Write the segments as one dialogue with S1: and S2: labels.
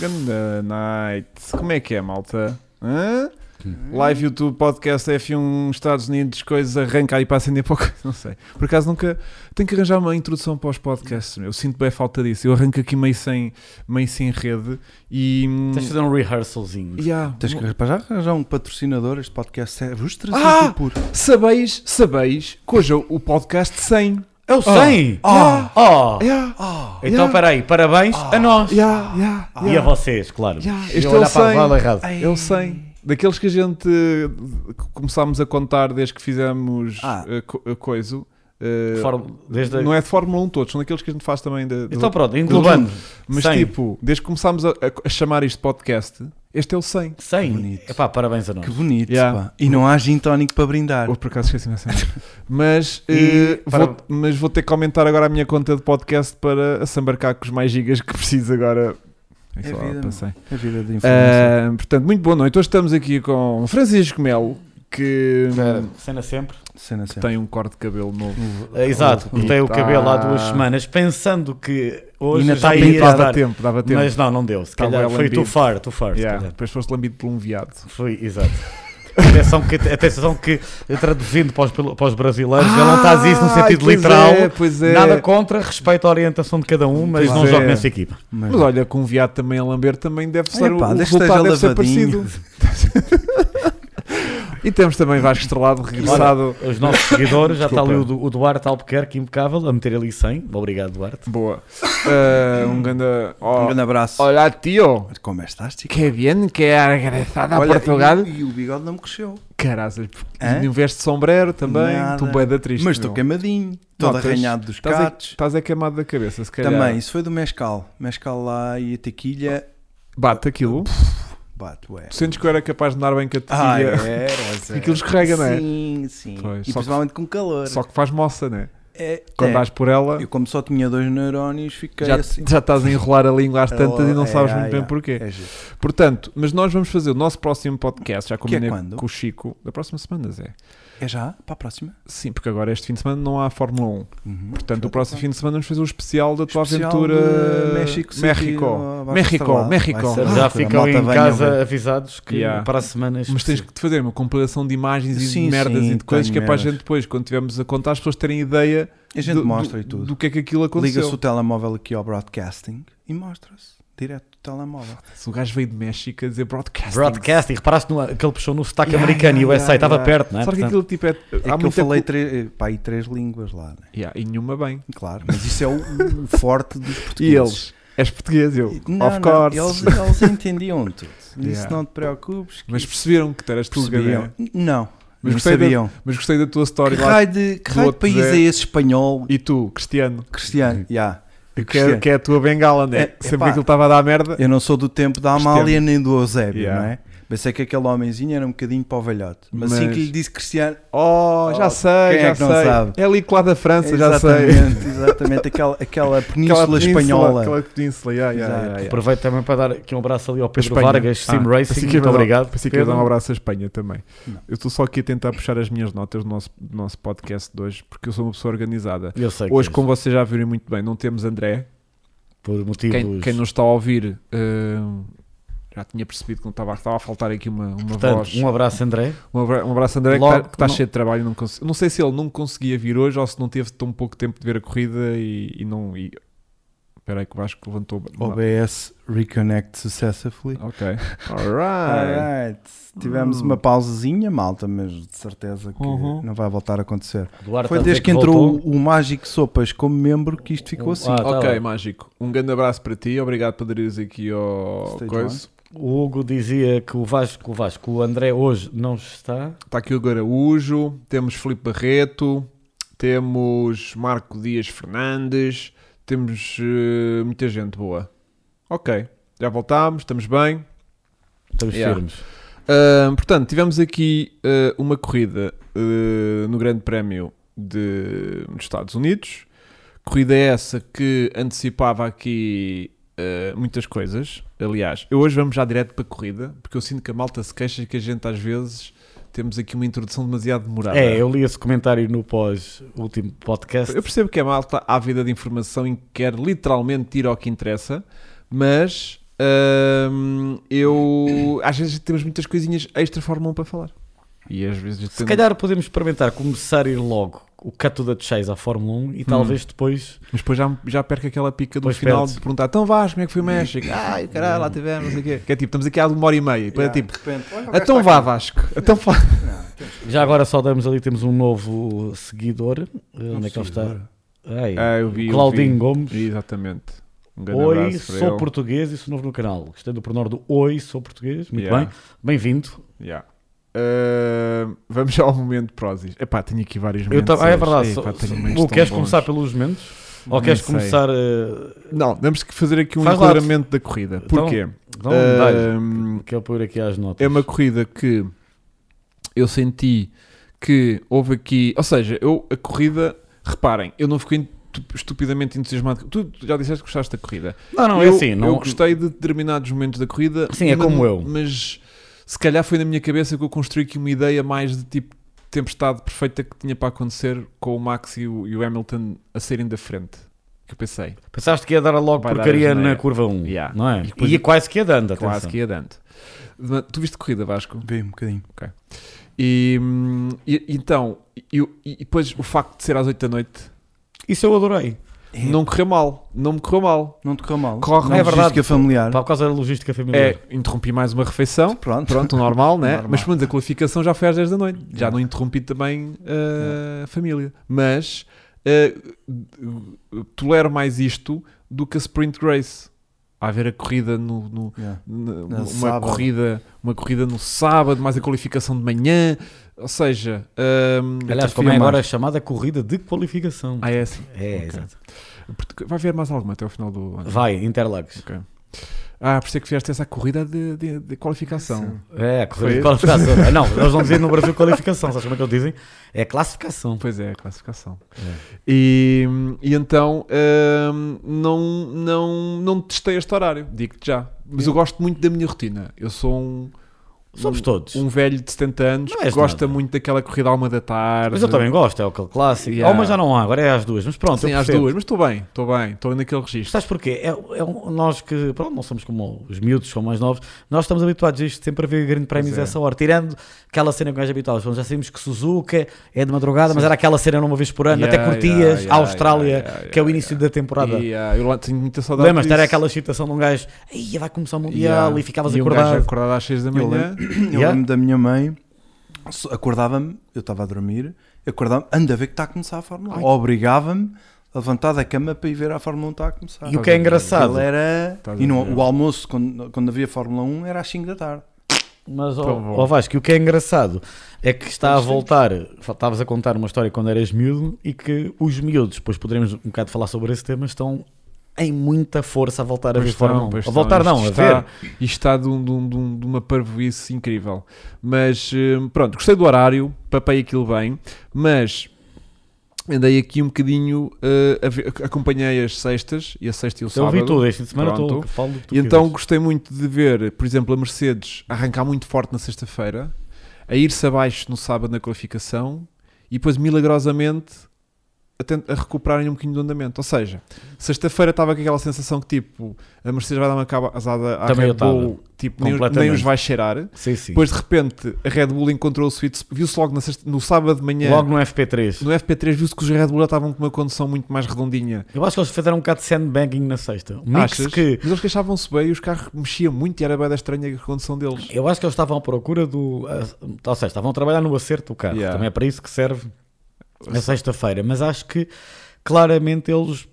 S1: Ganda night. Como é que é, malta? Hã? Live YouTube, podcast F1, Estados Unidos, coisas, arranca aí para acender pouco. Não sei. Por acaso nunca. Tenho que arranjar uma introdução para os podcasts. meu. Eu sinto bem falta disso. Eu arranco aqui meio sem, meio sem rede e. hum,
S2: Tens de fazer um rehearsalzinho.
S1: yeah.
S3: Tens que para já arranjar um patrocinador. Este podcast é vos trazido
S1: Ah!
S3: por.
S1: Sabeis, sabeis que hoje é o podcast 100.
S2: É o 100!
S1: Ah.
S2: Oh.
S1: Yeah,
S2: Então,
S1: Yeah.
S2: peraí, parabéns a nós.
S1: yeah, yeah,
S2: E a
S1: yeah.
S2: vocês, claro.
S1: Yeah,
S2: Eu
S1: este é
S2: olhar
S1: o
S2: para a
S1: 100.
S2: vala errada.
S1: É o 100. Daqueles que a gente eh, começámos a contar desde que fizemos
S3: Ah.
S1: eh, co- eh, coiso. eh,
S2: Forma- desde a-
S1: Não é de Fórmula 1 todos, são daqueles que a gente faz também. De, de-
S2: Então pronto, englobando.
S1: mas
S2: 100.
S1: tipo, desde que começámos a, a- a chamar isto de podcast, este é o 100.
S2: 100.
S3: Bonito.
S2: Epá, parabéns a nós.
S3: Que bonito,
S1: Yeah.
S3: pá. E não há gin tónico para brindar.
S1: Ou por acaso esqueci-me essa merda. mas,
S2: E
S1: eh,
S2: para-
S1: vou, mas vou ter que aumentar agora a minha conta de podcast para assambarcar com os mais gigas que preciso agora. É
S3: É
S1: só,
S3: vida,
S1: passei.
S3: A vida de influência.
S1: Ah, portanto, muito boa noite. Hoje estamos aqui com Francisco Melo, que
S2: Espera, Cena sempre.
S3: Cena sempre.
S1: tem um corte de cabelo novo.
S2: Ah, Exato, cortei o cabelo há duas semanas pensando que hoje
S3: Ainda
S2: já
S3: está
S2: ia
S3: pintado
S2: dar,
S1: Tá Dava tempo, dava tempo.
S2: mas não, não deu. Se
S1: Está
S2: calhar
S1: well
S2: foi
S1: lambido.
S2: too far, too far. se
S1: Yeah,
S2: calhar.
S1: Depois foste lambido por um viado.
S2: Foi, exato. Atenção que, atenção que traduzindo para os, pil- para os brasileiros, ele não está a dizer isso no
S1: Ai,
S2: sentido
S1: Ah, pois
S2: literal.
S1: é, pois é.
S2: Nada contra, respeito à orientação de cada um, mas
S1: Pois
S2: não
S1: é.
S2: jogo nessa equipa.
S3: Mas,
S1: Mas olha, com um viado também a lamber também deve ser o,
S3: pá,
S1: o
S3: desde que
S1: resultado deve
S3: esteja
S1: ser parecido. e temos também Vasco Estrelado regressado.
S2: Os nossos seguidores, já está ali o,
S1: Desculpa.
S2: Du- o Duarte Albuquerque, impecável, a meter ali 100. Obrigado, Duarte.
S1: Boa. Ah, um grande.
S3: um
S1: Oh.
S3: grande abraço.
S1: Olá, tio.
S3: Como estás, Tico?
S1: Que bien que é regressado a
S3: Olha,
S1: Portugal.
S3: E, e o bigode não me cresceu.
S1: Caraças,
S3: Hã?
S1: não veste sombrero também,
S3: Nada.
S1: tu bué da triste.
S3: Mas estou
S1: meu.
S3: queimadinho. Todo
S1: Notas?
S3: arranhado dos
S1: Estás a-
S3: catos.
S1: Estás é queimado da cabeça, se calhar.
S3: Também, isso foi do mescal. Mescal lá e a tequilha.
S1: Bate aquilo.
S3: Bate, ué.
S1: Tu sentes que eu era capaz de dar bem com a
S3: Ah,
S1: tequilha.
S3: era,
S1: Aquilo escorrega, não é?
S3: Sim, sim.
S1: Pois, só
S3: e
S1: que-
S3: principalmente com calor.
S1: Só que faz moça, né?
S3: É,
S1: Quando
S3: é.
S1: dás por ela,
S3: Eu como só tinha dois neurónios, fiquei
S1: já,
S3: assim.
S1: já estás a enrolar a língua às
S3: É,
S1: tantas e não
S3: é,
S1: sabes
S3: é,
S1: muito bem
S3: é.
S1: porquê.
S3: É giro.
S1: Portanto, mas nós vamos fazer o nosso próximo podcast, já
S3: é
S1: combinei
S3: quando?
S1: com o Chico, da próxima semana, Zé.
S3: É já? Para a próxima?
S1: Sim, porque agora este fim de semana não há Fórmula 1.
S3: Uhum.
S1: Portanto, o próximo fim de semana vamos fazer o especial da tua
S3: Especial
S1: aventura
S3: de México City
S1: México.
S3: ao Vasco
S1: México,
S3: Estrelado.
S1: México.
S3: Vai ser- Ah,
S2: já
S3: a
S2: ficam
S3: malta
S2: em
S3: venha
S2: casa
S3: ver.
S2: avisados que
S1: Yeah.
S2: para a semana.
S1: Mas tens que te fazer uma compilação de imagens e
S3: Sim,
S1: de merdas
S3: sim,
S1: e de coisas que é
S3: tenho
S1: para a gente
S3: merdas.
S1: depois, quando estivermos a contar, as pessoas terem ideia
S3: A gente
S1: do,
S3: mostra
S1: do-
S3: e tudo.
S1: do que é que aquilo aconteceu.
S3: Liga-se o telemóvel aqui ao broadcasting e mostra-se. Direto do telemóvel.
S1: Se o gajo veio de México a dizer broadcasting.
S2: Broadcast e reparaste no, que ele puxou no sotaque
S1: Yeah,
S2: americano
S1: yeah,
S2: e o USA estava
S1: yeah, yeah.
S2: perto, não é?
S1: Só que
S2: Portanto,
S1: aquilo tipo é.
S3: É
S1: há
S3: que eu
S1: muita
S3: falei
S1: cu-
S3: três, eh, pá, aí três línguas lá, né?
S1: Yeah, e nenhuma bem.
S3: Claro, mas isso é o, o forte dos
S1: E
S3: portugueses.
S1: eles? És português, eu.
S3: Não,
S1: of
S3: não,
S1: course.
S3: eles, eles entendiam tudo. Isso
S1: Yeah.
S3: não te preocupes. que
S1: Mas
S3: isso
S1: perceberam que tu eras tu,
S3: percebiam.
S1: Gabriel.
S3: Não,
S1: Mas
S3: mas não
S1: gostei da-
S3: sabiam.
S1: Mas gostei da tua
S3: Que
S1: história lá.
S3: raio de, que
S1: do
S3: raio de
S1: outro
S3: país
S1: Zé.
S3: é esse espanhol
S1: E tu, Cristiano,
S3: cristiano? Yeah.
S1: que é,
S3: Cristiano.
S1: que é a tua bengala, né?
S3: É,
S1: Sempre
S3: epá.
S1: que aquilo estava a dar merda.
S3: Eu não sou do tempo da
S1: Cristiano.
S3: Amália nem do Eusébio,
S1: Yeah.
S3: não é? Pensei que aquele homenzinho era um bocadinho para o velhote. Mas, assim
S1: Mas-
S3: que lhe disse Cristiano,
S1: Oh, já
S3: Oh,
S1: sei,
S3: quem é
S1: já
S3: que não
S1: sei.
S3: sabe?
S1: É ali que lá da França, já sei.
S3: exatamente, exatamente aquela, aquela península espanhola.
S1: Aquela península, yeah, yeah,
S3: Exato.
S1: yeah, yeah.
S2: Aproveito também para dar aqui um abraço ali ao Pedro
S1: Espanha.
S2: Vargas,
S1: Ah,
S2: Sim
S1: pensei
S2: Racing.
S1: que ia
S2: Muito
S1: dar-
S2: obrigado.
S1: Pensei que ia dar um
S2: Pedro.
S1: abraço à Espanha também.
S3: Não.
S1: Eu estou só aqui a tentar puxar as minhas notas do nosso, do nosso podcast de hoje, porque eu sou uma pessoa organizada.
S2: Eu sei que
S1: Hoje,
S2: és,
S1: como vocês já viram muito bem, não temos André.
S2: por motivos.
S1: Quem, quem nos está a ouvir hum, já tinha percebido que não estava, estava a faltar aqui uma, uma
S2: Portanto,
S1: voz.
S2: um abraço, André.
S1: Um abra- um abraço, André,
S2: Logo,
S1: que está
S2: não-
S1: cheio de trabalho. e Não, cons- não sei se ele não conseguia vir hoje ou se não teve tão pouco tempo de ver a corrida e, e não. E... Espera aí que o Vasco levantou.
S3: OBS Reconnect Successfully.
S1: Ok. Alright.
S3: Alright. Tivemos
S1: Hum.
S3: uma pausazinha, malta, mas de certeza que
S1: Uhum.
S3: não vai voltar a acontecer.
S2: Duarte
S3: Foi
S2: a dizer
S3: desde que entrou
S2: é voltou.
S3: o, o Mágico Sopas como membro que isto ficou assim.
S2: Ah, tá
S1: ok,
S2: bem.
S1: mágico. Um grande abraço para ti. Obrigado por aderires aqui ao
S3: Stage
S1: coisa.
S2: O Hugo dizia que o Vasco, o Vasco, o André hoje não está.
S1: Está Tá aqui o Garaújo. Temos Filipe Barreto. Temos Marco Dias Fernandes. Temos eh, muita gente boa. Ok, já voltámos. Estamos bem.
S2: Estamos
S1: Yeah.
S2: firmes.
S1: Ah, portanto, tivemos aqui ah, uma corrida ah, no Grande Prémio de, dos Estados Unidos. Corrida essa que antecipava aqui ah, muitas coisas. Aliás, eu hoje vamos já direto para a corrida, porque eu sinto que a malta se queixa que a gente às vezes temos aqui uma introdução demasiado demorada.
S2: É, eu li esse comentário no pós-último podcast.
S1: Eu percebo que a malta ávida de informação e que quer literalmente ir ao que interessa, mas Ahm, eu às vezes temos muitas coisinhas extra Fórmula 1 para falar. E às vezes
S2: Se calhar podemos experimentar começar a ir logo o Cato da Chase à Fórmula 1 e
S1: Hum.
S2: talvez depois.
S1: Mas depois já, já perco aquela pica do
S2: Pois
S1: final
S2: perde-se.
S1: de perguntar então Vasco, como é que foi o México? Ai, caralho, lá tivemos, não sei o quê. Que é tipo, estamos aqui há uma hora e meia. E depois é tipo,
S3: de repente, olha, o gajo
S1: então
S3: está
S1: vá
S3: aqui.
S1: Vasco, então fa-
S2: Já agora só damos ali, temos um novo seguidor. Uh, Onde é que ele está?
S3: Seguidor.
S2: Ai,
S1: Ah, eu vi, eu
S2: Claudinho
S1: vi.
S2: Gomes.
S1: Exatamente. Um grande
S2: Oi,
S1: abraço para
S2: sou
S1: ele.
S2: português e sou novo no canal. Gostei do pronor do Oi, sou português. Muito
S1: Yeah.
S2: bem. Bem-vindo.
S1: Yeah. Ah, vamos ao momento Prozis. Epá, tenho aqui vários
S2: Eu
S1: momentos.
S2: tam- Ah, é
S1: hoje.
S2: verdade.
S1: Epá,
S2: só-
S1: tenho
S2: só-
S1: momentos
S2: Hugo,
S1: tão
S2: queres
S1: bons.
S2: começar pelos momentos? Ou
S1: Nem
S2: queres
S1: sei.
S2: começar. uh,
S1: Não, temos que fazer aqui um
S2: Faz lá.
S1: enquadramento da corrida.
S2: Então,
S1: Porquê?
S2: Não,
S1: Eh,
S2: dá-lhe,
S1: Ahm,
S2: que eu pôr aqui às notas.
S1: é uma corrida que eu senti que houve aqui. Ou seja, eu a corrida, reparem, eu não fiquei tu- estupidamente entusiasmado. Tu tu já disseste que gostaste da corrida.
S2: Não, não,
S1: eu,
S2: é assim. Não,
S1: eu gostei de determinados momentos da corrida.
S2: Sim, é
S1: mas-
S2: como eu.
S1: Mas se calhar foi na minha cabeça que eu construí aqui uma ideia mais de tipo tempestade perfeita que tinha para acontecer com o Max e o, e o Hamilton a saírem da frente. Que eu pensei.
S2: Pensaste que ia dar logo
S1: Vai dar
S2: porcaria
S1: asneira.
S2: na curva 1.
S1: Yeah.
S2: Não
S1: E
S2: é? E,
S1: depois-
S2: quase que ia dando. atenção.
S1: Quase que ia dando. Mas Tu viste corrida, Vasco?
S3: Vê um bocadinho.
S1: E, hum, e- e então, e, e depois o facto de ser às 8 da noite
S2: Isso eu adorei.
S3: É,
S1: não correu mal, não me correu mal.
S3: não te correu mal.
S1: Corre, Tá
S3: não
S2: é
S3: é
S2: verdade.
S3: verdade. familiar.
S2: Pá, por causa da logística familiar.
S1: É, interrompi mais uma refeição,
S3: Pronto.
S1: pronto, o normal, né?
S3: Normal.
S1: Mas pelo menos a qualificação já foi às 10 da noite, já não interrompi também uh, a família. Mas uh, tolero mais isto do que a sprint race. A haver a corrida no, no-
S3: Yeah.
S1: na-
S3: Na
S1: uma
S3: sábado.
S1: corrida uma corrida no sábado mais a qualificação de manhã ou seja hum,
S2: Aliás, como é agora a chamada corrida de qualificação.
S1: ah, é assim.
S2: é,
S1: ok.
S2: exato.
S1: Porque Vai haver mais alguma até ao final do ano.
S2: Vai, Interlagos.
S1: Ah, por isso é que fizeste essa corrida de, de- de qualificação.
S2: É, corrida de
S1: Foi
S2: qualificação. Ah, não, eles vão dizer no Brasil qualificação. Sabes como é que eles dizem? É classificação.
S1: Pois é, a classificação.
S2: É.
S1: E, e então hum, não, não, não testei este horário, digo-te já. Mas eu gosto muito da minha rotina. Eu sou um,
S2: Somos todos.
S1: um velho de 70 anos
S2: Não
S1: que
S2: és
S1: gosta
S2: nada.
S1: muito daquela corrida à uma da tarde.
S2: Mas eu também gosto, é o clássico.
S1: Yeah.
S2: Ah, mas já não há, agora é às duas. Mas pronto,
S1: Sim,
S2: eu
S1: às
S2: percebo.
S1: duas, mas estou bem, estou bem, estou naquele registro.
S2: Sabes porquê? É, é um- nós que, pronto, não somos como os miúdos, são mais novos, nós estamos habituados a isto, sempre a ver grandes prémios
S1: é.
S2: a essa hora, tirando aquela cena que nós habituados, já sabemos que Suzuka é de madrugada, mas era aquela cena uma vez por ano,
S1: Yeah,
S2: até curtias
S1: yeah, yeah,
S2: a Austrália,
S1: yeah, yeah,
S2: que é o
S1: yeah,
S2: início
S1: yeah.
S2: da temporada.
S1: E, ah, eu lá tenho muita saudade.
S2: Lembras-te, era
S1: disso.
S2: aquela excitação de um gajo, aí vai começar o Mundial,
S1: Yeah.
S2: e ficavas
S1: E um gajo
S2: acordado.
S1: acordado às 6 da
S3: Eu
S1: manhã.
S3: Eu
S2: Yeah.
S3: lembro da minha mãe, so- acordava-me, eu estava a dormir, acordava-me, anda a ver que está a começar a Fórmula 1. Obrigava-me a levantar da cama para ir ver a Fórmula 1 está a começar.
S2: E o que é engraçado,
S3: Ele era.
S1: Estás a
S3: E no-
S1: ver.
S3: o almoço, quando, quando havia Fórmula 1, era às 5 da tarde.
S2: Mas, ó
S1: Tão bom.
S2: ó Vasco, o que é engraçado é que está a voltar. Estavas a contar uma história quando eras miúdo e que os miúdos, depois poderemos um bocado falar sobre esse tema, estão em muita força a voltar a ver
S1: Pois estão,
S2: Fórmula 1.
S1: pois
S2: A voltar
S1: estão.
S2: não, a
S1: Isto está-
S2: ver.
S1: Isto está de, um- de um- de um- de uma parvoíce incrível. Mas hum, pronto, gostei do horário, papei aquilo bem, mas andei aqui um bocadinho, uh, a ver- acompanhei as sextas, e a sexta e o
S2: Eu
S1: sábado.
S2: vi tudo este fim de semana
S1: Pronto.
S2: todo. Falo do que tu
S1: E então
S2: quiseres.
S1: gostei muito de ver, por exemplo, a Mercedes arrancar muito forte na sexta-feira, a ir-se abaixo no sábado na qualificação e depois milagrosamente a, tent- a recuperarem um bocadinho do andamento. Ou seja, sexta-feira estava com aquela sensação que tipo a Mercedes vai dar uma cabazada à
S2: Também
S1: Red
S2: eu
S1: Bull, tipo, nem, os- nem os
S2: Completamente.
S1: vai cheirar.
S2: Sim, sim.
S1: Depois de repente a Red Bull encontrou o sweet, spot, viu-se logo na sexta- no sábado de manhã.
S2: Logo no FP3.
S1: é. no FP3 viu-se que os Red Bull já estavam com uma condição muito mais redondinha.
S2: Eu acho que eles fizeram um bocado de sandbagging na sexta. Um mix
S1: Achas?
S2: que.
S1: Mas eles queixavam-se bem e os carros mexiam muito e era bem da estranha a condição deles.
S2: Eu acho que eles estavam à procura do. eh, Ou seja, estavam a trabalhar no acerto do carro.
S1: Yeah.
S2: Também é para isso que serve na sexta-feira. Mas acho que claramente eles.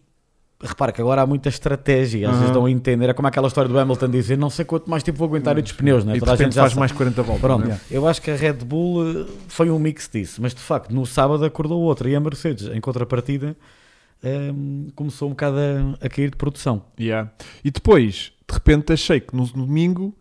S2: Repara que agora há muita estratégia, às vezes
S1: Aham. Uhum.
S2: dão a entender. É como aquela história do Hamilton dizer: não sei quanto mais tempo vou aguentar e dos pneus, né?
S1: E de
S2: Toda a
S1: repente
S2: gente já
S1: faz
S2: sabe.
S1: mais 40 voltas.
S2: Pronto,
S1: né?
S2: eu acho que a Red Bull eh, foi um mix disso, mas de facto no sábado acordou outra e a Mercedes, em contrapartida, ehm, começou um bocado a, a cair de produção.
S1: Yeah. E depois, de repente, achei que no domingo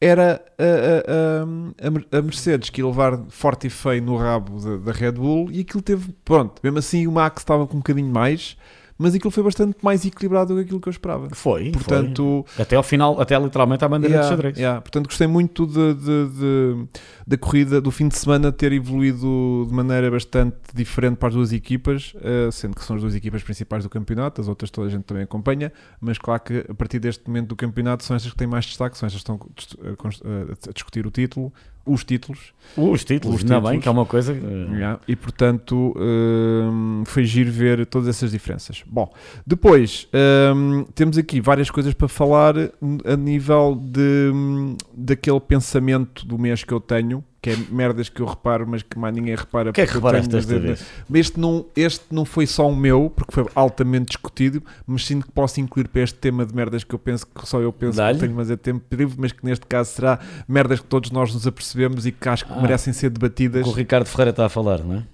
S1: era a, a- a- a Mer- a Mercedes que ia levar forte e feio no rabo da, da Red Bull e aquilo teve, pronto, mesmo assim o Max estava com um bocadinho mais, mas aquilo foi bastante mais equilibrado do que aquilo que eu esperava.
S2: Foi, portanto,
S1: Portanto,
S2: até ao final, até literalmente à bandeira
S1: yeah,
S2: de xadrez.
S1: yeah. portanto gostei muito de- de- de- da corrida do fim de semana ter evoluído de maneira bastante diferente para as duas equipas, eh, sendo que são as duas equipas principais do campeonato, as outras toda a gente também acompanha, mas claro que a partir deste momento do campeonato são estas que têm mais destaque, são estas que estão dis- a cons- a- a discutir o título, os títulos.
S2: Os títulos,
S1: Os
S2: ainda
S1: títulos.
S2: bem, que é uma coisa. eh,
S1: Yeah, E portanto hum, foi giro ver todas essas diferenças. Bom, depois hum, temos aqui várias coisas para falar hum, a nível de, hum, daquele pensamento do mês que eu tenho, que é merdas que eu reparo, mas que mais ninguém repara.
S2: O que é que
S1: porque eu
S2: reparaste
S1: tenho,
S2: desta
S1: mas-
S2: vez?
S1: mas Este não, este não foi só o meu, porque foi altamente discutido, mas sinto que posso incluir para este tema de merdas que eu penso que só eu penso
S2: Dá-lhe.
S1: que tenho, mas é tempo livre, mas que neste caso será merdas que todos nós nos apercebemos e que acho que
S2: Ah.
S1: merecem ser debatidas.
S2: Que o Ricardo Ferreira está a falar, não é?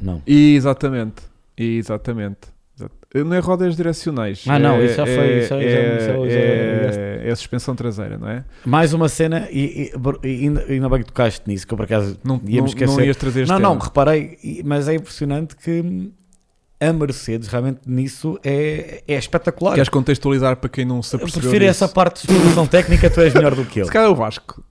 S2: Não.
S1: E, exatamente, E, exatamente. Exato. Não é rodas direcionais.
S2: Ah, não,
S1: é,
S2: isso já foi-
S1: É,
S2: isso já-
S1: é,
S2: isso já- isso já-
S1: é, é suspensão traseira, não é?
S2: Mais uma cena, e, e- bro- e ainda, ainda bem que tocaste nisso, que eu por acaso
S1: Não,
S2: ia me
S1: não,
S2: esquecer.
S1: não ias trazer este
S2: não, não,
S1: tema.
S2: reparei, e- mas é impressionante que hum, a Mercedes realmente nisso é, é espetacular.
S1: Queres contextualizar para quem não se
S2: Eu
S1: apercebeu
S2: prefiro
S1: disso?
S2: essa parte de explicação técnica, tu és melhor do que eu.
S1: Se calhar é o Vasco.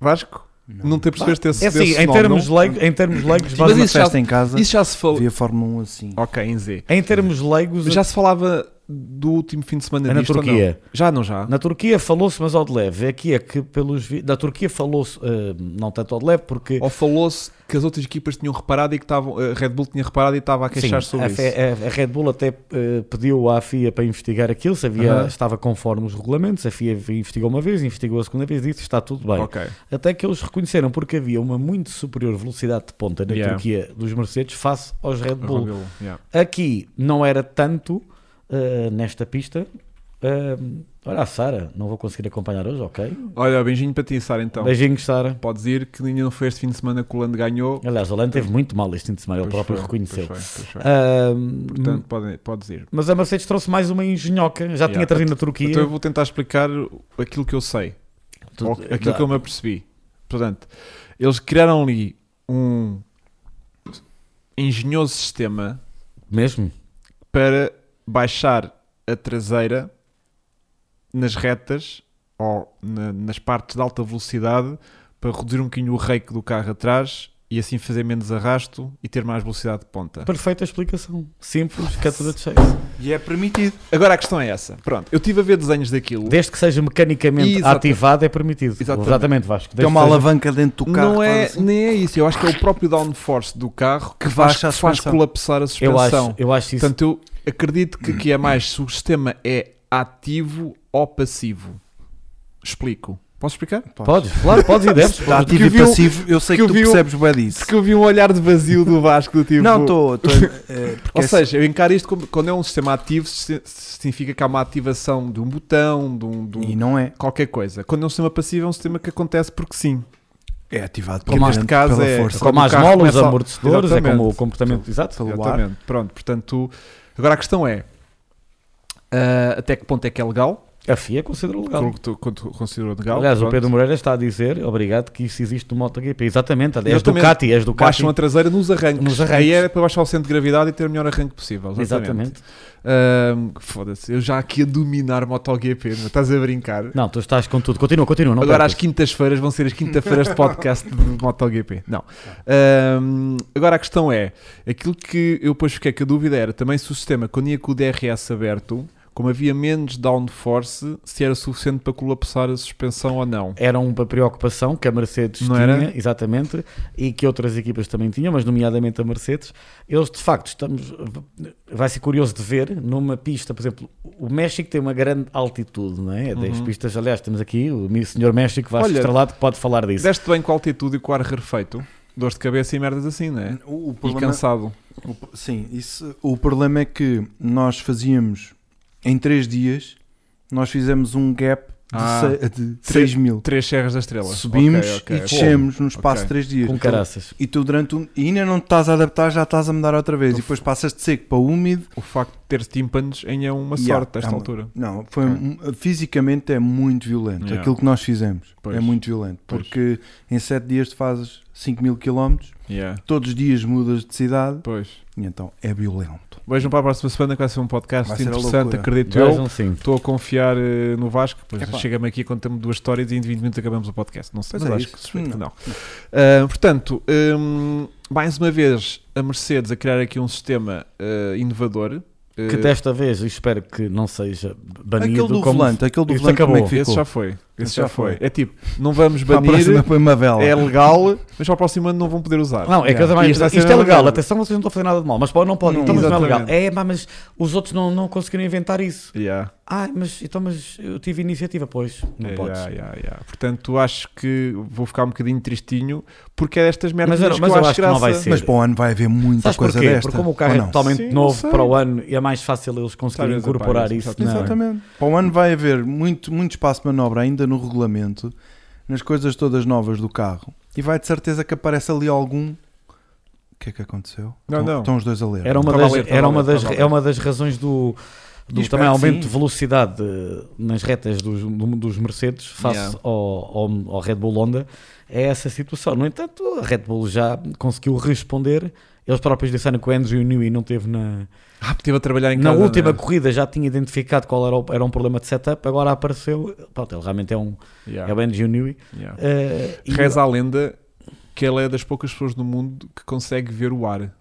S1: Vasco, não, te apercebeste esse,
S2: É assim,
S1: desse
S2: em termos,
S1: fenómeno?
S2: leigos, em termos leigos,
S3: Faz
S1: Mas
S3: uma
S1: isso já-
S3: festa em casa,
S1: Isso já Oh. se falou...
S3: via Fórmula 1 assim.
S1: Ok, em Z.
S2: em termos leigos,
S1: Já se falava do último fim de semana
S2: É na
S1: disto ou não?
S2: Turquia.
S1: Já, não já?
S2: Na Turquia falou-se, mas ao de leve. Aqui é que pelos vi- da Turquia falou-se, eh, não tanto ao de leve, porque
S1: Ou falou-se que as outras equipas tinham reparado e que estavam... A Red Bull tinha reparado e estava a
S2: sim, é a,
S1: queixar sobre isso.
S2: Fe- a- a Red Bull até eh, pediu à FIA para investigar aquilo, se havia,
S1: Aham.
S2: estava conforme os regulamentos. A FIA investigou uma vez, investigou a segunda vez, disse está tudo bem.
S1: Ok.
S2: Até que eles reconheceram, porque havia uma muito superior velocidade de ponta na
S1: Yeah.
S2: Turquia dos Mercedes face aos Red Bull.
S1: Red Bull, yeah.
S2: Aqui não era tanto eh, nesta pista. Eh, olha a Sara, não vou conseguir acompanhar hoje, ok?
S1: Olha, beijinho para ti, Sara, então.
S2: Beijinhos, Sara.
S1: Podes ir que ainda não foi este fim de semana que o Lando ganhou.
S2: Aliás, o Lando teve muito mal este fim de semana, ele
S1: Pois
S2: próprio Ah, hum.
S1: foi,
S2: reconheceu.
S1: pois foi, pois foi.
S2: Ahm,
S1: Portanto, pode, podes ir.
S2: mas a Mercedes trouxe mais uma engenhoca, já
S1: Yeah.
S2: tinha trazido na Turquia.
S1: Então eu vou tentar explicar aquilo que eu sei,
S2: Tu-
S1: ou aquilo
S2: dá-
S1: que eu me apercebi. Portanto, eles criaram ali um engenhoso sistema
S2: Mesmo?
S1: para baixar a traseira nas retas ou na- nas partes de alta velocidade para reduzir um bocadinho o rake do carro atrás e assim fazer menos arrasto e ter mais velocidade de ponta.
S2: Perfeita explicação. Simples, fica tudo a cheio.
S3: E é permitido.
S1: Agora a questão é essa. Pronto, eu estive a ver desenhos daquilo.
S2: Desde que seja mecanicamente
S1: Exatamente.
S2: ativado, é permitido.
S1: Exatamente. é
S2: Vasco.
S3: Tem
S2: Desde
S3: uma
S2: que seja-
S3: alavanca dentro do carro.
S1: não é,
S3: faz assim.
S1: nem é isso. Eu acho que é o próprio downforce do carro que faz,
S3: baixa a
S1: que faz
S3: suspensão.
S1: colapsar a suspensão.
S2: Eu acho, eu acho isso.
S1: Portanto, eu acredito que aqui é mais se o sistema é ativo ou passivo. Explico. Posso explicar?
S2: Podes, claro, podes e deves.
S3: Está
S1: Porque
S3: ativo
S1: eu
S3: e
S1: vi o-
S3: passivo, eu sei
S1: que
S3: que,
S1: eu
S3: tu
S1: vi o-
S3: percebes bem disso.
S1: Porque eu vi um olhar de vazio do Vasco do tipo.
S3: Não, é, estou.
S2: é
S1: Ou seja, eu encaro isto como quando é um sistema ativo, si- significa que há uma ativação de um botão, de um. de um-
S3: E não é.
S1: Qualquer coisa. Quando é um sistema passivo, é um sistema que acontece porque sim.
S3: É ativado
S1: Como
S3: pela,
S1: neste caso
S3: pela
S1: é-
S3: força.
S1: quando
S2: Como
S1: o
S2: as
S1: carro
S2: molas,
S1: começa a-
S2: amortecedores, é como o
S1: Exatamente.
S2: comportamento exato.
S3: pelo ar.
S1: Exatamente. Pronto, portanto, tu- agora a questão é ah, até que ponto é que é legal?
S2: A FIA considera legal.
S1: Aquilo que tu, quando tu considerou legal.
S2: Aliás, o
S1: pronto.
S2: Pedro Moreira está a dizer, obrigado, que isso existe no MotoGP. Exatamente, és
S1: Exatamente.
S2: Ducati, és Ducati.
S1: Baixam a traseira nos arranques.
S2: Nos arranques.
S1: Aí era para baixar o centro de gravidade e ter o melhor arranque possível. Exatamente.
S2: Exatamente.
S1: Ahm, Foda-se, eu já aqui a dominar MotoGP, mas é? estás a brincar.
S2: Não, tu estás com tudo. Continua, continua. Não
S1: agora às
S2: percas.
S1: quintas-feiras vão ser as quinta-feiras de podcast de MotoGP. Não. Ahm, agora a questão é: aquilo que eu depois fiquei com a dúvida era também se o sistema, quando ia com o DRS aberto, como havia menos downforce, se era suficiente para colapsar a suspensão ou não.
S2: Era uma preocupação que a Mercedes
S1: Não
S2: tinha,
S1: era?
S2: exatamente, e que outras equipas também tinham, mas nomeadamente a Mercedes. Eles, de facto, estamos. Vai ser curioso de ver numa pista, por exemplo, o México tem uma grande altitude, não é? 10 pistas, aliás, temos aqui o mi- senhor México Vasco
S1: Olha,
S2: Estrelado que pode falar disso.
S1: Deste bem com a altitude e com o ar rarefeito, dor de cabeça e merdas assim, não é?
S3: O, o
S1: E
S3: problema,
S1: cansado.
S3: o- sim, isso, o problema é que nós fazíamos em 3 dias, nós fizemos um gap de,
S1: Ah.
S3: se- de 3 mil.
S1: Três Serras da Estrela.
S3: Subimos
S1: Ok, ok, ok.
S3: e descemos no espaço
S1: ok.
S3: de 3 dias.
S2: Com caraças.
S3: E tu durante um. E ainda não te estás a adaptar, já estás a mudar outra vez. E depois passas de seco para úmido.
S1: O facto de ter tímpanos ainda é uma
S3: Yeah,
S1: sorte a esta
S3: é uma-
S1: altura.
S3: Não, foi
S1: Ok.
S3: um- fisicamente é muito violento.
S1: Yeah.
S3: Aquilo que nós fizemos
S1: Pois.
S3: é muito violento.
S1: Pois.
S3: Porque em 7 dias tu fazes 5 mil quilómetros,
S1: Yeah.
S3: todos os dias mudas de cidade,
S1: Pois.
S3: e então é violento.
S1: Vejam para a próxima semana que vai ser um podcast
S3: Vai ser a
S1: interessante,
S3: loucura.
S1: acredito eu.
S2: Vejam sim.
S1: Estou a confiar eh, no Vasco, pois
S3: Epá.
S1: chega-me aqui, contamos duas histórias e em 20 minutos acabamos o podcast. Não sei,
S3: Pois
S1: mas
S3: é
S1: acho
S3: isso.
S1: que suspeito que
S3: Não.
S1: não. Ah, portanto, hum, mais uma vez, a Mercedes a criar aqui um sistema ah, inovador. Ah,
S2: Que desta vez, e espero que não seja banido
S3: Aquele do
S2: como
S3: volante, aquele do
S2: Isto
S3: volante, como é que
S2: acabou.
S1: esse
S3: ficou?
S1: já foi. Esse
S3: Esse
S1: já
S3: já
S1: foi.
S3: foi.
S1: É tipo, não vamos
S3: Para a próxima
S1: banir,
S3: foi uma vela.
S1: é legal, mas para o próximo ano não vão poder usar.
S2: Não, é que eu
S1: Yeah.
S2: também.
S1: Isto
S2: Isto,
S1: vai ser
S2: é
S1: uma
S2: legal,
S1: merda.
S2: atenção, vocês não estão a fazer nada de mal, mas pô, não podem,
S3: Não,
S2: então, mas não é legal.
S1: Hum, exatamente.
S2: É, pá, mas os outros não, não conseguiram inventar isso.
S1: Yeah.
S2: Ah, mas, então, mas eu tive iniciativa, pois. Não
S1: Yeah,
S2: podes.
S1: yeah, yeah. Portanto, acho que vou ficar um bocadinho tristinho porque é destas merdas
S2: Mas eu-
S1: que
S2: mas
S1: eu,
S2: eu acho que
S1: graça.
S2: não vai ser.
S3: Mas para o ano vai haver muita
S2: Sabes
S3: coisa
S2: porquê?
S3: desta.
S2: Porque como o carro
S3: ou
S2: é
S3: não?
S2: totalmente
S1: Sim,
S2: novo
S1: não
S2: para o
S1: sei.
S2: ano e é mais fácil eles conseguirem
S1: Talvez
S2: incorporar
S1: apareça,
S2: isso.
S1: talvez.
S2: na-
S3: Exatamente. Para o ano vai haver muito, muito espaço de manobra ainda no regulamento, nas coisas todas novas do carro, e vai de certeza que aparece ali algum. O que é que aconteceu?
S1: Não,
S3: estão,
S1: não.
S3: estão os dois a ler.
S2: Era uma
S1: Estava
S2: das,
S1: a ler, estava
S2: era
S1: a ler,
S2: uma das,
S1: estava a ler.
S2: é uma das razões do, do
S3: E espero
S2: também
S3: que
S2: aumento de
S3: sim.
S2: velocidade eh, nas retas dos, do- dos Mercedes face
S1: Yeah.
S2: ao, ao, ao Red Bull Honda é essa situação. No entanto, a Red Bull já conseguiu responder. Eles próprios disseram que o Andrew Newey não teve na,
S1: Ah, teve a trabalhar em
S2: na
S1: casa.
S2: última
S1: né?
S2: corrida, já tinha identificado qual era, o, era um problema de setup, agora apareceu. Pronto, ele realmente é um
S1: Yeah,
S2: é o Andrew Newey.
S1: yeah.
S2: eh, e-
S1: Reza a lenda que ela é das poucas pessoas no mundo que consegue ver o ar.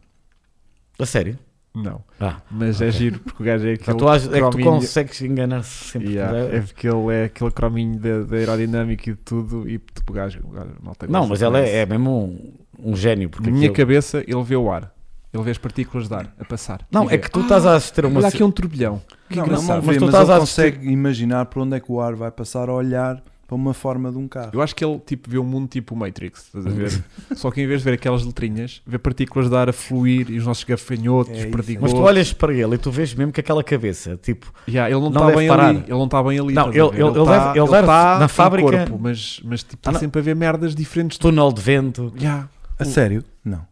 S2: a sério.
S1: Não.
S2: Ah,
S1: Mas é giro, porque o gajo é
S2: então
S1: aquele.
S2: tu achas- é que tu
S1: crominho-
S2: consegues enganar-se sempre.
S1: Yeah, é porque ele é aquele crominho da, da aerodinâmica e de tudo. E tipo, o gajo. o gajo- a malta
S2: Não,
S1: gosta
S2: mas ela
S1: disso.
S2: é, é mesmo um, um gênio. Porque
S1: Na minha
S2: aquilo-
S1: cabeça, ele vê o ar. Ele vê as partículas de ar a passar.
S2: Não,
S1: E
S2: é
S1: vê.
S2: que tu estás a assistir uma.
S1: Olha
S2: se-
S1: aqui um turbilhão. Que
S3: Não, não,
S1: engraçado.
S3: não
S2: Mas
S3: vê,
S2: tu
S3: mas,
S2: estás
S3: ele
S2: a assistir-
S3: consegue imaginar por onde é que o ar vai passar a olhar para uma forma de um carro.
S1: Eu acho que ele tipo, vê o mundo tipo o Matrix, estás a ver? Só que em vez de ver aquelas letrinhas, vê partículas de ar a fluir e os nossos gafanhotos,
S3: É isso, é
S1: perdigosos.
S2: Mas tu olhas para ele e tu vês mesmo que aquela cabeça, tipo,
S1: Yeah, ele não
S2: Não
S1: está
S2: deve
S1: bem
S2: parar.
S1: ali. Ele não está bem ali. estás
S2: Não,
S1: a
S2: ele-
S1: ver?
S2: ele- ele
S1: tá-
S2: deve- ele deve-
S1: tá
S2: na
S1: em
S2: fábrica-
S1: corpo, mas, mas tipo, está
S2: Ah, não.
S1: sempre a ver merdas diferentes. de-
S2: túnel de vento.
S1: Yeah.
S3: A sério? Não.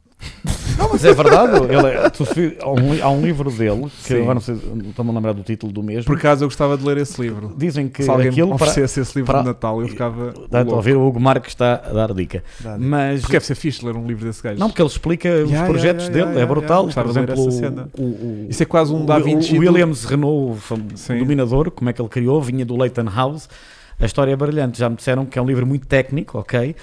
S2: Não, mas é verdade. ele é- tu fi- há, um, li- há um livro dele, que
S1: Sim.
S2: agora não sei, não estou-me a lembrar do título do mesmo.
S1: Por acaso eu gostava de ler esse livro.
S2: dizem que
S1: Se alguém me
S2: aquilo. Para,
S1: oferecesse esse livro
S2: para-
S1: de Natal, eu ficava.
S2: Dá- estou a
S1: louco.
S2: ouvir, o Hugo Marques está a dar dica.
S3: Dá-
S2: Mas.
S1: Porque deve ser fixe ler um livro desse gajo.
S2: Não, porque ele explica os
S1: Yeah, yeah,
S2: projetos
S1: yeah,
S2: dele,
S1: yeah,
S2: é
S1: yeah.
S2: brutal.
S1: Gostava de
S2: Por
S1: ler
S2: exemplo,
S1: essa
S2: o-
S1: cena.
S2: o- o-
S1: Isso é quase um
S2: O-
S1: Da
S2: o-
S1: Vinci.
S2: O
S1: do-
S2: Williams Renault, o fam-
S1: Sim.
S2: dominador, como é que ele criou, vinha do Leighton House. A história é brilhante. Já me disseram que é um livro muito técnico, ok?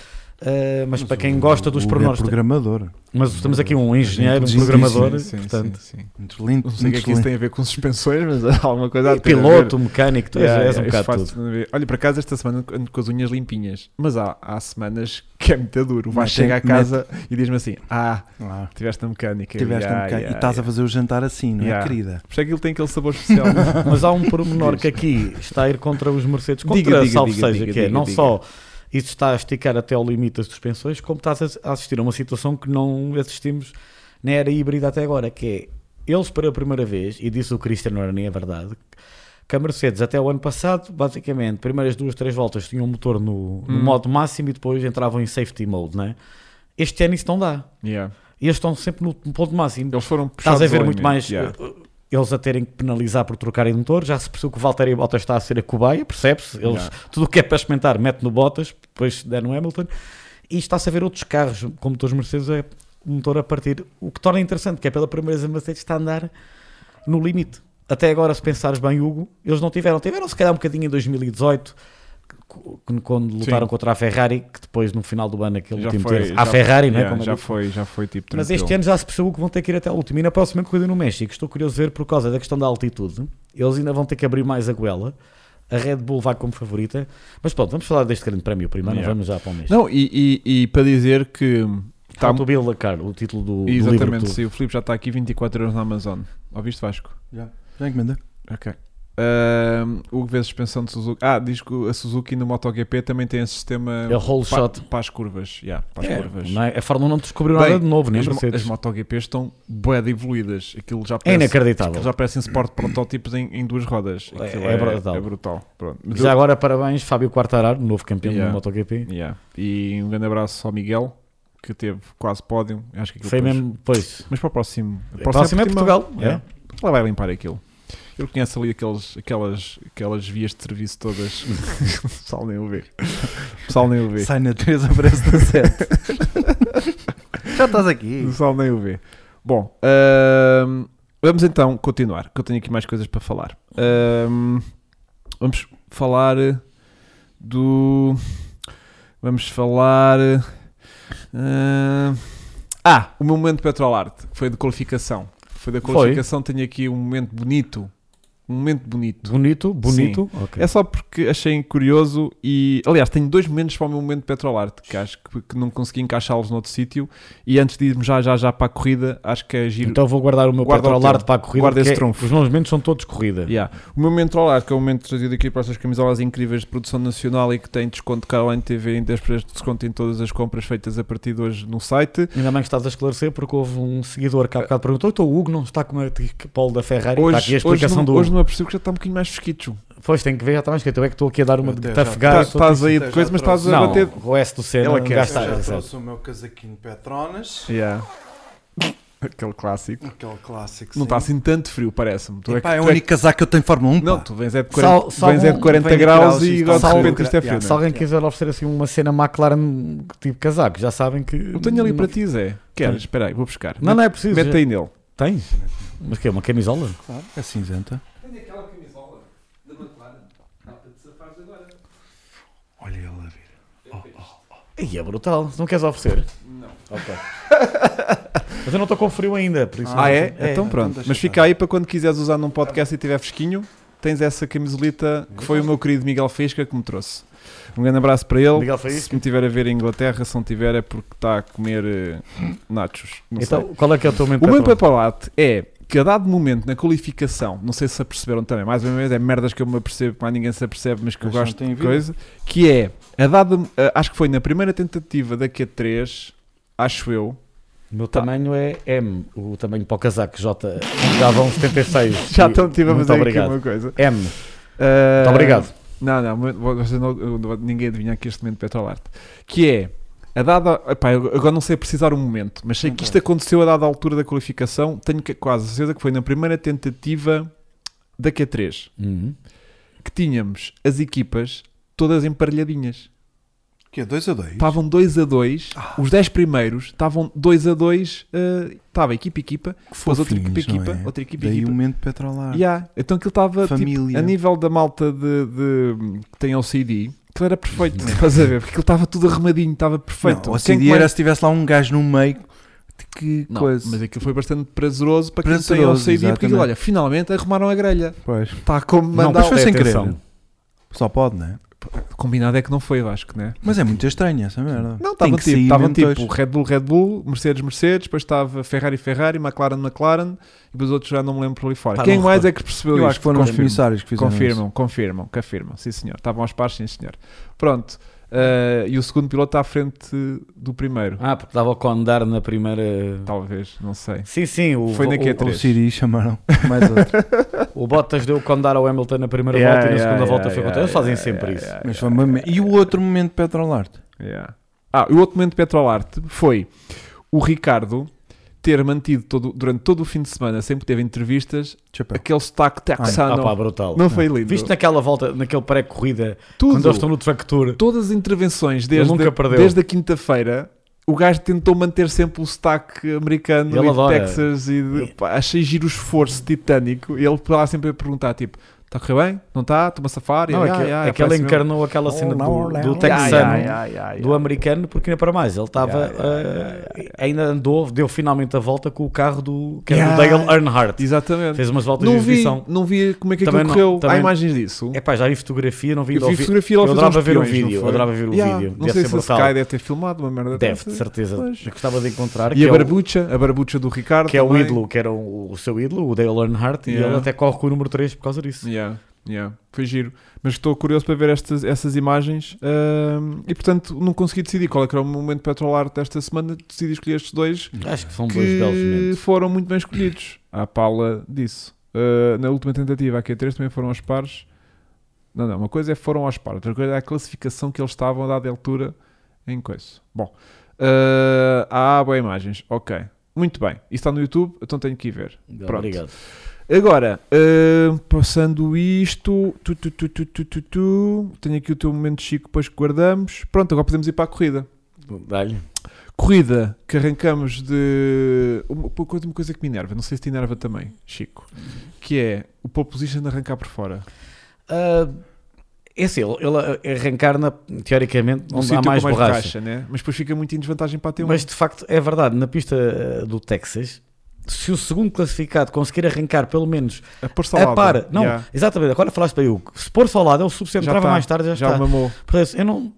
S2: Uh, mas para quem gosta dos
S3: o
S2: pormenores.
S3: É programador.
S2: Mas temos aqui um engenheiro, um
S3: Inteligentíssimo,
S2: programador,
S1: Sim, sim,
S2: portanto.
S1: sim, sim.
S3: Inteligente.
S1: Não sei o que é que isso tem a ver com suspensões, mas alguma coisa há
S2: E
S1: de ter a ver.
S2: piloto, mecânico, tu és-
S1: Yeah,
S2: és
S1: yeah,
S2: um
S1: isso
S2: bocado
S1: faz
S2: tudo.
S1: tudo a ver. Olha, por acaso esta semana ando com as unhas limpinhas, mas há, há semanas que é muito duro. Vai
S3: Mas
S1: chegar a
S3: sempre
S1: casa e diz-me assim: Ah,
S3: Ah,
S1: tiveste na mecânica.
S3: tiveste um
S1: yeah,
S3: bocado-
S1: yeah,
S3: e estás a
S1: yeah.
S3: fazer o jantar assim, não é,
S1: Yeah.
S3: querida?
S1: Por isso é que ele tem aquele sabor especial. é?
S2: Mas há um pormenor que aqui está a ir contra os Mercedes, contra
S1: Diga, diga,
S2: salvo
S1: diga,
S2: seja,
S1: diga,
S2: que é
S1: diga,
S2: não
S1: diga.
S2: só isso está a esticar até ao limite das suspensões, como estás a assistir a uma situação que não assistimos na era híbrida até agora, que é eles para a primeira vez, e disse o Christian, não era nem a verdade, que a Mercedes até o ano passado, basicamente, primeiras duas, três voltas tinham o motor no, no
S1: Hum.
S2: modo máximo e depois entravam em safety mode, né? Este ano isso não dá.
S1: Yeah.
S2: E eles estão sempre no ponto máximo.
S1: Eles foram
S2: Estás
S1: puxados
S2: a ver
S1: ao
S2: muito
S1: limite.
S2: mais
S1: Yeah.
S2: uh, uh, eles a terem que penalizar por trocarem de motor. Já se percebeu que o Valtteri Bottas está a ser a cobaia, percebe-se? Eles,
S1: Yeah.
S2: Tudo o que é para experimentar, mete no Bottas, depois dá no Hamilton. E está-se a ver outros carros, como motores Mercedes, é um motor a partir. O que torna interessante, que é pela primeira vez a Mercedes está a andar no limite. Até agora, se pensares bem, Hugo, eles não tiveram. Tiveram se calhar um bocadinho em 2018, que- quando lutaram
S1: Sim.
S2: contra a Ferrari, que depois no final do ano, aquele
S1: Já
S2: último
S1: foi,
S2: terço, a
S1: já-
S2: Ferrari, não é?
S1: yeah,
S2: Como eu
S1: já
S2: digo.
S1: foi, já foi tipo.
S2: Mas
S1: tranquilo.
S2: este ano já se percebeu que vão ter que ir até a última. E na próxima corrida no México, estou curioso de ver por causa da questão da altitude. Eles ainda vão ter que abrir mais a goela. A Red Bull vai como favorita. Mas pronto, vamos falar deste grande prémio primeiro.
S1: Yeah.
S2: Vamos já para o México.
S1: Não, e, e- e para dizer que.
S2: Tá...
S1: Tá,
S2: How to Build a Car, o título do, do livro.
S1: exatamente,
S2: que tu-
S1: sim, o Filipe já está aqui 24 euros na Amazon. Ouviste Vasco?
S3: Já, já encomendei.
S1: Ahm, Hugo vê suspensão de Suzuki. Ah, diz que a Suzuki no MotoGP também tem esse sistema
S2: É o roll
S1: pa-
S2: shot.
S1: para as curvas. Yeah, para as curvas.
S2: É, não é? A Fórmula não descobriu
S1: Bem,
S2: nada de novo, nem
S1: As, mo-
S2: Mercedes.
S1: as MotoGP estão bué de evoluídas. Aquilo já
S2: É
S1: parece,
S2: inacreditável.
S1: aquilo já parece um suporte de protótipos em, em duas rodas.
S2: É-
S1: Aquilo
S2: é brutal.
S1: É brutal. Pronto. Mas
S2: Já
S1: eu-
S2: agora, parabéns, Fábio Quartararo, novo campeão
S1: Yeah.
S2: do MotoGP.
S1: Yeah. E um grande abraço ao Miguel, que teve quase pódio. Acho que aquilo
S2: Foi
S1: depois-
S2: mesmo, pois.
S1: Mas para o próximo. o
S2: Próximo é Portugal.
S1: É.
S2: é.
S1: Ela vai limpar aquilo. Eu conheço ali aqueles, aquelas, aquelas vias de serviço todas. o pessoal nem o vê. O pessoal nem o vê.
S3: Sai na 3, aparece na 7.
S2: Já estás aqui.
S1: O pessoal nem o vê. Bom, ahm, vamos então continuar, que eu tenho aqui mais coisas para falar. Ahm, vamos falar do. Vamos falar. ahm, ah, o meu momento de Petrol Art, que foi de qualificação. Foi da
S2: Foi.
S1: qualificação, tenho aqui um momento bonito. Um momento bonito.
S2: Bonito, bonito. Ok.
S1: É só porque achei curioso e. Aliás, tenho dois momentos para o meu momento de Petrolarte, que acho que, que não consegui encaixá-los noutro sítio. E antes de irmos já, já, já para a corrida, acho que é giro.
S2: Então vou guardar o meu
S1: Guarda o
S2: petrolard
S1: teu.
S2: para a corrida.
S1: Guarda esse
S2: porque
S1: trunfo.
S2: Os meus momentos são todos corrida.
S1: Yeah. O meu momento Petrolarte, que é o momento trazido aqui para estas camisolas incríveis de produção nacional e que tem desconto de Caroline TV em 10% de desconto em todas as compras feitas a partir de hoje no site.
S2: Ainda bem que estás a esclarecer, porque houve um seguidor que há bocado perguntou: então o Hugo não está com a t- Paulo da Ferrari? está aqui a
S1: Hoje, hoje,
S2: explicação
S1: não,
S2: do Hugo.
S1: hoje não apercebo que já está um bafegar. mais fresquito.
S2: Pois tem que ver, já está mais escrito. Eu é que estou aqui a dar uma
S3: Eu
S2: de
S3: até já-
S2: tafegar.
S1: Tá-
S2: estou
S1: Estás
S2: aqui-
S1: aí de
S3: já
S1: coisa, mas estás
S3: trouxe.
S1: a
S2: Não,
S1: bater.
S2: o S do Senna.
S1: Ela quer.
S2: gasta-
S3: já
S2: exato.
S3: trouxe o meu casaquinho Petronas,
S1: Yeah. Aquele clássico.
S3: aquele clássico.
S1: Não está
S3: sim.
S1: assim tanto frio, parece-me. Tu é
S3: Epá,
S1: que-
S3: é o
S1: tu é que-
S3: único casaco que eu tenho em Fórmula 1.
S1: Não,
S3: pá.
S1: tu vens é de
S2: Sal-
S1: 40,
S2: salvo-
S1: vens é de 40
S3: vem de
S1: graus
S3: graus
S1: e
S3: e
S1: agora de
S2: salvo-
S1: repente isto é frio.
S2: Se
S1: não é?
S2: alguém quiser oferecer assim uma cena McLaren tipo casaco, já sabem que.
S1: Eu tenho ali
S2: não- Tá.
S1: para ti, Zé. Queres? Espera aí, vou buscar.
S2: Não, não é preciso.
S1: Mete aí nele.
S2: Tens? Mas que é? Uma camisola?
S3: Claro, é cinzenta. Olha ele a vir.
S2: Aí é brutal. Não queres oferecer? Não. Ok. Mas eu não estou com frio ainda, por isso.
S1: Ah, é? Então
S3: então
S1: pronto.
S3: deixa
S1: Mas fica aí para quando quiseres usar num podcast e tiver fresquinho, tens essa camisolita que foi o meu querido Miguel Fisca que me trouxe. Um grande abraço para ele.
S2: Miguel Faísca.
S1: se me tiver a ver em Inglaterra, se não tiver é porque está a comer eh, nachos. Não sei.
S2: Então, qual é que é o teu momento?
S1: O meu
S2: patrão?
S1: papalate é que a dado momento na qualificação, não sei se aperceberam também, mais uma vez é merdas que eu me apercebo, que mais ninguém se apercebe, mas que eu
S3: Mas não
S1: gosto
S3: tem
S1: de
S3: vida.
S1: coisa, que é, a dado, eh, acho que foi na primeira tentativa da Q3, acho eu,
S2: O meu tamanho é M, o tamanho para o casaco J. Já vão 76.
S1: já estão tive a
S2: Muito
S1: fazer
S2: obrigado.
S1: aqui uma coisa.
S2: M, muito
S1: Ah,
S2: obrigado.
S1: Não, não, mas vocês não- ninguém adivinha aqui este momento de Petrolarte, que é, a dada, epá, eu agora não sei precisar o momento, mas sei
S3: Não
S1: que isto aconteceu a dada altura da qualificação, tenho que- quase certeza que foi na primeira tentativa da Q3.
S2: Uhum.
S1: que tínhamos as equipas todas emparelhadinhas.
S3: Que é 2 a 2?
S1: Estavam 2 a 2,
S3: Ah.
S1: os 10 primeiros estavam 2 a 2, estava equipa equipa, depois outra equipa equipa, outra equipa
S3: é? Daí o
S1: equipa.
S3: momento petrolar.
S1: Yeah. Então aquilo estava tipo,
S3: Família.
S1: a nível da malta de, de- que tem LCD, aquilo era perfeito, é? estás a ver? Porque aquilo estava tudo arrumadinho, estava perfeito.
S3: Não, ou
S1: Quem
S3: assim
S1: comanda-
S3: era se tivesse lá um gajo no meio de que
S1: Não,
S3: coisa.
S1: mas aquilo foi bastante prazeroso para quem tem
S3: Prazeroso,
S1: LCD, porque aquilo,
S3: exatamente.
S1: olha, finalmente arrumaram a grelha.
S3: Pois.
S1: Está como
S2: Não,
S1: mandar.
S3: mas foi
S2: prestei
S3: sem querer.
S2: atenção.
S3: Só pode, né?
S1: Combinado é que não foi, eu acho que, né?
S3: Mas é muito estranha essa merda.
S1: Não,
S3: Tem
S1: estavam
S3: que
S1: tipo,
S3: sair
S1: estavam
S3: mesmo dois.
S1: tipo Red Bull, Red Bull, Mercedes, Mercedes, depois estava Ferrari, Ferrari, McLaren, McLaren, e depois outros já não me lembro por ali fora.
S2: Pá,
S1: Quem
S2: não
S1: mais
S2: recordo.
S1: é que percebeu
S3: Eu
S1: isto?
S3: acho que foram os
S1: Confirmam.
S3: comissários que fizeram
S1: Confirmam, confirmam, que afirmam, sim senhor. Estavam aos pares, sim senhor. Pronto, eh, e o segundo piloto está à frente do primeiro,
S2: Ah, porque estava com andar na primeira.
S1: talvez, não sei.
S2: Sim, sim, o,
S1: Foi na
S2: o-
S1: Q3.
S3: isso. O Siri chamaram mais outro.
S2: o Bottas deu o condar ao Hamilton na primeira
S1: Yeah,
S2: volta e na
S1: yeah,
S2: segunda
S1: yeah,
S2: volta foi
S1: yeah,
S2: contra. Eles fazem
S1: yeah,
S2: sempre
S1: yeah,
S2: isso.
S1: yeah,
S3: Mas foi uma me- E o outro momento de Petrolarte?
S1: Yeah. Ah, e o outro momento de Petrolarte foi o Ricardo ter mantido todo, durante todo o fim de semana, sempre que teve entrevistas,
S3: Chapéu.
S1: aquele sotaque
S2: Ah,
S1: texano.
S2: pá, brutal.
S1: Então. não foi lindo?
S2: Viste naquela volta, naquele pré-corrida,
S1: Tudo.
S2: quando eles estão no track tour,
S1: todas as intervenções
S2: Ele
S1: desde,
S2: nunca perdeu.
S1: desde a quinta-feira, o gajo tentou manter sempre o sotaque americano
S2: Ele
S1: e de
S2: adora. É.
S1: Texas e de, pá, achei giro o esforço titânico. E ele lá sempre a perguntar: tipo, está a correr bem? Não está? Estou-me a safar? E
S2: não,
S1: ele,
S2: aquele,
S1: "Ah, ah,
S2: aquele
S1: parece mesmo."
S2: encarnou aquela cena do, do
S1: Ah,
S2: texano.
S1: ah, ah, ah, ah,
S2: do americano, porque ainda para mais, ele estava
S1: Yeah, yeah,
S2: ah,
S1: yeah, yeah,
S2: ainda andou, deu finalmente a volta com o carro do, que era do
S1: Yeah.
S2: Dale Earnhardt.
S1: Exatamente.
S2: Fez umas voltas
S1: Não
S2: de
S1: vi,
S2: exibição.
S1: não vi como é que aquilo
S2: Também não-
S1: correu. Há
S2: também-
S1: imagens disso.
S2: É pá, já vi fotografia, não vi,
S1: eu
S2: não
S1: vi
S2: vi
S1: fotografia lá
S2: eu
S1: fazer
S2: adorava
S1: uns
S2: ver o
S1: peões, não
S2: vídeo,
S1: foi?
S2: adorava ver o
S1: Yeah,
S2: vídeo,
S1: Não
S2: deve
S1: sei
S2: ser
S1: se a
S2: brutal.
S1: Sky deve ter filmado uma merda
S2: Deve, de
S1: dessas.
S2: certeza.
S1: Pois.
S2: Gostava de encontrar.
S1: E
S2: que
S1: a
S2: é o-
S1: barbucha, a barbucha do Ricardo.
S2: que é o
S1: também.
S2: ídolo, que era o, o seu ídolo, o Dale Earnhardt, e
S1: Yeah.
S2: ele até corre com o número 3 por causa disso.
S1: Yeah, yeah. Foi giro. Mas estou curioso para ver estas, essas imagens ahm, e, portanto, não consegui decidir qual é que era o meu momento petrolar desta semana. Decidi escolher estes dois
S2: Acho que são Um, dois belos
S1: que
S2: momentos.
S1: foram muito bem escolhidos. À pala disso. Ah, na última tentativa, aqui a três também foram aos pares. Não, não, uma coisa é foram aos pares, outra coisa é a classificação que eles estavam a dar de altura em coisa. Bom, ah, há boas imagens, ok. Muito bem, isso está no YouTube, então tenho que ir ver. Pronto.
S2: Obrigado.
S1: Agora, ah, passando isto, tu, tu, tu, tu, tu, tu, tu, tenho aqui o teu momento chico, depois que guardamos. Pronto, agora podemos ir para a corrida.
S2: Dá-lhe.
S1: Corrida, que arrancamos de. Uma, uma coisa- uma coisa que me enerva, não sei se te enerva também, Chico, que é o pole position arrancar por fora.
S2: Ah, é assim, ele, ele arrancar na, teoricamente
S1: Num
S2: onde
S1: sítio
S2: há
S1: com
S2: mais borracha.
S1: né? Mas depois fica muito em desvantagem para ter um.
S2: Mas de facto é verdade, na pista ah, do Texas, se o segundo classificado conseguir arrancar pelo menos
S1: a pôr salada.
S2: a par, não,
S1: Yeah.
S2: exatamente, agora falaste bem, Hugo, se pôr só ao lado é o suficiente,
S1: Já
S2: trava
S1: tá,
S2: mais tarde, já,
S1: Já
S2: está.
S1: mamou.
S2: Portanto, eu não.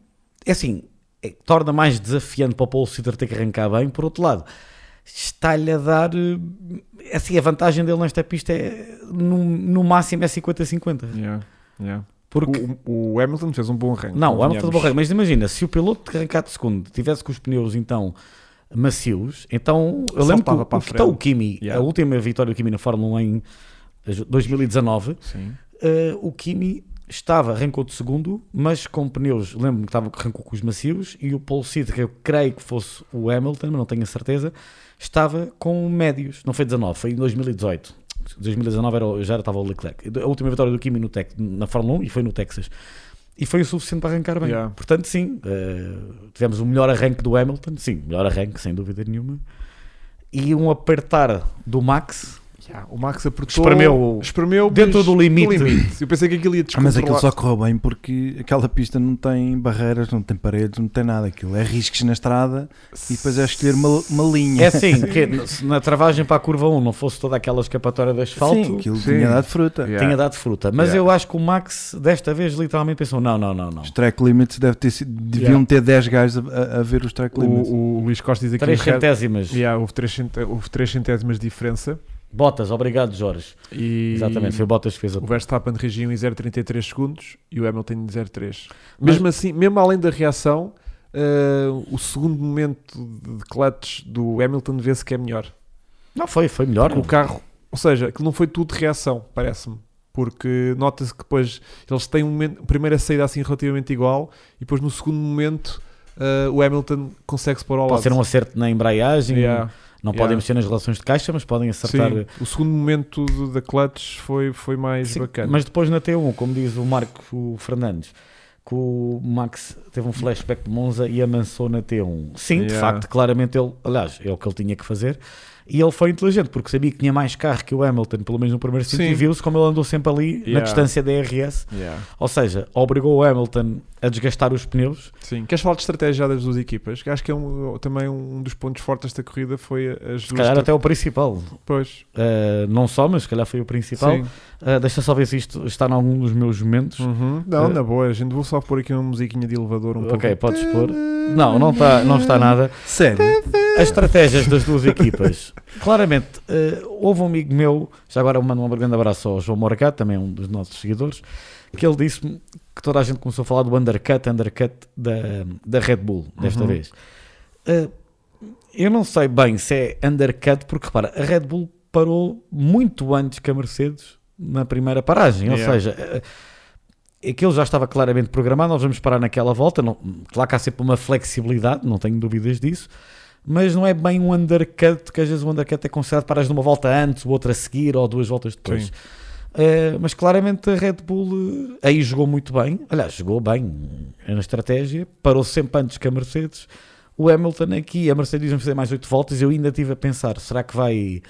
S2: É assim, é que torna mais desafiante para o Paulo Sitter ter que arrancar bem. Por outro lado, está-lhe a dar. eh, é Assim, a vantagem dele nesta pista é. No, no máximo é 50-50.
S1: Yeah, yeah.
S2: Porque.
S1: O, o Hamilton fez um bom arranque.
S2: não, o Hamilton
S1: convenhamos.
S2: Borreiro, mas imagina, se o piloto de arrancar de segundo tivesse com os pneus então macios, então eu lembro que,
S1: Saltava
S2: o-
S1: para a
S2: o que está
S1: frente.
S2: o Kimi,
S1: Yeah.
S2: a última vitória do Kimi na Fórmula 1 em 2019,
S1: Sim.
S2: Uh, o Kimi estava, arrancou de segundo, mas com pneus, lembro-me que estava, arrancou com os macios, e o Paul Cid, que eu creio que fosse o Hamilton, mas não tenho a certeza, estava com médios, não foi 19, foi em 2018. 2019 era, o- já estava o Leclerc. A última vitória do Kimi no Tex, na Fórmula 1 e foi no Texas. E foi o suficiente para arrancar bem.
S1: Yeah.
S2: Portanto, sim, uh, tivemos o melhor arranque do Hamilton, sim, melhor arranque, sem dúvida nenhuma. E um apertar do Max,
S1: Yeah, O Max apertou.
S2: Espremeu-
S1: espremeu,
S2: dentro
S1: mas
S2: do limite.
S1: Eu pensei que aquilo ia descontrolar.
S3: Ah, Mas aquilo só correu bem porque aquela pista não tem barreiras, não tem paredes, não tem nada. Aquilo é riscos na estrada e depois é escolher uma, uma linha.
S2: É assim, que se na travagem para a curva 1 não fosse toda aquela escapatória de asfalto,
S3: Sim, aquilo
S1: Sim.
S3: tinha dado fruta.
S1: Yeah.
S2: tinha dado fruta. Mas
S1: é. Yeah.
S2: eu acho que o Max, desta vez, literalmente pensou: não, não, não, não.
S3: Os track limits deve ter sido, deviam ter 10 gajos a, a- a ver os track limits.
S1: O, o Luís Costa diz aqui.
S2: Três
S1: no chat-
S2: centésimas.
S1: Yeah, houve, três cent... houve três centésimas de diferença.
S2: Botas, obrigado, Jorge.
S1: E...
S2: Exatamente, foi Botas que fez a.
S1: O Verstappen reagiu em 0,33 segundos e o Hamilton em 0,3. Mesmo assim, mesmo além da reação, eh, o segundo momento de clutch do Hamilton vê-se que é melhor.
S2: Não, foi, foi melhor.
S1: O carro, ou seja, que não foi tudo reação, parece-me. Porque nota-se que depois eles têm um momento, a primeira saída assim relativamente igual e depois no segundo momento eh, o Hamilton consegue-se pôr ao
S2: Pode ser
S1: lado.
S2: um acerto na embreagem,
S1: Yeah,
S2: não
S1: yeah.
S2: podem mexer nas relações de caixa, mas podem acertar.
S1: sim. O segundo momento de- da clutch foi, foi mais
S2: Sim,
S1: bacana.
S2: Mas depois na T1, como diz o Marco Fernandes, que o Max teve um flashback de Monza e amansou na T1. Sim, de
S1: Yeah.
S2: facto, claramente ele, aliás, é o que ele tinha que fazer. E ele foi inteligente, porque sabia que tinha mais carro que o Hamilton, pelo menos no primeiro sentido,
S1: Sim.
S2: e viu-se como ele andou sempre ali na
S1: Yeah.
S2: distância da RS.
S1: Yeah.
S2: Ou seja, obrigou o Hamilton a desgastar os pneus.
S1: Sim. Queres falar de estratégia das duas equipas? Que Acho que é um- também um dos pontos fortes desta corrida foi as
S2: Se
S1: duas
S2: calhar até o principal.
S1: depois.
S2: Uh, não só, mas se calhar foi o principal. Uh, deixa só ver se isto está em algum dos meus momentos.
S1: Não,
S2: Eh,
S1: na boa, a gente vou só pôr aqui uma musiquinha de elevador um pouco.
S2: ok, podes pôr. Não, tá. não está, não está nada.
S3: Sério?
S2: As estratégias das duas equipas. Claramente, eh, houve um amigo meu, já agora eu mando um grande abraço ao João Morgado, também um dos nossos seguidores, que ele disse-me que toda a gente começou a falar do undercut, undercut da, da Red Bull, desta
S1: Uhum.
S2: vez. Eh, eu não sei bem se é undercut, porque repara, a Red Bull parou muito antes que a Mercedes na primeira paragem, ou
S1: Yeah.
S2: seja... eh, Aquilo já estava claramente programado, nós vamos parar naquela volta. Não, claro que há sempre uma flexibilidade, não tenho dúvidas disso mas não é bem um undercut, que às vezes o undercut é considerado paras numa volta antes, outra a seguir ou duas voltas depois.
S1: Sim.
S2: Eh, mas claramente a Red Bull eh, aí jogou muito bem, aliás, jogou bem na estratégia, parou sempre antes que a Mercedes. O Hamilton aqui, a Mercedes vai fazer mais oito voltas. Eu ainda estive a pensar: será que vai.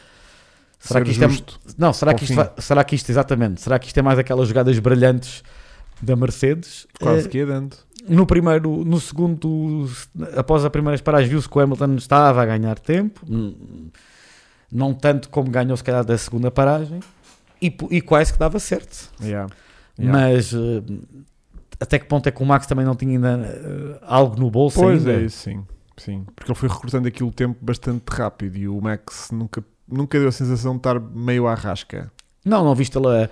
S2: Será
S1: Ser
S2: que isto é,
S1: justo.
S2: não, será
S1: Ao
S2: que, isto
S1: fim.
S2: vai- será que isto, exatamente, será que isto é mais aquelas jogadas brilhantes da Mercedes?
S1: Quase
S2: Eh,
S1: que é dando.
S2: no primeiro, no segundo, após as primeiras paragens, viu-se que o Hamilton estava a ganhar tempo, Hum, não tanto como ganhou, se calhar, da segunda paragem, e, po- e quase que dava certo.
S1: Yeah. Yeah.
S2: Mas eh, até que ponto é que o Max também não tinha ainda eh, algo no bolso?
S1: Pois
S2: ainda?
S1: é, isso, sim. sim. Porque ele foi recrutando aquilo tempo bastante rápido e o Max nunca, nunca deu a sensação de estar meio à rasca.
S2: Não, não viste ele a,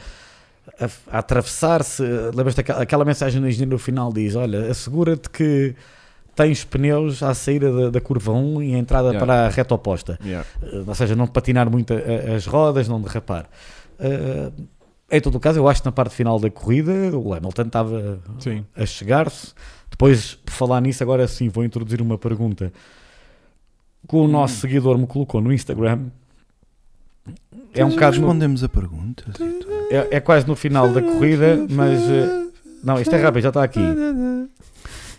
S2: a- a atravessar-se. Lembras-te aquela, aquela mensagem no engenheiro no final diz: Olha, assegura-te que tens pneus à saída da, da curva 1 e a entrada
S1: Yeah.
S2: para a reta oposta. Eh, ou seja, não patinar muito a- a- as rodas, não derrapar. Eh, em todo o caso, eu acho que na parte final da corrida o Hamilton estava
S1: Sim.
S2: a chegar-se. Depois, por falar nisso, agora sim vou introduzir uma pergunta que o
S1: Hum.
S2: nosso seguidor me colocou no Instagram. É um bocado no-
S3: Respondemos a pergunta.
S2: é, é quase no final da corrida, mas. eh, Não, isto é rápido, já está aqui.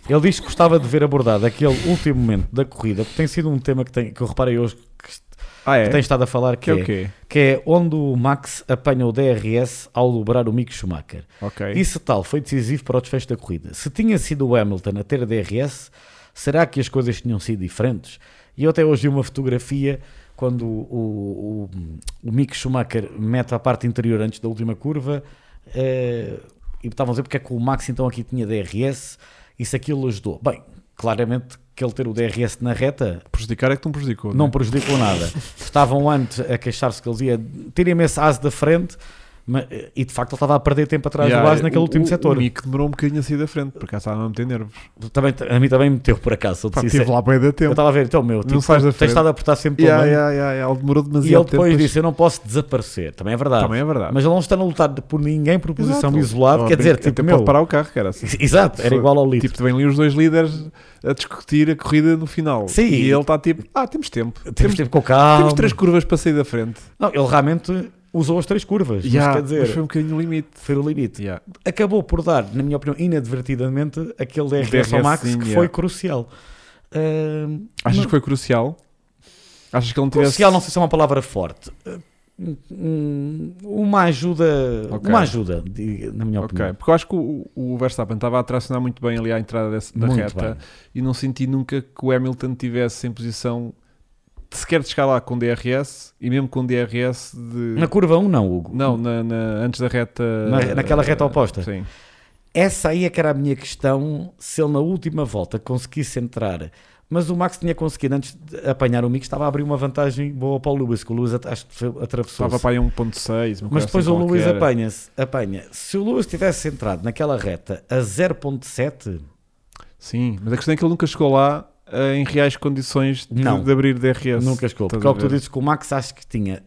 S2: Ele diz que gostava de ver abordado aquele último momento da corrida, que tem sido um tema que, tem, que eu reparei hoje que, est-
S1: Ah,
S2: que
S1: é?
S2: tem estado a falar, que
S1: Que é
S2: é,
S1: o quê?
S2: que é onde o Max apanha o DRS ao dobrar o Mick Schumacher.
S1: é. Ok.
S2: E se tal foi decisivo para o desfecho da corrida? Se tinha sido o Hamilton a ter DRS, será que as coisas tinham sido diferentes? E eu até hoje vi uma fotografia quando o, o, o Mick Schumacher mete a parte interior antes da última curva eh, e estavam a dizer porque é que o Max então aqui tinha DRS e se aquilo ajudou. Bem, claramente que ele ter o DRS na reta
S1: Prejudicar é que não prejudicou.
S2: não
S1: né?
S2: prejudicou nada. Estavam antes a queixar-se que ele dizia tirem-me esse asa da frente ma- e de facto ele estava a perder tempo atrás
S1: Yeah,
S2: do asa naquele
S1: o-
S2: último
S1: o-
S2: setor.
S1: O Mick demorou um bocadinho a sair da frente, porque cá estava a meter nervos.
S2: Também, a mim também me meteu por acaso. sou de
S1: Pá,
S2: sincero.
S1: Estive lá bem da
S2: eu
S1: tempo.
S2: estava a ver, então meu, tipo,
S1: sais da
S2: tens
S1: frente.
S2: estado a apertar sempre pelo
S1: Yeah,
S2: meio.
S1: yeah, yeah, yeah. Ele demorou
S2: E
S1: demasiado
S2: ele depois
S1: tempo.
S2: disse: Eu não posso desaparecer. Também é verdade.
S1: Também é verdade.
S2: Mas ele não está a lutar por ninguém por posição
S1: Exato.
S2: isolado.
S1: Ele
S2: Quer dizer,
S1: até
S2: tipo,
S1: pode
S2: meu,
S1: parar o carro, cara. assim.
S2: Exato, era
S1: Foi-
S2: igual ao litro.
S1: Tipo, vêm ali os dois líderes a discutir a corrida no final.
S2: Sim.
S1: E ele está tipo, ah, temos tempo.
S2: temos tempo com calma.
S1: temos três curvas para sair da frente.
S2: Não, ele realmente usou as três curvas. mas
S1: Yeah,
S2: quer dizer,
S1: mas foi um bocadinho o limite.
S2: foi o limite.
S1: Yeah.
S2: acabou por dar, na minha opinião, inadvertidamente, aquele DRS, ao
S1: DRS,
S2: Max
S1: sim,
S2: que
S1: yeah.
S2: foi crucial. Ahm,
S1: Achas
S2: não-
S1: que foi crucial? Achas que ele não tivesse...
S2: Crucial, não sei se é uma palavra forte. Hum, hum, Uma ajuda,
S1: Ok.
S2: uma ajuda, di- na minha
S1: Ok,
S2: opinião.
S1: porque eu acho que o, o Verstappen estava a tracionar muito bem ali à entrada dessa, da
S2: Muito
S1: reta
S2: bem.
S1: e não senti nunca que o Hamilton tivesse em posição de sequer de chegar lá com DRS e mesmo com DRS de...
S2: Na curva 1, não, Hugo.
S1: Não, na, na- antes da reta...
S2: Na- naquela reta oposta.
S1: Sim.
S2: Essa aí é que era a minha questão, se ele na última volta conseguisse entrar. Mas o Max tinha conseguido, antes de apanhar o Mick, estava a abrir uma vantagem boa para o Lewis, que o Lewis at- acho que foi- atravessou
S1: Estava para aí 1.6. uma
S2: Mas
S1: coisa
S2: depois
S1: assim
S2: o Luís é
S1: qualquer.
S2: apanha-se. Apanha. Se o Luís tivesse entrado naquela reta a 0.7,
S1: Sim, mas a questão é que ele nunca chegou lá eh, em reais condições de,
S2: Não.
S1: de abrir DRS.
S2: nunca chegou.
S1: Estás
S2: Porque é
S1: a
S2: o que tu
S1: ver?
S2: dizes que o Max acho que tinha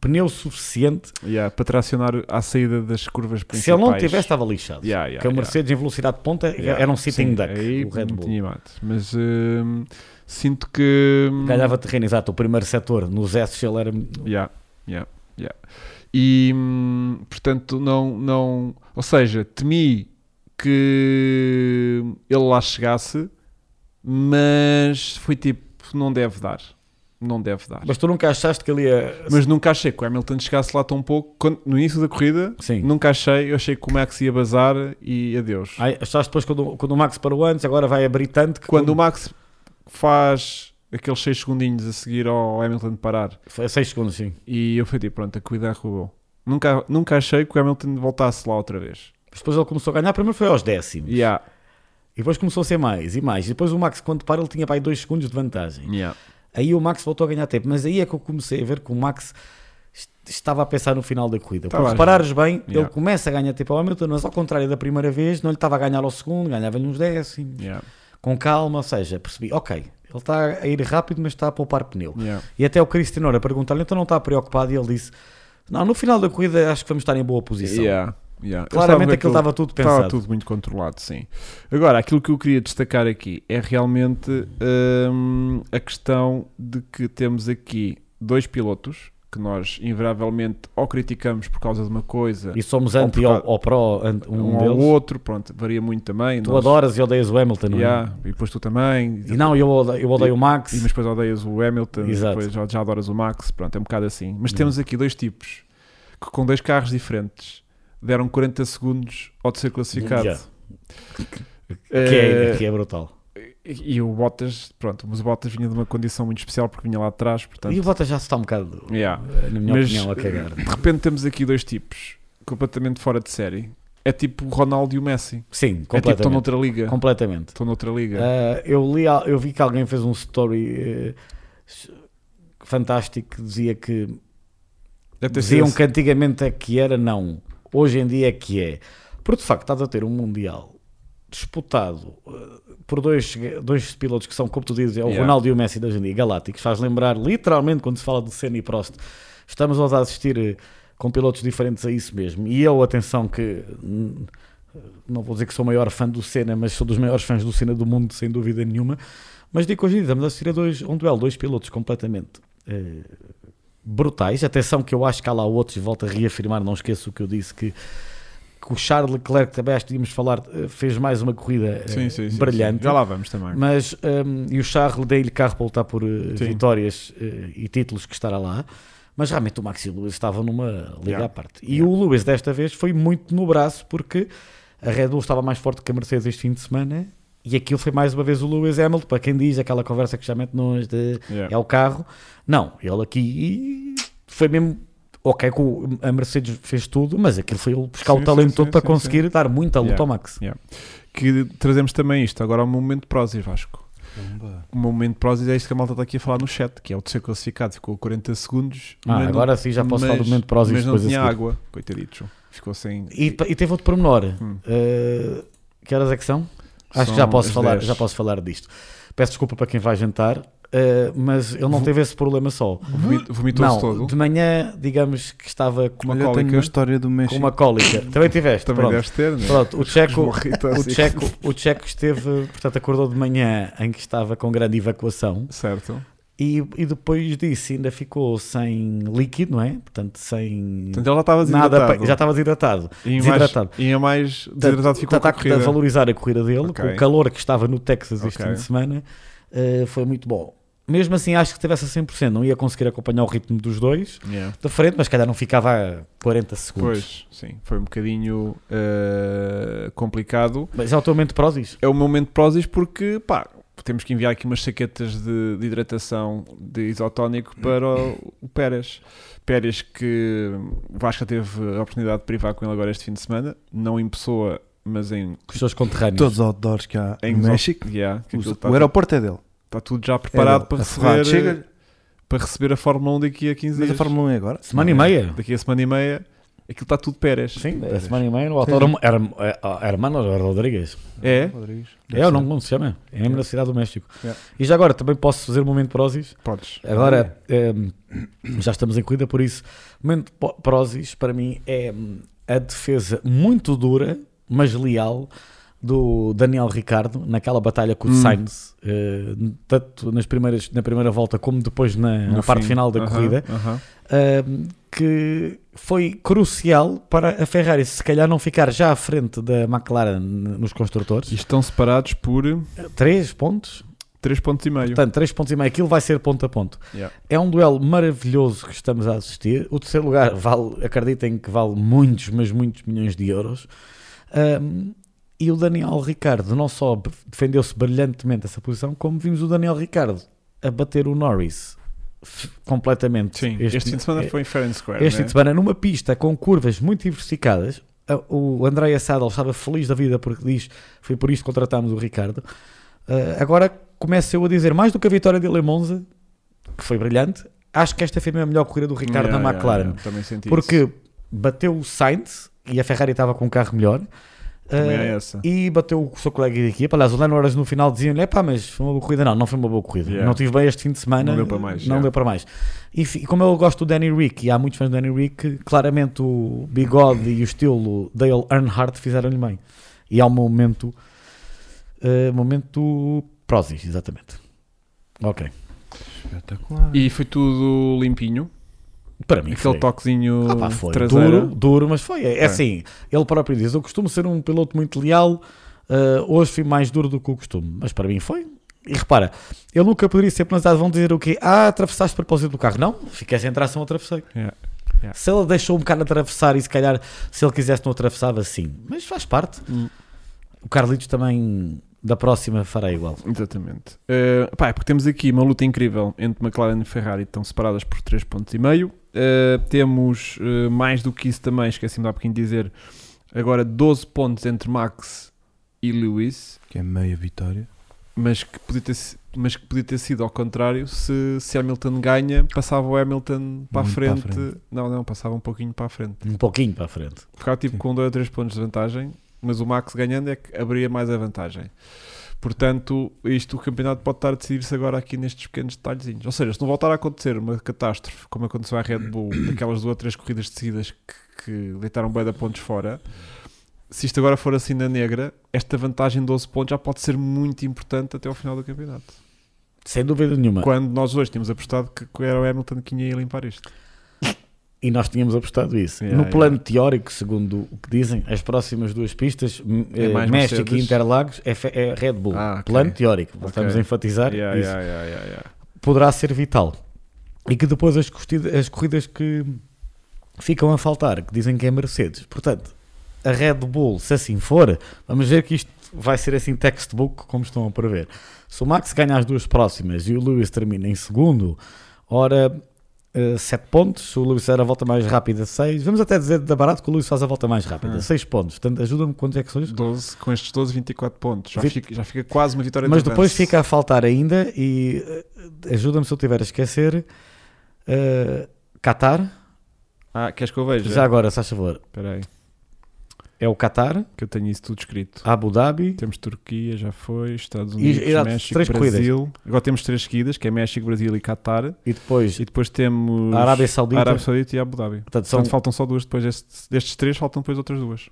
S2: pneu suficiente.
S1: Yeah, para tracionar à saída das curvas principais.
S2: Se ele não tivesse, estava lixado.
S1: Yeah, yeah,
S2: Porque a
S1: yeah.
S2: Mercedes em velocidade de ponta
S1: Yeah.
S2: era um sitting
S1: Sim,
S2: duck.
S1: aí
S2: o Red
S1: não
S2: Bull.
S1: tinha mate. Mas hum, sinto que. hum,
S2: Ganhava terreno, exato. O primeiro setor nos S ele era.
S1: Yeah, yeah, yeah. E hum, portanto, não, não. Ou seja, temi que ele lá chegasse, mas foi tipo, não deve dar. Não deve dar.
S2: Mas tu nunca achaste que ele ia.
S1: Mas nunca achei que o Hamilton chegasse lá tão pouco. Quando- no início da corrida,
S2: Sim.
S1: nunca achei. Eu achei que o Max ia bazar e adeus.
S2: Ai, achaste depois quando, quando o Max parou antes, agora vai abrir tanto que.
S1: Quando o Max faz aqueles 6 segundinhos a seguir ao Hamilton parar,
S2: Foi 6 segundos, sim.
S1: e eu fui tipo, pronto, a corrida arrubou. Nunca, nunca achei que o Hamilton voltasse lá outra vez.
S2: Mas Depois ele começou a ganhar. Primeiro foi aos décimos.
S1: Yeah,
S2: E depois começou a ser mais e mais. E depois o Max, quando para, ele tinha para aí 2 segundos de vantagem.
S1: yeah.
S2: Aí o Max voltou a ganhar tempo. Mas aí é que eu comecei a ver que o Max est- estava a pensar no final da corrida.
S1: Estava
S2: Porque
S1: a
S2: reparares bem, ele
S1: Tá Yeah.
S2: começa a ganhar tempo ao Hamilton, mas ao contrário da primeira vez, não lhe estava a ganhar ao segundo, ganhava-lhe uns décimos.
S1: Yeah,
S2: Com calma, ou seja, percebi, ok, ele está a ir rápido, mas está a poupar pneu.
S1: yeah.
S2: E até o Cristiano a perguntar-lhe, então não está preocupado? E ele disse, não, no final da corrida acho que vamos estar em boa posição.
S1: Yeah, yeah. Eu estava a
S2: Claramente
S1: ver
S2: aquilo estava tudo pensado.
S1: Estava tudo muito controlado, sim. Agora, aquilo que eu queria destacar aqui é realmente hum, a questão de que temos aqui dois pilotos que nós invariavelmente ou criticamos por causa de uma coisa,
S2: E somos anti ou, ou pró, ante-
S1: um,
S2: um,
S1: ao
S2: deles.
S1: outro, pronto, varia muito também.
S2: Tu
S1: Nós-
S2: adoras e odeias o Hamilton, não é?
S1: Yeah, E depois tu também.
S2: E não, eu odeio, eu odeio o Max.
S1: E mas depois odeias o Hamilton,
S2: Exato. Hum.
S1: depois já- já adoras o Max, pronto, é um bocado assim. Mas temos aqui dois tipos que com dois carros diferentes deram 40 segundos ao de ser classificado.
S2: Yeah.
S1: Eh,
S2: Que é, que é brutal.
S1: E e o Bottas, pronto, mas o Bottas vinha de uma condição muito especial porque vinha lá atrás, portanto.
S2: e o Bottas já se está um bocado,
S1: yeah.
S2: na minha
S1: Mas-
S2: opinião, a cagar.
S1: De repente temos aqui dois tipos completamente fora de série. É tipo o Ronaldo e o Messi.
S2: Sim,
S1: É tipo estão
S2: completamente.
S1: noutra liga.
S2: completamente.
S1: Estão noutra liga.
S2: Ah, eu, li, al- eu vi que alguém fez um story eh, fantástico que dizia que
S1: Deve ter sido
S2: diziam
S1: esse-
S2: que antigamente é que era, não. Hoje em dia é que é. Porque de facto estás a ter um Mundial disputado eh, por dois, dois pilotos que são, como tu dizes, é o
S1: Yeah.
S2: Ronaldo e o Messi de hoje em dia, galácticos. Faz lembrar literalmente quando se fala de Senna e Prost. Estamos nós a assistir eh, com pilotos diferentes a isso mesmo. E eu, atenção, que hum, não vou dizer que sou o maior fã do Senna, mas sou dos maiores fãs do Senna do mundo, sem dúvida nenhuma. Mas digo que hoje em dia estamos a assistir a dois, um duelo, dois pilotos completamente eh, brutais. Atenção que eu acho que há lá outros, e volto a reafirmar, não esqueço o que eu disse, que que o Charles Leclerc, também acho que íamos falar, eh, fez mais uma corrida eh,
S1: Sim, sim, sim,
S2: brilhante.
S1: sim. Já lá vamos também.
S2: Mas, hum, e o Charles dei-lhe carro para lutar por eh,
S1: Sim.
S2: vitórias eh, e títulos que estará lá. Mas realmente o Max e o Lewis estavam numa liga
S1: Yeah.
S2: à parte. E o Lewis desta vez foi muito no braço porque a Red Bull estava mais forte que a Mercedes este fim de semana e aquilo foi mais uma vez o Lewis Hamilton, para quem diz aquela conversa que já mete nós de
S1: Yeah.
S2: é o carro. Não, ele aqui foi mesmo. Ok, que o- a Mercedes fez tudo, mas aquilo foi ele buscar
S1: Sim,
S2: o talento
S1: sim,
S2: todo
S1: sim,
S2: para
S1: sim,
S2: conseguir dar muita luta
S1: Yeah.
S2: ao Max.
S1: Que trazemos também isto agora ao momento de prósis, Vasco.
S3: Bomba.
S1: O momento de prósis é isto que a malta está aqui a falar no chat, que é o de ser classificado. Ficou a 40 segundos.
S2: Ah,
S1: mas não-
S2: agora sim já posso
S1: mas-
S2: falar do momento prós e
S1: Mas não
S2: depois a
S1: tinha
S2: seguir.
S1: água. Coitadito, João. Ficou sem...
S2: E, pa- e teve outro pormenor.
S1: Hum.
S2: Uh, que horas é que são? Acho que já
S1: São
S2: posso,
S1: as
S2: falar,
S1: 10.
S2: já posso falar disto. Peço desculpa para quem vai jantar, uh, mas ele não teve esse problema só.
S1: Vomit- Vomitou-se
S2: Não,
S1: todo.
S2: de manhã, digamos que estava com uma
S1: Olha,
S3: Eu tenho
S1: cólica.
S3: uma história do
S2: com
S3: México.
S2: uma cólica. Também tiveste,
S1: Também
S2: pronto.
S1: deves ter, né?
S2: Pronto, o Checo,
S1: Morrito
S2: o
S1: assim.
S2: Checo, o Checo esteve, portanto, acordou de manhã em que estava com grande evacuação
S1: Certo.
S2: e, e depois disso ainda ficou sem líquido, não é? Portanto, sem
S1: Portanto, ele Então já estava
S2: nada,
S1: desidratado.
S2: pa- já estava desidratado.
S1: E
S2: desidratado.
S1: mais, e a mais desidratado ficou com a
S2: Tanto há que
S1: corrida.
S2: valorizar a corrida dele,
S1: Ok.
S2: com o calor que estava no Texas este
S1: Ok.
S2: fim de semana, eh, foi muito bom. Mesmo assim, acho que tivesse a 100%, não ia conseguir acompanhar o ritmo dos dois
S1: Yeah.
S2: da frente, mas se calhar não ficava a 40 segundos.
S1: Pois, sim. Foi um bocadinho eh, complicado.
S2: Mas é o teu momento de prósis.
S1: É o meu momento de prósis porque, pá, temos que enviar aqui umas saquetas de, de hidratação de isotónico para o, o Pérez. Pérez que o Vasco teve a oportunidade de privar com ele agora este fim de semana. Não em pessoa, mas em...
S2: Com os seus conterrâneos.
S3: Todos os outdoors que há
S1: em
S3: no México.
S1: Yeah, que
S3: Os-
S1: aquilo
S3: O,
S1: está,
S3: aeroporto é dele.
S1: está tudo já
S3: É dele.
S1: preparado para
S3: A Ferrari
S1: receber,
S3: chega,
S1: para receber a Fórmula 1 daqui a 15
S3: mas a
S1: dias.
S3: Fórmula 1 é agora.
S2: Semana e meia.
S1: Daqui a semana e meia, aquilo está tudo Pérez.
S2: Sim, a semana e meia no autódromo Herm- eh, ah, Hermano Rodrigues.
S1: É?
S3: um Rodrigues.
S2: É, ou não, como se chama? É mesmo na cidade do México.
S1: Yeah.
S2: E já agora, também posso fazer um momento de prósis?
S1: Podes.
S2: Agora ehm, já estamos em corrida, por isso, o momento de po- Prozis para mim é hum, a defesa muito dura, mas leal do Daniel Ricardo naquela batalha com o
S1: Hum.
S2: Sainz, eh, tanto nas primeiras, na primeira volta como depois na, na
S1: No
S2: parte
S1: fim.
S2: final da
S1: Aham,
S2: corrida,
S1: aham.
S2: hum, que foi crucial para a Ferrari, se calhar, não ficar já à frente da McLaren nos
S1: E
S2: construtores.
S1: estão separados por
S2: Três pontos,
S1: 3 pontos e meio.
S2: portanto, três pontos e meio, aquilo vai ser ponto a ponto.
S1: Yeah.
S2: É um duelo maravilhoso que estamos a assistir. O terceiro lugar, vale, acreditem que vale muitos, mas muitos milhões de euros. Ahm, e o Daniel Ricardo não só b- defendeu-se brilhantemente essa posição, como vimos o Daniel Ricardo a bater o Norris f- completamente.
S1: Sim, este, fim de semana
S2: eh,
S1: foi em Fair and Square.
S2: Este fim
S1: né?
S2: de semana, numa pista com curvas muito diversificadas, a- o André Sadal estava feliz da vida porque diz foi por isto que contratámos o Ricardo. Ah, agora começo eu a dizer, mais do que a vitória dele em Monza, que foi brilhante, acho que esta foi mesmo a melhor corrida do Ricardo
S1: Yeah,
S2: na
S1: yeah,
S2: McLaren.
S1: yeah, Também senti isso.
S2: Porque bateu o Sainz e a Ferrari estava com um carro melhor.
S1: Também
S2: Ah,
S1: é essa.
S2: e bateu o seu colega de equipa. Aliás, o Lando Norris no final diziam-lhe: "Epá, mas foi uma boa corrida. Não, não foi uma boa corrida.
S1: Yeah.
S2: Não tive bem este fim de semana.
S1: Não deu para mais,
S2: Não
S1: yeah.
S2: deu para mais. E, fi- e como eu gosto do Danny Rick, e há muitos fãs do Danny Rick, claramente o bigode e o estilo Dale Earnhardt fizeram-lhe bem. E há um momento. eh, momento Prozis, exatamente. Ok.
S3: Espetacular.
S1: E foi tudo limpinho.
S2: Para mim,
S1: Aquele
S2: foi.
S1: toquezinho
S2: Ah, pá, foi
S1: traseiro.
S2: duro, duro, mas foi. É, é
S1: Hum, É.
S2: assim, ele próprio diz: Eu costumo ser um piloto muito leal, ah, hoje fui mais duro do que o costume, mas para mim foi. E repara, eu nunca poderia ser penalizado. Vão dizer o quê? Ah, atravessaste de propósito do carro. Não, fiquei sem tração, atravessei.
S1: Yeah. Yeah.
S2: Se ele deixou um bocado atravessar e se calhar se ele quisesse não atravessava, sim. Mas faz parte.
S1: Hum.
S2: O Carlitos também, da próxima, fará igual.
S1: Exatamente. Eh, pá, é porque temos aqui uma luta incrível entre McLaren e Ferrari, que estão separadas por 3 pontos e meio. Eh, temos eh, mais do que isso também, esqueci-me de há pouquinho de dizer, agora 12 pontos entre Max e Lewis,
S3: Que é meia vitória.
S1: mas que podia ter, si- mas que podia ter sido ao contrário se, se Hamilton ganha, passava o Hamilton para a
S3: Muito para a
S1: frente. Não, não, passava um pouquinho para a frente.
S2: Um pouquinho para a frente.
S1: Ficava tipo
S3: Sim.
S1: com 2 ou 3 pontos de vantagem, mas o Max ganhando é que abria mais a vantagem. Portanto, isto o campeonato pode estar a decidir-se agora aqui nestes pequenos detalhezinhos. Ou seja, se não voltar a acontecer uma catástrofe como aconteceu à Red Bull, daquelas duas ou três corridas de seguidas que, que deitaram bué de pontos fora, se isto agora for assim na negra, esta vantagem de 12 pontos já pode ser muito importante até ao final do campeonato.
S2: Sem dúvida nenhuma.
S1: Quando nós hoje tínhamos apostado que que era o Hamilton que ia limpar isto.
S2: E nós tínhamos apostado isso.
S1: Yeah,
S2: no plano teórico, segundo o que dizem, as próximas duas pistas, m-
S1: É
S2: eh,
S1: mais
S2: México
S1: Mercedes.
S2: e Interlagos, é, fe- é Red Bull.
S1: Ah, ok.
S2: Plano teórico, voltamos
S1: Ok.
S2: a enfatizar
S1: Yeah,
S2: isso.
S1: yeah, yeah, yeah, yeah.
S2: Poderá ser vital. E que depois as, curtida- as corridas que ficam a faltar, que dizem que é Mercedes. Portanto, a Red Bull, se assim for, vamos ver que isto vai ser assim textbook, como estão a prever. Se o Max ganha as duas próximas e o Lewis termina em segundo, ora 7 pontos, se o Lewis fizer a volta mais rápida 6, vamos até dizer da barato que o Lewis faz a volta mais rápida,
S1: Ah.
S2: 6 pontos. Portanto, ajuda-me quantos é que são?
S1: 12, com estes 12, 24 pontos. Já,
S2: Vi-
S1: fica, já fica quase uma vitória de
S2: Mas depois
S1: avanço.
S2: fica a faltar ainda e eh, ajuda-me se eu tiver a esquecer. eh, Qatar,
S1: Ah, queres que eu veja?
S2: já agora, se faz favor,
S1: Espera aí,
S2: é o Qatar,
S1: que eu tenho isso tudo escrito.
S2: Abu Dhabi,
S1: Temos Turquia, já foi, Estados
S2: E-
S1: Unidos,
S2: e há
S1: México,
S2: três corridas.
S1: Brasil. Agora temos três seguidas, que é México, Brasil e Qatar.
S2: e depois
S1: E depois temos
S2: a Arábia Saudita.
S1: Arábia Saudita e Abu Dhabi.
S2: Portanto, são,
S1: Portanto, faltam só duas depois deste- destes três, faltam depois outras duas.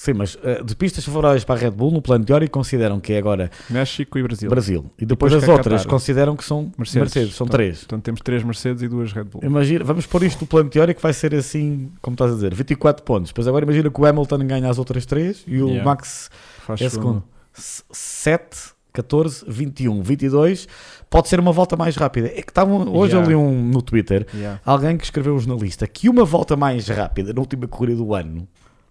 S2: sim, mas eh, de pistas favoráveis para a Red Bull, no plano teórico, consideram que é agora
S1: México e Brasil.
S2: Brasil. E
S1: Depois
S2: depois,
S1: que é
S2: as outras
S1: Qatar.
S2: consideram que são
S1: Mercedes.
S2: Mercedes, são
S1: Então,
S2: três.
S1: Portanto, temos três Mercedes e duas Red Bull.
S2: Imagina, vamos pôr isto no plano teórico, vai ser assim, como estás a dizer, 24 pontos. Pois agora imagina que o Hamilton ganha as outras três e o
S1: Yeah.
S2: Max
S1: Faz um-
S2: É
S1: segundo.
S2: segundo. 7, 14, 21, 22. Pode ser uma volta mais rápida. É que estavam hoje
S1: Yeah.
S2: ali um no Twitter.
S1: Yeah.
S2: Alguém que escreveu um jornalista que uma volta mais rápida na última corrida do ano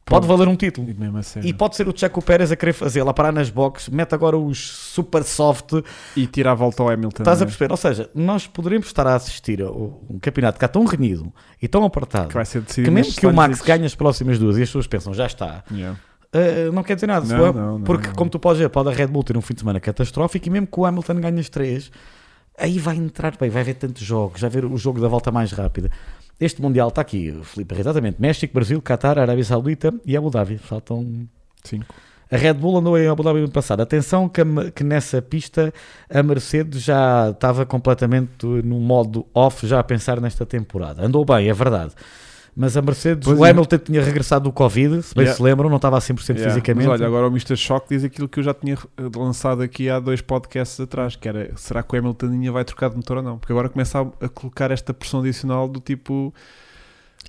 S2: pode valer um título.
S1: E mesmo a cena.
S2: E pode ser o Checo Pérez a querer fazer lá parar nas boxes, mete agora os super soft.
S1: E, tira a volta ao Hamilton.
S2: Estás a
S1: não é?
S2: perceber? Ou seja, nós poderemos estar a assistir a um campeonato que está tão renhido e tão apertado
S1: Que vai ser decidido
S2: que, mesmo
S1: nestes
S2: que o Max
S1: trânsitos.
S2: ganhe as próximas duas e as pessoas pensam já está,
S1: Yeah.
S2: Uh, não quer dizer nada,
S1: Não,
S2: se-
S1: não, não,
S2: porque
S1: não.
S2: como tu podes ver, pode a Red Bull ter um fim de semana catastrófico e mesmo que o Hamilton ganhe as três, aí vai entrar bem, vai haver tantos jogos, vai haver o jogo da volta mais rápida. Este Mundial está aqui, Felipe, exatamente. México, Brasil, Qatar, Arábia Saudita e Abu Dhabi. Faltam.
S1: Cinco.
S2: A Red Bull andou em Abu Dhabi no passado. Atenção que, a Me- que nessa pista a Mercedes já estava completamente no modo off, já a pensar nesta temporada. Andou bem, é verdade. Mas a Mercedes,
S1: Pois
S2: o
S1: é.
S2: Hamilton tinha regressado do Covid, se bem
S1: Yeah.
S2: se lembram, não estava a 100%
S1: Yeah.
S2: fisicamente.
S1: Mas olha, agora o Mr. Shock diz aquilo que eu já tinha eh, lançado aqui há dois podcasts atrás, que era será que o Hamilton ainda vai trocar de motor ou não? Porque agora começa a, a colocar esta pressão adicional do tipo...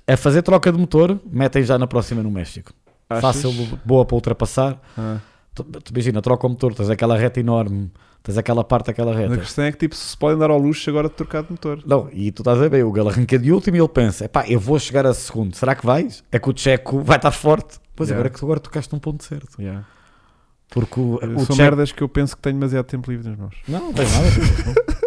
S2: a É fazer troca de motor, metem já na próxima no México.
S1: achas?
S2: Fácil, boa para ultrapassar.
S1: Ah.
S2: Tu, tu imagina, troca o motor, tens aquela reta enorme, tens aquela parte daquela
S1: Mas A
S2: reta.
S1: questão é que tipo, se podem dar ao luxo agora de trocar de motor.
S2: Não, e tu estás a ver, o Galo arranca de último e ele pensa: pá, eu vou chegar a segundo, será que vais? É que o Checo vai estar forte. Pois
S1: Yeah.
S2: agora é que agora tocaste num ponto certo.
S1: Yeah.
S2: Porque o, o
S1: São
S2: Checo.
S1: merdas que eu penso que tenho demasiado tempo livre nas mãos.
S2: Não, não tens nada.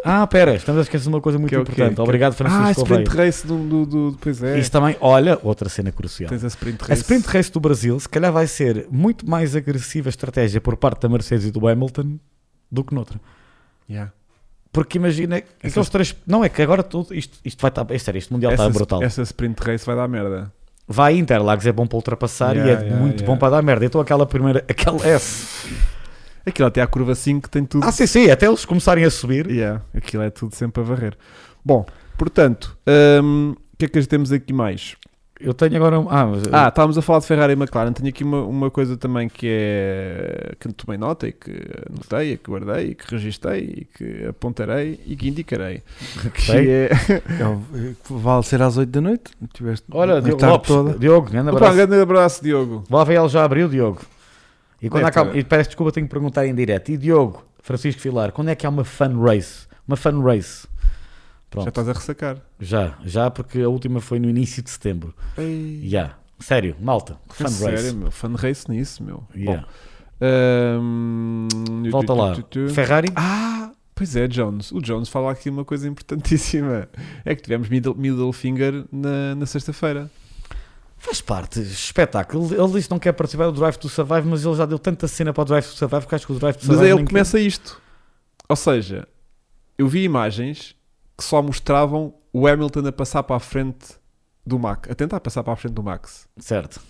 S2: ah, pera, estamos a esquecer uma coisa muito
S1: Que é o quê?
S2: importante.
S1: Que é-
S2: Obrigado,
S1: ah,
S2: Francisco.
S1: sprint
S2: Oveia.
S1: race do, do, do- Pois é.
S2: Isso também, olha, outra cena crucial.
S1: Tens a sprint
S2: é A
S1: race.
S2: sprint race do Brasil, se calhar, vai ser muito mais agressiva a estratégia por parte da Mercedes e do Hamilton do que noutra.
S1: Yeah.
S2: Porque imagina que
S1: Essa-
S2: aqueles três. Não, é que agora tudo, isto, isto vai estar. É sério, este Mundial
S1: Essa,
S2: está brutal.
S1: essa sprint race vai dar merda.
S2: Vai a Interlagos, é bom para ultrapassar e é
S1: Yeah, yeah,
S2: muito
S1: yeah.
S2: bom para dar merda. Então aquela primeira. Aquela S.
S1: Aquilo até à curva 5 tem tudo.
S2: Ah, sim, sim, até eles começarem a subir.
S1: Yeah, aquilo é tudo sempre a varrer. Bom, portanto, hum, o que é que temos aqui mais?
S2: Eu tenho agora. um- Ah, mas.
S1: Ah, estávamos a falar de Ferrari e McLaren. Tenho aqui uma, uma coisa também que é que tomei nota e que anotei, e que guardei, e que registrei, e que apontarei e que indicarei. Que
S2: Sei.
S1: é...
S3: É o- Vale ser às 8 da noite? Tiveste
S2: Olha,
S3: a
S2: Diogo
S3: tarde
S2: Lopes.
S3: toda.
S2: Diogo, grande
S1: Opa, um
S2: abraço.
S1: grande abraço, Diogo.
S2: O AVL já abriu, Diogo. E quando
S1: É,
S2: acaba,
S1: tá.
S2: e peço desculpa, tenho que perguntar em direto. E Diogo, Francisco Filar, quando é que há uma fan race? Uma fan race.
S1: Já tá-
S2: Pronto,
S1: estás a ressacar.
S2: já, já, porque a última foi no início de setembro. Já. Sério, malta, fan
S1: A É Sério,
S2: race.
S1: meu. Fan race nisso, meu.
S2: Yeah.
S1: Bom, hum,
S2: Volta
S1: tu,
S2: lá.
S1: tu, tu, tu.
S2: Ferrari,
S1: Ah, pois é, Jones. O Jones fala aqui uma coisa importantíssima. É que tivemos middle, middle finger na, na sexta-feira.
S2: faz parte, espetáculo. Ele, ele disse que não quer participar do Drive to Survive, mas ele já deu tanta cena para o Drive to Survive que acho que o Drive
S1: Mas
S2: to Survive.
S1: aí ele
S2: nem
S1: começa isto. Ou seja, eu vi imagens que só mostravam o Hamilton a passar para a frente do Max, a tentar passar para a frente do Max.
S2: quer. Certo.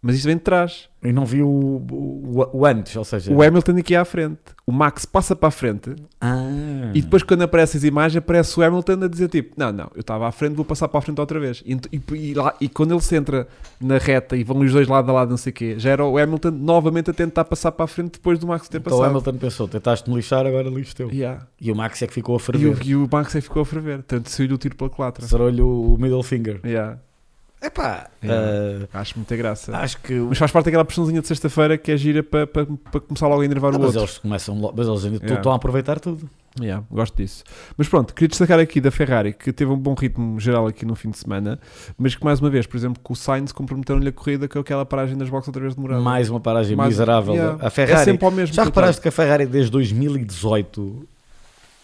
S1: Mas isto vem de trás.
S2: E não vi o, o- o antes, ou seja.
S1: O Hamilton aqui à frente. O Max passa para a frente
S2: Ah.
S1: e depois quando aparecem as imagens aparece o Hamilton a dizer tipo, não, não, eu estava à frente, vou passar para a frente outra vez. E, ent- e- e lá- e quando ele se entra na reta e vão os dois lado a lado, não sei o quê, já era o Hamilton novamente a tentar passar para a frente depois do Max ter
S2: Então o
S1: passado.
S2: Hamilton pensou: tentaste-me lixar, agora lixo teu.
S1: Yeah.
S2: E o Max é que ficou a
S1: E,
S2: ferver.
S1: o, e o Max aí ficou a ferver. Tanto saiu-lhe o tiro pela culatra.
S2: Serou-lhe o middle finger.
S1: Yeah.
S2: Epá,
S1: É.
S2: ah,
S1: Acho muita graça.
S2: acho que.
S1: Mas faz parte daquela pressãozinha de sexta-feira que é gira para, para, para começar logo a enervar
S2: Ah,
S1: o
S2: mas
S1: outro.
S2: eles começam logo, mas eles ainda
S1: Yeah.
S2: estão a aproveitar tudo.
S1: Yeah, gosto disso. Mas pronto, queria destacar aqui da Ferrari, que teve um bom ritmo geral aqui no fim de semana, mas que mais uma vez, por exemplo, com o Sainz comprometeram-lhe a corrida com aquela paragem nas boxes outra vez demorada.
S2: Mais uma paragem
S1: Mais- um-
S2: é miserável.
S1: Yeah.
S2: A
S1: É
S2: Ferrari.
S1: sempre ao mesmo
S2: Já
S1: coitado.
S2: reparaste que a Ferrari é desde 2018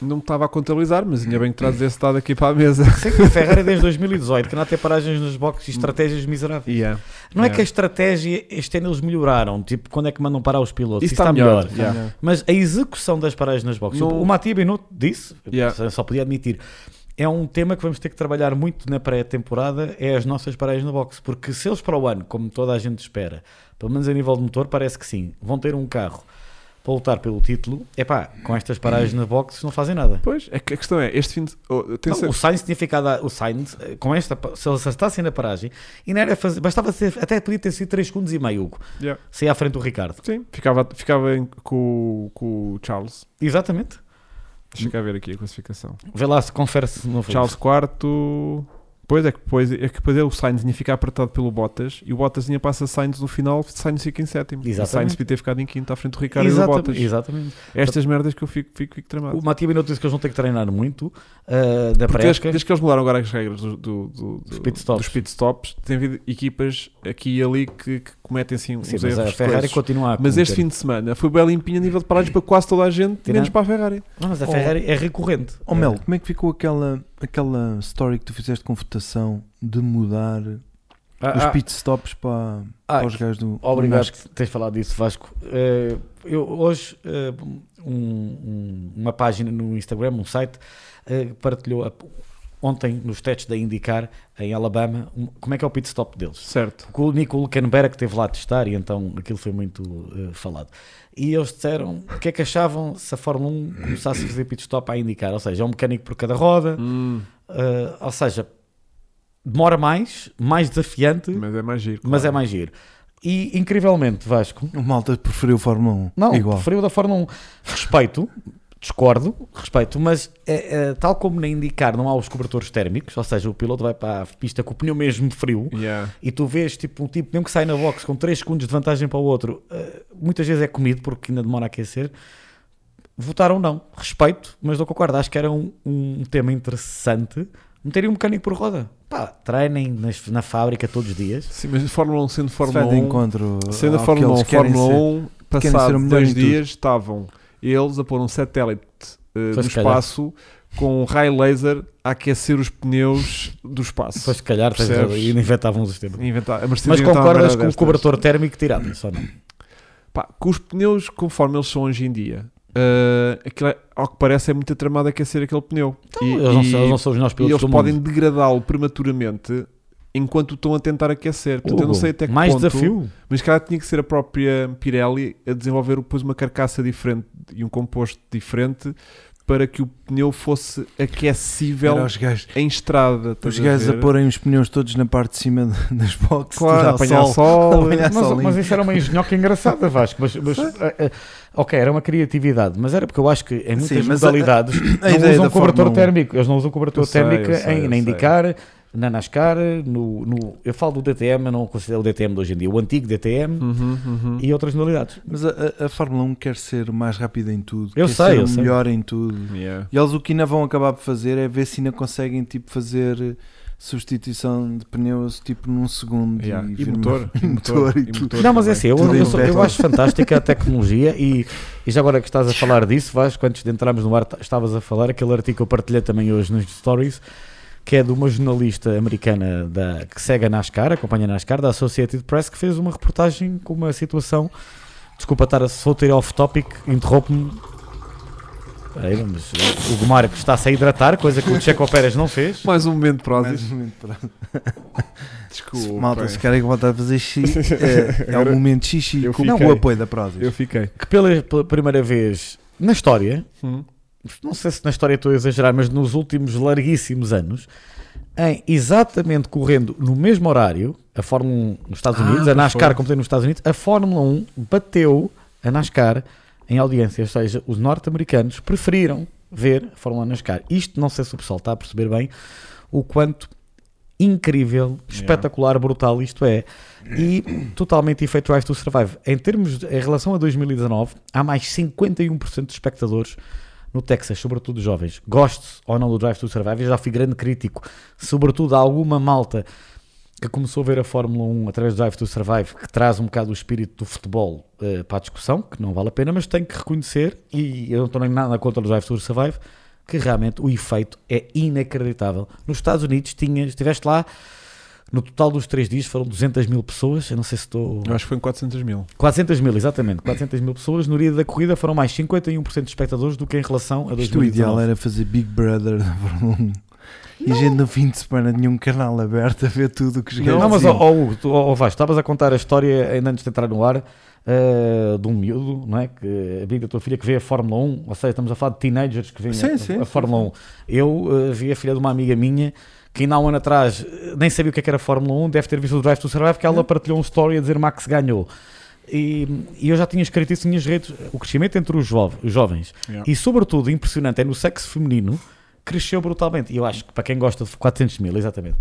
S1: Não me estava a contabilizar, mas ainda bem que trazes esse dado aqui para a mesa.
S2: Sei que a Ferrari é desde 2018 que não tem paragens nos boxes e estratégias miseráveis.
S1: Yeah.
S2: Não é
S1: Yeah.
S2: que a estratégia, este ano eles melhoraram, tipo, quando é que mandam parar os pilotos?
S1: Isso está melhor.
S3: Yeah.
S1: Yeah.
S2: Mas a execução das paragens nas boxes,
S1: Não-
S2: o Matia Binotto disse,
S1: Yeah.
S2: só- só podia admitir, é um tema que vamos ter que trabalhar muito na pré-temporada, é as nossas paragens na box, porque se eles para o ano, como toda a gente espera, pelo menos a nível de motor, parece que sim, vão ter um carro para lutar pelo título, epá, com estas paragens na box não fazem nada.
S1: Pois, é que a questão é, este fim de... oh, tem
S2: Não,
S1: cer-
S2: o Sainz tinha ficado, a- o Sainz, eh, com esta, pa- se ele acertasse na paragem, e não era fazer, bastava ser, até podia ter sido 3 segundos e meio, Hugo,
S1: Yeah.
S2: sair à frente do Ricardo.
S1: Sim, ficava, ficava em- com, o- com o Charles.
S2: Exatamente. Hum.
S1: Deixa cá ver aqui a classificação.
S2: Vê lá se confere-se no
S1: Charles quarto... Pois é que depois é que depois é o Sainz ia ficar apertado pelo Bottas e o Bottas ia passa Sainz no final, Sainz fica em sétimo.
S2: Exatamente.
S1: O Sainz podia ter ficado em quinto à frente do Ricardo e do Bottas.
S2: Exatamente. exatamente.
S1: Estas merdas que eu fico, fico, fico tramado.
S2: O Matia Binotto disse que eles vão ter que treinar muito ah, da
S1: Porque desde,
S2: pré-época.
S1: desde que eles mudaram agora as regras do, do, do-
S2: Dos
S1: do-
S2: pit stops.
S1: dos pit stops, tem havido equipas aqui e ali que, que cometem assim, uns
S2: Sim,
S1: erros.
S2: mas a Ferrari
S1: coisas.
S2: continua a
S1: mas este
S2: cometer.
S1: fim de semana foi bem limpinho a nível de paragens para quase toda a gente,
S2: Tirando-
S1: menos para a Ferrari.
S2: Não, mas a Ferrari é recorrente.
S3: Oh Mel, como é que ficou aquela, aquela story que tu fizeste com votação de mudar
S2: Ah,
S3: os
S2: ah,
S3: pit stops para,
S2: ah,
S3: para os gajos do. do
S2: Obrigado
S3: Nasc?
S2: que tens falado disso, Vasco. Eh, eu, hoje, eh, um- um- uma página no Instagram, um site, eh, partilhou a- ontem nos testes da IndyCar em Alabama um- como é que é o pit stop deles.
S1: Certo.
S2: Com o Nico Luckenberg que esteve lá a testar e então aquilo foi muito eh, falado. E eles disseram o que é que achavam se a Fórmula 1 começasse a fazer pit stop à IndyCar, ou seja, é um mecânico por cada roda,
S1: Hum,
S2: eh, ou seja, demora mais, mais desafiante
S1: mas é mais giro.
S2: mas é
S1: claro.
S2: mais giro. E incrivelmente, Vasco,
S3: O malta preferiu Fórmula 1.
S2: não,
S3: Igual.
S2: preferiu da Fórmula 1. Respeito, discordo, respeito, mas é, é, tal como na indicar, não há os cobertores térmicos, ou seja, o piloto vai para a pista com o pneu mesmo frio.
S1: Yeah.
S2: E tu vês tipo um tipo, mesmo que sai na box com 3 segundos de vantagem para o outro, eh, muitas vezes é comido porque ainda demora a aquecer. Votaram não, respeito, mas não concordo. Acho que era um, um tema interessante meterem um mecânico por roda. Pá, treinem nas- na fábrica todos os dias.
S1: Sim, mas Fórmula 1 sendo
S3: Se vai
S1: Fórmula
S2: um.
S3: de
S1: 1,
S3: encontro.
S2: é
S1: sendo a
S2: Ah,
S3: ao que
S1: Fórmula 1,
S3: eles querem
S1: Fórmula
S3: ser.
S1: 1
S3: querem ser o
S1: passado
S3: melhor
S1: dois
S3: em tudo.
S1: dias estavam eles a pôr um satélite eh, no
S2: se calhar.
S1: espaço com um raio laser a aquecer os pneus do espaço.
S2: Depois, se calhar, tens
S1: Percebes?
S2: razão, e inventavam um sistema.
S1: Inventar, a Mercedes
S2: Mas
S1: inventar uma
S2: concordas
S1: merda
S2: com o
S1: destas.
S2: cobertor térmico tirado? Só não.
S1: Pá, com os pneus conforme eles são hoje em dia, ah, aquilo é- ao que parece é muito tramado aquecer aquele pneu. e,
S2: Então, eles, não
S1: e-
S2: são, eles não são os nossos
S1: e
S2: pilotos
S1: eles
S2: do
S1: podem
S2: mundo.
S1: degradá-lo prematuramente enquanto estão a tentar aquecer. Portanto, eu não
S2: Hugo,
S1: sei até que
S2: mais
S1: ponto,
S2: desafio.
S1: mas se calhar tinha que ser a própria Pirelli a desenvolver depois uma carcaça diferente e um composto diferente para que o pneu fosse aquecível
S3: Era os gajos,
S1: em estrada. estás
S3: os gajos a
S1: ver?
S3: porem os pneus todos na parte de cima da- das boxes.
S1: Claro,
S3: tudo
S1: a
S3: ao
S1: apanhar
S3: sol.
S1: sol. é.
S3: Apanhar
S2: Mas,
S3: solinho.
S2: mas isso era uma engenhoca engraçada, Vasco. Mas, mas, eh, eh, ok, era uma criatividade, mas era porque eu acho que em muitas
S3: Sim, mas a-
S2: modalidades
S3: a
S2: não
S3: ideia
S2: usam
S3: da
S2: cobertor
S3: Fórmula 1.
S2: térmico. Eles não usam cobertor
S1: Eu sei, eu
S2: térmico
S1: sei,
S2: em,
S1: eu
S2: na
S1: sei.
S2: IndyCar, na NASCAR, no, no- Eu falo do DTM, eu não considero o DTM de hoje em dia, o antigo DTM
S1: Uhum, uhum.
S2: e outras modalidades.
S3: Mas a, a- a Fórmula 1 quer ser mais rápida em tudo.
S2: Eu
S3: quer
S2: sei,
S3: ser
S2: eu
S3: o
S2: sei.
S3: melhor em tudo.
S1: Yeah.
S3: E eles o que ainda vão acabar por fazer é ver se ainda conseguem tipo, fazer eh, substituição de pneus tipo num segundo.
S1: Yeah. E
S3: vir uma-
S1: motor,
S3: e motor, e tudo.
S2: Não, mas é
S1: também.
S2: assim, eu,
S3: Tudo
S2: eu
S3: em
S2: sou-
S3: pé.
S2: eu acho fantástica a tecnologia e, e já agora que estás a falar disso, Vasco, antes de entrarmos no ar, t- estavas a falar aquele artigo que eu partilhei também hoje nos stories, que é de uma jornalista americana da, que segue a NASCAR, acompanha a NASCAR, da Associated Press, que fez uma reportagem com uma situação. Desculpa estar a soltar off-topic, interrompe-me. Aí, mas o Gomar que está-se a hidratar, coisa que o Checo Pérez não fez.
S1: Mais um momento
S3: Mais
S1: prósis.
S3: um momento para- Se-
S1: Desculpa.
S3: Malta, se querem voltar a fazer xixi, é, é o momento xixi
S1: Eu
S3: com,
S1: fiquei.
S3: com o apoio da Prozis.
S1: Eu fiquei. Hum?
S2: Que pela- pela primeira vez na história, não sei se na história estou a exagerar, mas nos últimos larguíssimos anos, em exatamente correndo no mesmo horário, a Fórmula 1 nos Estados
S1: Ah,
S2: Unidos, a
S1: pois
S2: NASCAR
S1: foi.
S2: competindo nos Estados Unidos, a Fórmula 1 bateu a NASCAR em audiência, ou seja, os norte-americanos um preferiram ver a Fórmula 1 NASCAR. Isto não sei se o pessoal está a perceber bem o quanto incrível, espetacular, brutal, isto é, e totalmente efeito Drive to Survive. Em termos, de- em relação a 2019, há mais 51% de espectadores no Texas, sobretudo jovens. Gosto ou não do Drive to Survive, eu já fui grande crítico, sobretudo a alguma malta que começou a ver a Fórmula 1 através do Drive to Survive, que traz um bocado o espírito do futebol eh, para a discussão, que não vale a pena, mas tenho que reconhecer, e eu não estou nem nada contra o Drive to Survive, que realmente o efeito é inacreditável. Nos Estados Unidos tinhas, estiveste lá, no total dos três dias foram 200 mil pessoas, eu não sei se estou...
S1: Eu acho que foi em 400 mil.
S2: 400 mil, exatamente, 400 mil pessoas, no dia da corrida foram mais 51% de espectadores do que em relação a
S3: Isto é o
S2: 2019.
S3: ideal era fazer Big Brother da Fórmula 1. E a gente no fim de semana tinha um canal aberto a ver tudo o que os
S2: Não,
S3: gajos
S2: mas, ó,
S3: diziam.
S2: ó, Hugo, tu, ó, ó, Vasco, estavas a contar a história, ainda antes de entrar no ar, eh, de um miúdo, não é? Que, amigo da tua filha que vê a Fórmula 1, ou seja, estamos a falar de teenagers que veem
S3: Sim,
S2: a,
S3: sim,
S2: a
S3: sim,
S2: Fórmula 1. Eu eh, vi a filha de uma amiga minha que ainda há um ano atrás eh, nem sabia o que, é que era a Fórmula 1, deve ter visto o Drive to Survive, que ela partilhou um story a dizer Max ganhou. E, e eu já tinha escrito isso nas minhas redes, o crescimento entre os, jove- os jovens
S1: Yeah.
S2: e sobretudo impressionante é no sexo feminino cresceu brutalmente. E eu acho que para quem gosta de 400 mil, exatamente,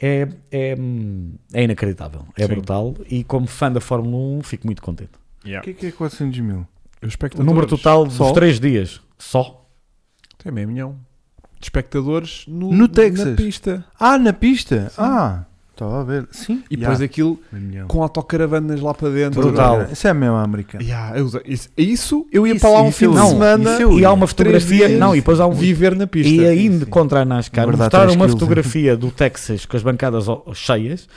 S2: é, é, hum, é inacreditável, é
S1: Sim.
S2: brutal. E como fã da Fórmula 1, fico muito contente.
S3: O que é que é 400 mil?
S1: Os
S2: O
S1: espectadores.
S2: número total
S3: Só?
S2: dos 3 dias, só.
S1: Tem meio milhão de espectadores no,
S3: No Texas.
S1: na pista.
S3: Ah, na pista? Ah, estava a ver. Sim.
S1: E depois
S2: é
S1: aquilo
S3: aqui.
S1: com autocaravanas lá para dentro.
S2: Brutal.
S3: Isso é mesmo a América.
S1: Yeah, eu usei- isso, isso eu ia
S3: Isso-
S1: para lá um
S3: isso
S1: fim
S3: eu
S1: de
S3: uso.
S1: semana
S3: Isso eu uso.
S2: E há uma
S1: Três
S2: fotografia,
S1: dias,
S2: não, e depois há um.
S1: viver na pista.
S2: e ainda
S3: sim.
S2: contra a NASCAR,
S3: Guardar
S2: mostraram
S3: três
S2: uma
S3: quilos.
S2: fotografia do Texas com as bancadas ao- cheias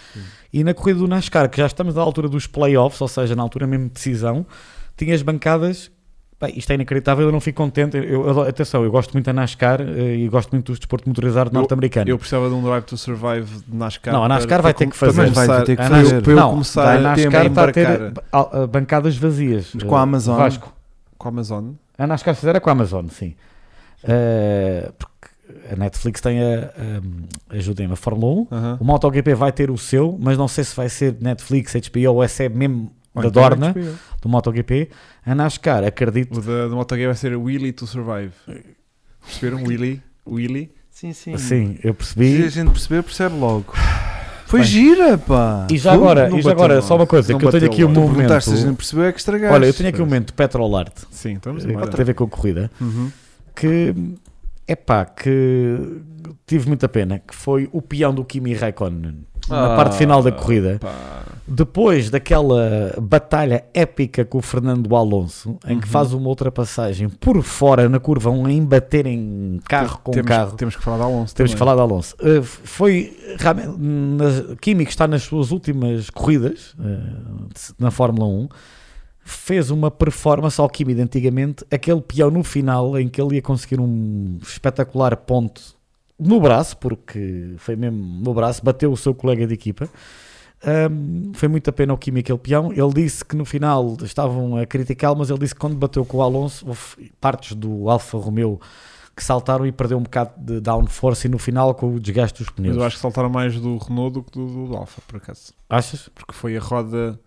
S2: e na corrida do NASCAR, que já estamos na altura dos playoffs, ou seja, na altura mesmo de decisão, tinha as bancadas. Bem, isto é inacreditável, eu não fico contente. Eu, eu- atenção, eu gosto muito da NASCAR eh, e gosto muito do desporto motorizado norte-americano.
S1: Eu precisava de um Drive to Survive de NASCAR.
S2: Não, a NASCAR
S1: para-
S2: vai
S1: para
S2: ter
S1: com-
S2: que fazer.
S1: para
S3: Mas vai
S1: começar-
S3: ter que
S2: A
S3: fazer.
S1: para É eu
S2: não,
S1: começar
S2: a
S1: a
S2: NASCAR está a ter
S1: embarcar.
S2: ah, ah, bancadas vazias.
S3: Mas com a
S2: Eh,
S3: Amazon.
S2: Vasco.
S1: com a Amazon.
S2: A NASCAR se fizer é com a Amazon, sim. Eh, porque a Netflix tem a, a ajudem-me, a Fórmula 1.
S1: Aham.
S2: O MotoGP vai ter o seu, mas não sei se vai ser Netflix, HBO ou se é mesmo
S3: Ou
S2: da
S3: então
S2: Dorna,
S1: HBO.
S2: do MotoGP. A NASCAR, acredito.
S1: O da, da MotoGP vai ser Willy to Survive. Perceberam? Willy? Willy?
S3: Sim, sim.
S2: Sim, eu
S3: Se a
S2: percebi.
S3: gente perceber, percebe logo. Foi gira, pá.
S2: E já
S1: Não
S2: agora, e já
S1: bateu
S2: agora
S1: logo.
S2: só uma coisa,
S1: Não
S2: que eu tenho
S1: bateu
S2: aqui um
S1: logo.
S2: momento.
S3: Perguntaste se a gente percebeu, é que estragaste.
S2: Olha, eu tenho aqui um momento de Petrolarte, eh,
S1: Sim, estamos
S2: que
S1: embora.
S2: tem a ver com a corrida,
S1: Uhum.
S2: que é pá, que tive muita pena, que foi o peão do Kimi Raikkonen na
S1: Ah,
S2: parte final da corrida.
S1: pá.
S2: Depois daquela batalha épica com o Fernando Alonso, em que
S1: Uhum.
S2: faz uma ultrapassagem por fora na curva 1, em baterem carro com
S1: temos,
S2: carro,
S1: Temos que falar da Alonso.
S2: temos que
S1: também.
S2: falar de Alonso. Uh, foi realmente. Na, Kimi, que está nas suas últimas corridas uh, de- na Fórmula 1, fez uma performance ao Kimi de antigamente, aquele peão no final em que ele ia conseguir um espetacular ponto no braço, porque foi mesmo no braço, bateu o seu colega de equipa. Um, foi muito a pena o Kimi aquele peão. Ele disse que no final estavam a criticá-lo, mas ele disse que quando bateu com o Alonso, houve partes do Alfa Romeo que saltaram e perdeu um bocado de downforce e no final com o desgaste dos pneus.
S1: Mas eu acho que saltaram mais do Renault do que do, do Alfa, por acaso.
S2: Achas?
S1: Porque foi a roda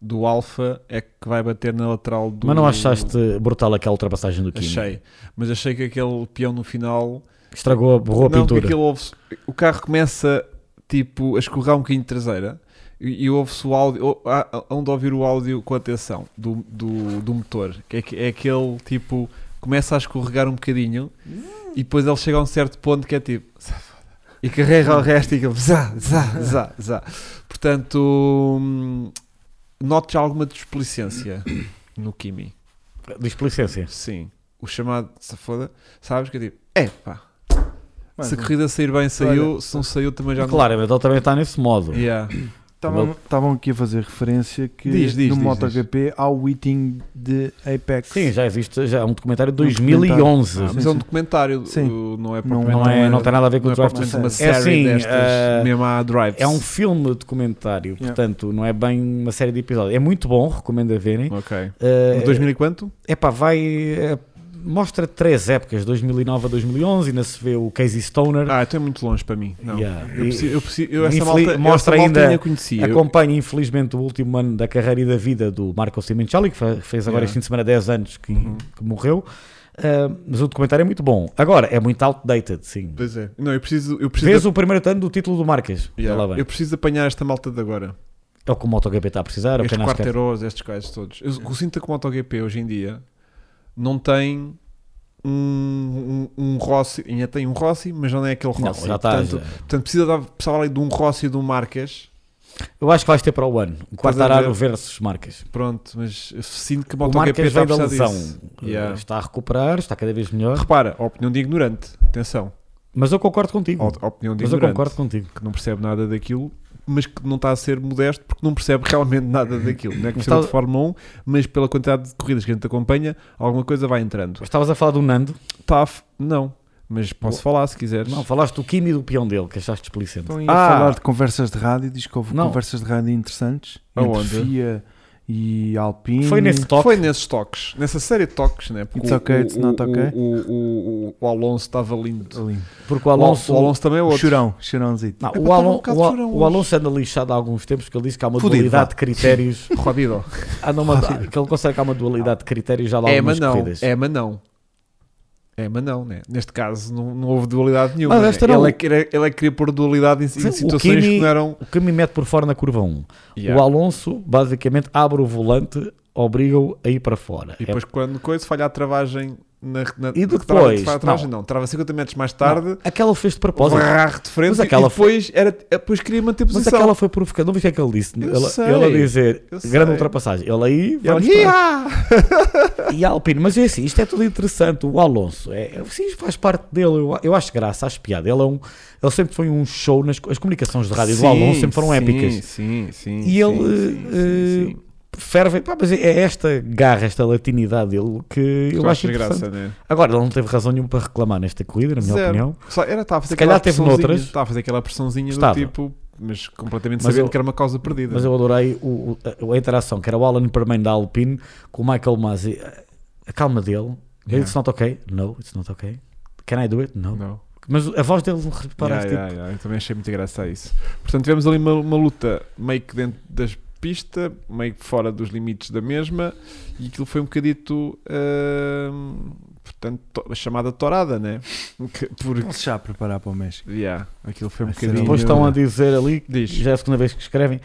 S1: do Alfa é que vai bater na lateral do.
S2: Mas não achaste né? brutal aquela ultrapassagem do Kimi?
S1: Achei. Mas achei que aquele peão no final.
S2: Estragou, borrou
S1: não,
S2: a
S1: que
S2: pintura.
S1: aquilo ouve-se- o carro começa tipo a escorrer um bocadinho de traseira e, e ouve-se o áudio. ou- há- há Onde ouvir o áudio com atenção do, do, do motor. Que é, que- é aquele tipo. Começa a escorregar um bocadinho e depois ele chega a um certo ponto que é tipo. "Zá, foda." E carrega o resto e aquilo. Zá, zá, zá, zá. Portanto. hum, Noto já alguma displicência no Kimi.
S2: Displicência.
S1: Sim. O chamado safoda, sabes? Que é tipo, é pá,
S3: Mas,
S1: se a corrida sair bem, saiu.
S3: olha,
S1: se não saiu, também já
S2: Claro, mas ele também está nesse modo.
S1: não. Yeah.
S3: Estavam estavam aqui a fazer referência que
S1: Diz, diz,
S3: no
S1: diz,
S3: MotoGP há o Eating de Apex.
S2: Sim, já existe já há um documentário de
S3: Um documentário.
S2: 2011.
S1: Ah, mas é um documentário,
S3: Sim.
S1: o- não é
S3: Não-
S1: propriamente,
S2: não, é, não tem nada a ver com
S1: não
S2: o
S1: é
S2: Drive to
S1: propriamente
S3: Survive.
S1: uma
S2: É
S1: série
S2: assim,
S1: destas,
S2: ah,
S1: mesmo à Drive.
S2: É um filme documentário,
S3: Yeah.
S2: portanto, não é bem uma série de episódios. É muito bom, recomendo a verem.
S1: Ok.
S2: Eh,
S1: O 2000 e quanto?
S2: epá, vai. eh, mostra três épocas, 2009 a 2011, ainda se vê o Casey Stoner.
S1: Ah, então é muito longe para mim. Não. é
S2: eh, Yeah.
S1: Eu,
S2: E-
S1: preciso, eu, preciso, eu essa
S2: Infeliz-
S1: malta,
S2: mostra
S1: essa malta
S2: ainda
S1: ainda conhecia. Eu-
S2: Acompanha, infelizmente, o último ano da carreira e da vida do Marco Simoncelli, que fa- fez agora
S1: Yeah.
S2: este fim de semana 10 anos que,
S1: Uhum.
S2: que morreu. Ah, mas o documentário é muito bom. Agora, é muito outdated, sim.
S1: Pois é. Não, eu preciso. Eu preciso,
S2: Vês o primeiro tanto do título do Marques.
S1: de- Yeah,
S2: Lá bem.
S1: eu preciso de apanhar esta malta de agora.
S2: É o que o MotoGP está a precisar. é o que a
S1: estes
S2: NASCAR-
S1: quarteiros, estes gajos todos. Eu, eu sinto que o MotoGP hoje em dia não tem um, um, um Rossi, ainda tem um Rossi, mas já não é aquele
S2: Não,
S1: Rossi.
S2: já está.
S1: portanto, portanto, precisa dar, precisava ali de um Rossi e de um Marques.
S2: Eu acho que vais ter para o ano.
S1: a
S2: Quartararo
S1: ver?
S2: versus Marques.
S1: Pronto, mas eu sinto que o
S2: O
S1: MotoGP
S2: Marques
S1: está a
S2: veio da
S1: precisar
S2: lesão. Eh,
S1: disso. Yeah.
S2: Está a recuperar, está cada vez melhor.
S1: Repara, a opinião de ignorante, atenção,
S2: Mas eu concordo contigo.
S1: a a opinião de
S2: Mas eu
S1: ignorante
S2: concordo contigo.
S1: que não percebe nada daquilo, mas que não está a ser modesto porque não percebe realmente nada daquilo. Não é que
S2: Mas tá-
S1: perceba
S2: está-
S1: de Fórmula 1, mas pela quantidade de corridas que a gente acompanha, alguma coisa vai entrando.
S2: Estavas a falar do Nando.
S1: TAF, não. Mas posso falar se quiseres.
S2: Não, falaste do Kimi e do peão dele, que achaste desplicente.
S3: Estão aí
S1: Ah!
S3: a falar de conversas de rádio, diz que houve
S2: Não.
S3: conversas de rádio interessantes
S1: Aonde?
S3: entre FIA e Alpine.
S2: Foi nesse toque.
S1: Foi nesses toques, nessa série de toques, né?
S3: It's okay, it's not okay.
S1: O, o- o- o Alonso estava lindo.
S3: Ali.
S2: Porque o Alonso.
S1: o Alonso também é
S3: O
S1: outro.
S3: chorão, chorãozinho.
S2: Não,
S1: É
S2: o,
S1: pá,
S2: Alon-
S1: tá um bocado
S2: o Al-
S1: chorão
S2: o
S1: hoje.
S2: Alonso anda lixado há alguns tempos que ele disse que há uma
S3: Fudido,
S2: dualidade
S3: vá.
S2: de critérios.
S1: Rodido.
S2: Anda uma, que ele consegue que há uma dualidade de critérios já lá
S1: É, mas
S2: algumas
S1: não.
S2: corridas.
S1: É, mas não. É, mas não, né? Neste caso não, não houve dualidade nenhuma.
S2: Mas
S1: né?
S2: esta não.
S1: Ele, é que era- ele é que queria pôr dualidade em, em
S2: Sim, o
S1: situações
S2: Kimi-
S1: que não eram.
S2: O que me mete por fora na curva 1.
S1: Yeah.
S2: O Alonso basicamente abre o volante, obriga-o a ir para fora.
S1: E depois, quando coisa, falha a travagem. Na, na,
S2: E depois?
S1: Trava, falha a travagem, não. Trava 50 metros mais
S2: É,
S1: tarde.
S2: não, aquela fez de
S1: Pode
S2: propósito.
S1: barrar de frente
S2: Mas
S1: e-
S2: aquela
S1: e depois, era, depois queria manter a
S2: Mas
S1: posição.
S2: aquela foi provocada. Não viste o que é que ele disse?
S1: Eu
S2: Ele,
S1: sei,
S2: ele a dizer
S1: eu
S2: grande
S1: sei.
S2: ultrapassagem. Ele aí
S1: E ela,
S2: vamos para-
S1: "Iá!"
S2: E a Alpine, mas é assim, isto é tudo interessante. O Alonso, é, é- sim, faz parte dele. Eu, eu acho graça, acho piada. Ele, é um, ele sempre foi um show. Nas, co- as comunicações de rádio do Alonso sempre foram
S1: sim,
S2: épicas.
S1: Sim, sim.
S2: E ele, eh, Ferve, pá, mas é- é esta garra, esta latinidade dele que eu acho interessante.
S1: graça, né?
S2: Agora, ele não teve razão nenhuma para reclamar nesta corrida, na minha
S1: Zero.
S2: opinião.
S1: Só era, estava a fazer
S2: Se calhar
S1: aquela
S2: teve
S1: pressãozinha,
S2: noutras.
S1: Estava a fazer aquela pressãozinha
S2: Estava.
S1: do tipo, mas completamente
S2: Mas
S1: sabendo
S2: eu-
S1: que era uma causa perdida.
S2: Mas eu adorei o- o- a, a interação que era o Alan Perman da Alpine com o Michael Masi. A, a calma dele. Ele
S1: Yeah.
S2: It's not okay. No, it's not okay. Can I do it? No.
S1: Não.
S2: Mas a voz dele repara
S1: Yeah,
S2: tipo,
S1: yeah, yeah. Eu também achei muita graça a isso. Portanto, tivemos ali uma, uma luta meio que dentro das pista, meio que fora dos limites da mesma, e aquilo foi um bocadito. hum, portanto, to- chamada torada, né? Que- Porque.
S3: Ele já a preparar para o México.
S1: Yeah, aquilo foi um
S3: Vai ser
S1: bocadinho.
S2: tipo, Depois estão a dizer ali,
S1: Diz.
S2: já é a segunda vez que escrevem,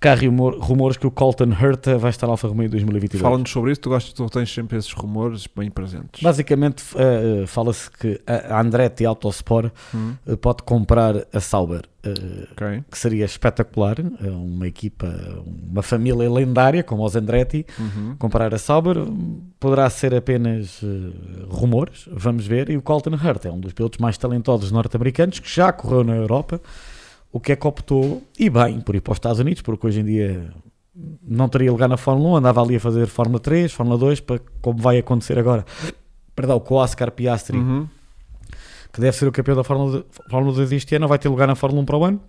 S2: que há rumor- rumores que o Colton Herta vai estar na Alfa Romeo em 2022.
S1: Fala-nos sobre isso, tu gostas, tu tens sempre esses rumores bem presentes.
S2: Basicamente, eh, eh, fala-se que a a Andretti Autosport
S1: Hum,
S2: eh, pode comprar a Sauber, eh,
S1: ok.
S2: que seria espetacular. eh, Uma equipa, uma família lendária como os Andretti,
S1: Uhum.
S2: comprar a Sauber hum, poderá ser apenas eh, rumores, vamos ver. E o Colton Hurt é um dos pilotos mais talentosos norte-americanos que já correu na Europa, o que é que optou, e bem, por ir para os Estados Unidos, porque hoje em dia não teria lugar na Fórmula 1, andava ali a fazer Fórmula 3, Fórmula 2, para, como vai acontecer agora, perdão, com o Oscar Piastri,
S1: Uhum.
S2: que deve ser o campeão da Fórmula, de- Fórmula 2 este ano, não vai ter lugar na Fórmula 1 para o ano.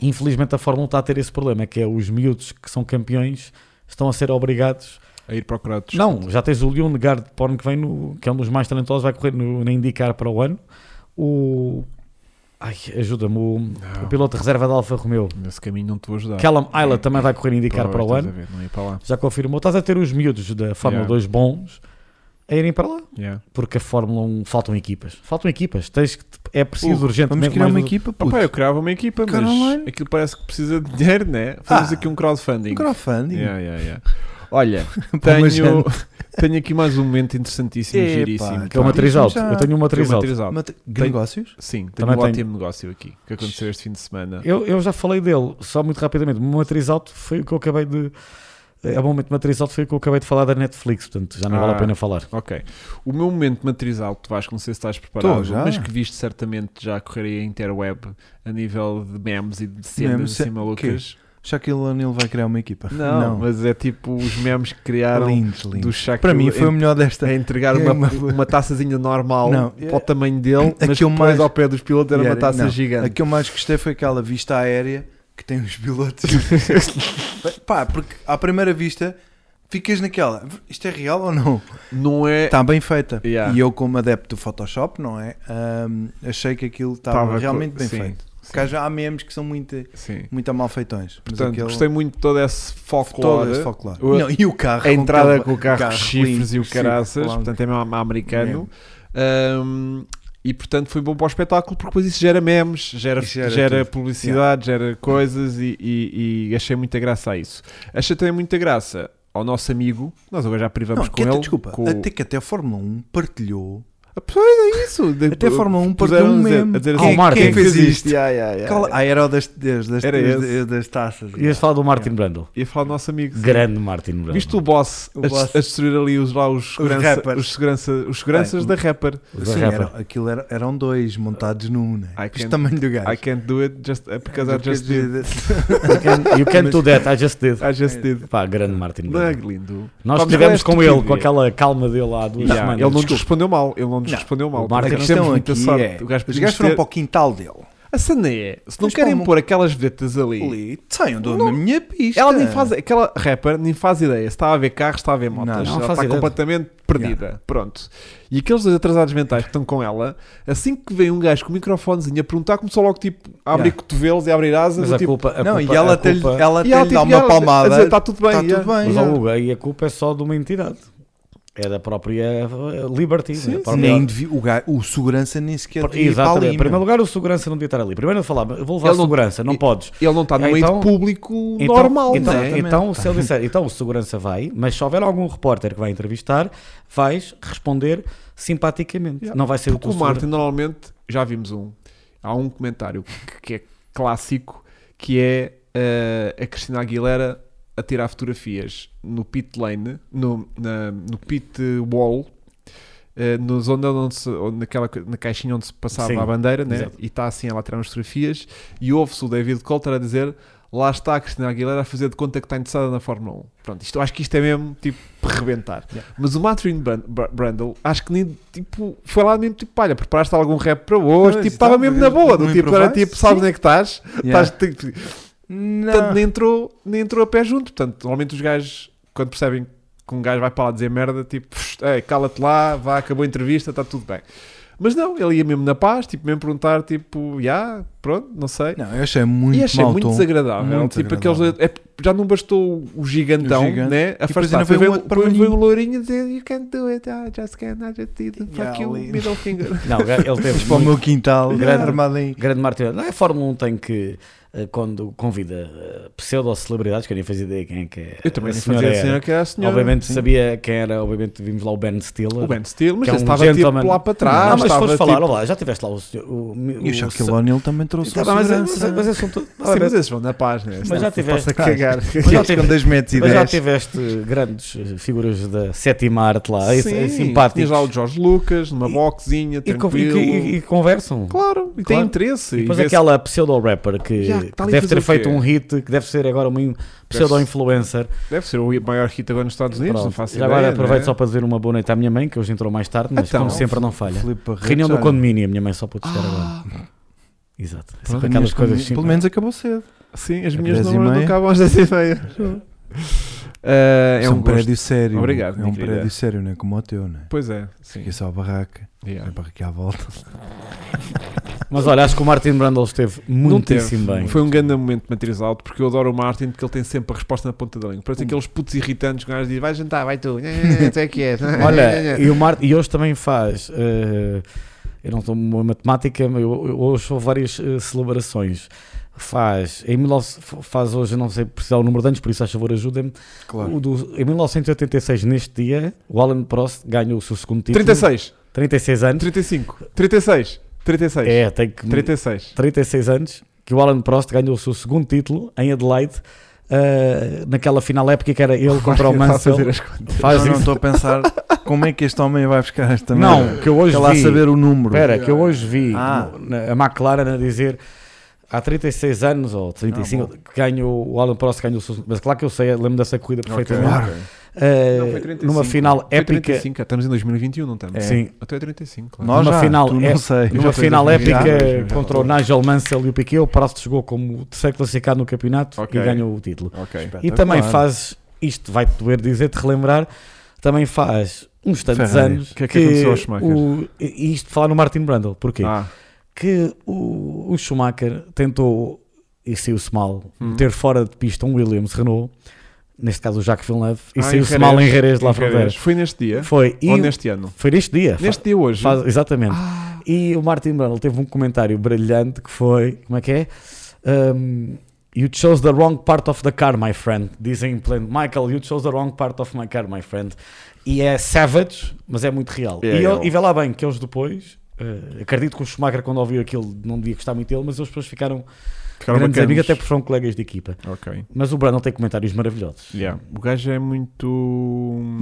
S2: Infelizmente a Fórmula 1 está a ter esse problema, que é os miúdos que são campeões estão a ser obrigados
S1: A ir procurar outros.
S2: não, já tens o Leon de Porn que vem no, que é um dos mais talentosos, vai correr no, na indicar para o ano. O ai, ajuda-me, o,
S1: Não.
S2: o piloto de reserva da Alfa Romeo,
S1: Nesse caminho não te vou ajudar.
S2: Callum
S3: Ah, é.
S2: Isla também vai correr na indicar
S1: Pois,
S2: para o
S1: estás
S2: ano.
S1: a ver, Não ia para lá.
S2: Já confirmou, estás a ter os miúdos da Fórmula
S1: Yeah.
S2: 2 bons a irem para lá,
S1: Yeah.
S2: porque a Fórmula 1 faltam equipas. Faltam equipas, tens que é preciso urgente um.
S3: Vamos criar uma equipa,
S1: Opa,
S3: puto.
S1: eu criava uma equipa, mas
S3: Caroline.
S1: aquilo parece que precisa de dinheiro, né? Fazemos
S3: Ah.
S1: aqui um crowdfunding.
S3: Microfunding.
S1: Yeah, yeah, yeah. Olha,
S3: Para uma
S1: tenho, tenho aqui mais um momento interessantíssimo,
S3: Epá,
S1: giríssimo.
S2: Que é uma
S3: Pá,
S2: matriz
S3: diz-me
S2: alto.
S3: já. é
S2: Eu tenho uma matriz alto.
S1: Matriz alto.
S3: Mas te-
S1: Tem-
S3: Negócios?
S1: Sim, tenho
S2: Também
S1: um
S2: tenho.
S1: ótimo negócio aqui que aconteceu este fim de semana.
S2: Eu, eu já falei dele, só muito rapidamente. Uma matriz alto foi o que eu acabei de. É bom momento matriz alto foi o que eu acabei de falar da Netflix, portanto já não vale
S1: Ah.
S2: a pena falar.
S1: Ok. O meu momento de matriz alto, Vasco, não sei se estás preparado,
S3: Tô, já.
S1: mas que viste certamente já correr aí a interweb a nível de memes e de cenas
S3: Memes,
S1: assim malucas.
S3: Shaquille O'Neal vai criar uma equipa.
S1: Não, mas é tipo os memes que criaram
S3: lindos, lindos.
S1: do Shaquille
S3: Para mim foi o
S1: em-
S3: melhor desta.
S1: a entregar
S3: É
S1: uma,
S3: uma-
S1: uma taçazinha normal
S3: Não,
S1: para o tamanho dele,
S3: a
S1: mas
S3: que eu
S1: depois
S3: mais-
S1: ao pé dos pilotos era uma
S3: Era-
S1: taça
S3: não, A
S1: gigante.
S3: que eu mais gostei foi aquela vista aérea que tem os pilotos. Pá, porque à primeira vista ficas naquela, isto é real ou não?
S1: Não é.
S3: Está bem feita.
S1: Yeah.
S3: E eu, como adepto do Photoshop, não é? Ahm, achei que aquilo estava
S1: Tava co-
S3: realmente bem
S1: sim,
S3: feito. Porque há já há memes que são muito,
S1: Sim.
S3: muito amalfeitões. Mas
S1: Portanto,
S3: aquele-
S1: gostei muito de todo esse
S3: todo
S1: folclore.
S3: esse folclore.
S1: O-
S3: Não, e o carro.
S1: A entrada com o carro,
S3: carro
S1: com chifres
S3: lindo,
S1: e o caraças,
S3: sim,
S1: portanto é mesmo americano. Ahm, e portanto foi bom para o espetáculo porque depois isso gera memes, gera,
S3: Isso gera
S1: gera,
S3: tudo.
S1: publicidade, gera coisas e, e- e achei muita graça a isso. Achei também muita graça ao nosso amigo, nós agora já privamos
S3: Não,
S1: com
S3: que até,
S1: ele.
S3: desculpa,
S1: com...
S3: até que até a Fórmula 1 partilhou.
S1: Ah, pois é isso, de-
S3: Até a Fórmula 1 partilhou
S1: puseram
S3: um
S1: a dizer-
S3: meme.
S1: a dizer
S2: Ah, o
S1: assim,
S2: Martin
S1: quem fez
S3: fez
S1: isto? Ya, ya, ya.
S3: Cala- Ah, era o das, das, das,
S1: Era
S3: das,
S1: esse.
S3: das taças.
S2: Ias falar do Martin Brando.
S1: Ia falar do nosso amigo. É. sim.
S2: Grande Martin Brando.
S1: Viste o boss,
S3: O
S1: a,
S3: boss.
S1: a destruir ali os, lá os, segurança,
S3: rappers.
S1: os, segurança, os seguranças
S3: Bem,
S1: da rapper.
S2: Os
S3: Sim,
S2: rapper.
S3: era, aquilo era, eram dois montados num, né?
S1: I
S3: Este
S1: can't-
S3: tamanho do gajo.
S1: I can't do it just uh, because I just did.
S2: You can- You can do that, I just did.
S1: I just did.
S2: Pá, grande Martin
S1: Não é
S2: Brando.
S1: lindo.
S2: Nós
S1: Vamos ver
S2: estivemos
S1: a
S2: com ele,
S1: estupidez.
S2: com aquela calma dele lá há duas
S1: Yeah,
S2: semanas.
S1: ele não nos
S2: Desculpa.
S1: respondeu mal. Ele não nos
S3: Não.
S1: respondeu mal.
S2: O Martin-
S1: É que
S3: A
S2: Temos
S3: questão
S1: muita
S3: aqui
S1: sorte.
S3: é,
S1: O gajo
S3: os
S1: podia
S3: gajos
S1: ter-
S3: foram para o quintal dele.
S1: A cena é, se não
S3: Mas
S1: querem
S3: como-
S1: pôr aquelas vetas ali,
S3: Ali, saiam do- na minha pista.
S1: ela nem faz, aquela rapper nem faz ideia se está a ver carros, se está a ver motos.
S3: Não, não
S1: ela
S2: faz
S1: está
S2: ideia.
S1: completamente perdida. Pronto. E aqueles dois atrasados mentais que estão com ela, assim que vem um gajo com o microfonezinho a perguntar, começou logo tipo a abrir
S3: Yeah.
S1: cotovelos e a abrir asas.
S2: Mas
S1: do
S2: a
S1: tipo,
S2: culpa. a
S3: Não, e
S2: culpa- é
S3: ela
S2: a
S3: até lhe
S2: culpa-
S3: ela até
S1: e ela um-
S3: lhe dá
S1: tipo,
S3: uma
S1: ela- a
S3: palmada.
S1: dizer, está tudo bem.
S3: Está tudo
S1: yeah."
S3: bem.
S2: Mas, ó,
S3: yeah.
S2: Hugo, aí a culpa é só de uma entidade. É da própria eh, Liberty. da própria-
S3: Nem devi- o, gajo- o segurança nem sequer devia ir para
S2: Exatamente. Em
S3: ali.
S2: primeiro
S3: meu.
S2: lugar, o segurança não devia estar ali. Primeiro eu falava, eu vou levar
S1: Ele não-
S2: segurança, não
S1: e-
S2: podes.
S1: Ele não está no
S2: Ah,
S1: meio
S2: então-
S1: de público
S2: Então-
S1: normal,
S2: então,
S1: não é?
S2: então, se ele disser, então o segurança vai, mas se houver algum repórter que vai entrevistar, vais responder simpaticamente.
S1: Yeah.
S2: Não vai ser
S1: Porque
S2: o
S1: o
S2: que
S1: Martin normalmente, já vimos um, há um comentário que, que é clássico, que é eh, a Cristina Aguilera a tirar fotografias no pit lane, no, na- no pit wall, eh, na zona onde se, onde naquela, ca- na caixinha onde se passava
S2: Sim,
S1: a bandeira, né?
S2: exato.
S1: e está assim ela a tirar umas fotografias, e ouve-se o David Coulter a dizer lá está a Cristina Aguilera a fazer de conta que está interessada na Fórmula 1. Pronto, isto, eu acho que isto é mesmo, tipo, rebentar.
S3: Yeah.
S1: Mas o Martin Bran- Bra- Brundle, acho que nem, tipo, foi lá mesmo, tipo, olha, preparaste algum rap para hoje,
S3: Pois,
S1: tipo, estava
S3: exato,
S1: mesmo na boa, do
S3: não
S1: tipo, era
S3: improvisaste?
S1: tipo, sabes onde é que estás,
S3: Yeah.
S1: estás, tipo, portanto,
S3: Não.
S1: nem entrou, nem entrou a pé junto, portanto, normalmente os gajos, quando percebem que um gajo vai para lá dizer merda, tipo, "Pff, ei, cala-te lá, vá, acabou a entrevista, está tudo bem. Mas não, ele ia mesmo na paz, tipo, mesmo perguntar, tipo, já, pronto, não sei
S3: Não, eu achei muito
S1: e achei
S3: mau
S1: muito
S3: tom.
S1: desagradável.
S3: Muito
S1: tipo,
S3: desagradável.
S1: aqueles, é- já não bastou o gigantão,
S3: O gigante.
S1: né?
S3: depois
S1: Afastar.
S3: ainda
S1: Foi,
S3: veio
S1: veio-
S3: um outro
S1: depois
S3: pequenininho.
S1: veio um loirinho dizer You can't do it, I just can't, I just did. Fuck
S3: Yeah,
S1: you,
S3: ali.
S1: middle finger.
S2: Não, ele teve
S3: Mas para o
S2: muito-
S3: meu quintal,
S2: Grande-
S3: armado em.
S2: Grande Martin, não é a Fórmula 1 tem que, eh, quando convida eh, pseudo-celebridades, que eu nem fazia ideia quem é que é.
S1: Eu também
S2: a
S1: não
S2: senhora
S1: fazia a
S2: era.
S1: cena que era a senhora.
S2: Obviamente
S1: Sim.
S2: sabia quem era, obviamente vimos lá o Ben Stiller.
S1: O Ben Steele, mas
S2: que é
S1: ele
S2: um
S1: estava
S2: gentleman.
S1: tipo lá para trás.
S2: não, mas se
S1: estava,
S2: fores falar,
S1: tipo,
S2: olha lá, já tiveste lá o senhor. O,
S3: E o Shaquille O'Neal também trouxe
S2: Tá,
S3: o
S2: mas,
S3: segurança.
S2: mas, mas, esse assunto-
S1: Sim, mas
S2: mas-
S1: esses vão na paz, né?
S2: Mas já tiveste-
S1: Posso cagar.
S2: mas já
S3: Mas com
S2: tive-
S3: 2 metros e
S2: mas já
S3: 10.
S2: tiveste grandes eh, figuras da sétima arte lá, sim,
S1: Sim,
S2: simpáticos.
S1: Tinhas lá o Jorge Lucas, numa
S2: é E-
S1: boxinha,
S2: e, con- e-
S1: tranquilo.
S2: e- e conversam.
S1: Claro, e tem
S2: Claro.
S1: interesse.
S2: E depois
S1: vê-se-
S2: aquela pseudo-rapper que,
S1: Já, que
S2: que
S1: tá ali a
S2: deve
S1: fazer
S2: ter
S1: o
S2: feito
S1: quê?
S2: um hit, que deve ser agora um pseudo-influencer.
S1: Deve ser o maior hit agora nos Estados Unidos, não
S2: Pronto.
S1: faço
S2: Já
S1: ideia,
S2: agora
S1: né?
S2: aproveito só para dizer uma boa noite à minha mãe, que hoje entrou mais tarde, mas
S1: Então,
S2: como sempre não falha.
S3: Filipe Barreto,
S2: Reunião do
S3: olha,
S2: condomínio, a minha mãe só pôde estar agora.
S1: Ah.
S2: Exato. Sempre aquelas
S3: reuniões com-
S2: coisas assim.
S3: Pelo
S2: simples.
S3: menos acabou cedo.
S1: Sim, as
S3: É
S1: minhas
S3: 10 e
S1: não não
S3: meia.
S1: acabam às 10 e meia. é
S3: Isso é
S1: um prédio.
S3: prédio sério.
S1: Obrigado,
S3: É um
S1: minha querida.
S3: prédio sério, não é como o teu, não é?
S1: Pois é, sim.
S3: Fica só a barraca.
S1: Yeah.
S3: A barraca à volta.
S2: Mas olha, acho que o Martin Brundle esteve
S1: Não teve.
S2: muitíssimo é bem.
S1: Foi um grande momento de matriz alto porque eu adoro o Martin porque ele tem sempre a resposta na ponta da língua. Parece
S2: Hum.
S1: aqueles putos irritantes que o gajo diz: vai jantar, vai tu, tu é que és.
S2: Olha, e, o Mar... e hoje também faz. eh, eu não estou uma matemática, mas eu- eu- hoje são várias eh, celebrações. Faz, em 19 faz hoje, eu não sei precisar o número de anos, por isso, a favor, ajudem-me.
S3: Claro.
S2: O do- Em 1986, neste dia, o Alan Prost ganhou o seu segundo título.
S1: 36,
S2: tipo- 36 anos.
S1: 35, 36, 36,
S2: É, tem que.
S1: 36.
S2: 36 anos, que o Alan Prost ganhou o seu segundo título em Adelaide, eh, naquela final épica que era ele contra o
S1: Vai tentar
S2: Mansell.
S1: fazer as contas.
S2: Faz
S3: eu não
S2: isso.
S3: estou a pensar como é que este homem vai buscar esta
S2: Não, que eu hoje
S3: Quer lá
S2: vi.
S3: saber o número.
S2: Espera, que eu hoje vi
S3: Ah.
S2: no- na- a McLaren a dizer há 36 anos ou 35
S3: Ah,
S2: que ganhou o Alan Prost ganhou o seu- mas claro que eu sei, lembro dessa corrida perfeitamente.
S1: Ok.
S2: Eh,
S1: Não, foi 35.
S2: numa final
S1: Foi
S2: épica,
S1: 35, estamos em 2021, não estamos? Então é
S2: Sim.
S1: Até 35, claro.
S3: Nós
S2: numa
S3: já,
S2: final
S3: tu
S2: é-
S3: não sei.
S2: numa final
S1: foi
S2: épica
S1: 2022, já, já
S2: contra o Nigel Mansell e o Piquet, o Prost chegou como o terceiro classificado no campeonato
S1: Ok.
S2: e ganhou o título.
S1: Ok.
S2: E também fazes, isto vai-te doer dizer-te, relembrar, também faz uns tantos
S3: Ferrari.
S2: anos
S1: O que é que aconteceu ao Schumacher?
S2: o- e isto falar no Martin Brundle, porquê?
S1: Ah,
S2: que o, o Schumacher tentou, e saiu-se mal,
S1: hum.
S2: meter fora de pista um Williams Renault, neste caso o Jacques Villeneuve, e
S1: Ah,
S2: saiu-se
S1: em
S2: mal em
S1: Jerez.
S2: Jerez de La
S1: Em Jerez.
S2: Fronteira.
S1: Foi neste dia?
S2: Foi, e
S1: Ou neste ano?
S2: foi neste dia.
S1: Neste dia hoje?
S2: É Faz- exatamente. E o Martin Brundle teve um comentário brilhante que foi: como é que é? Um, you chose the wrong part of the car, my friend. Dizem em pleno: Michael, you chose the wrong part of my car, my friend. E é savage, mas é muito real.
S1: É,
S2: e, ele-
S1: ele-
S2: e vê lá bem que eles depois. eh, acredito que o Schumacher, quando ouviu aquilo, não devia gostar muito dele, mas eles depois ficaram,
S1: Ficaram
S2: grandes
S1: bacanas.
S2: amigos, até porque foram colegas de equipa.
S1: Ok.
S2: Mas o Brandon tem comentários maravilhosos.
S1: Yeah. O gajo é muito.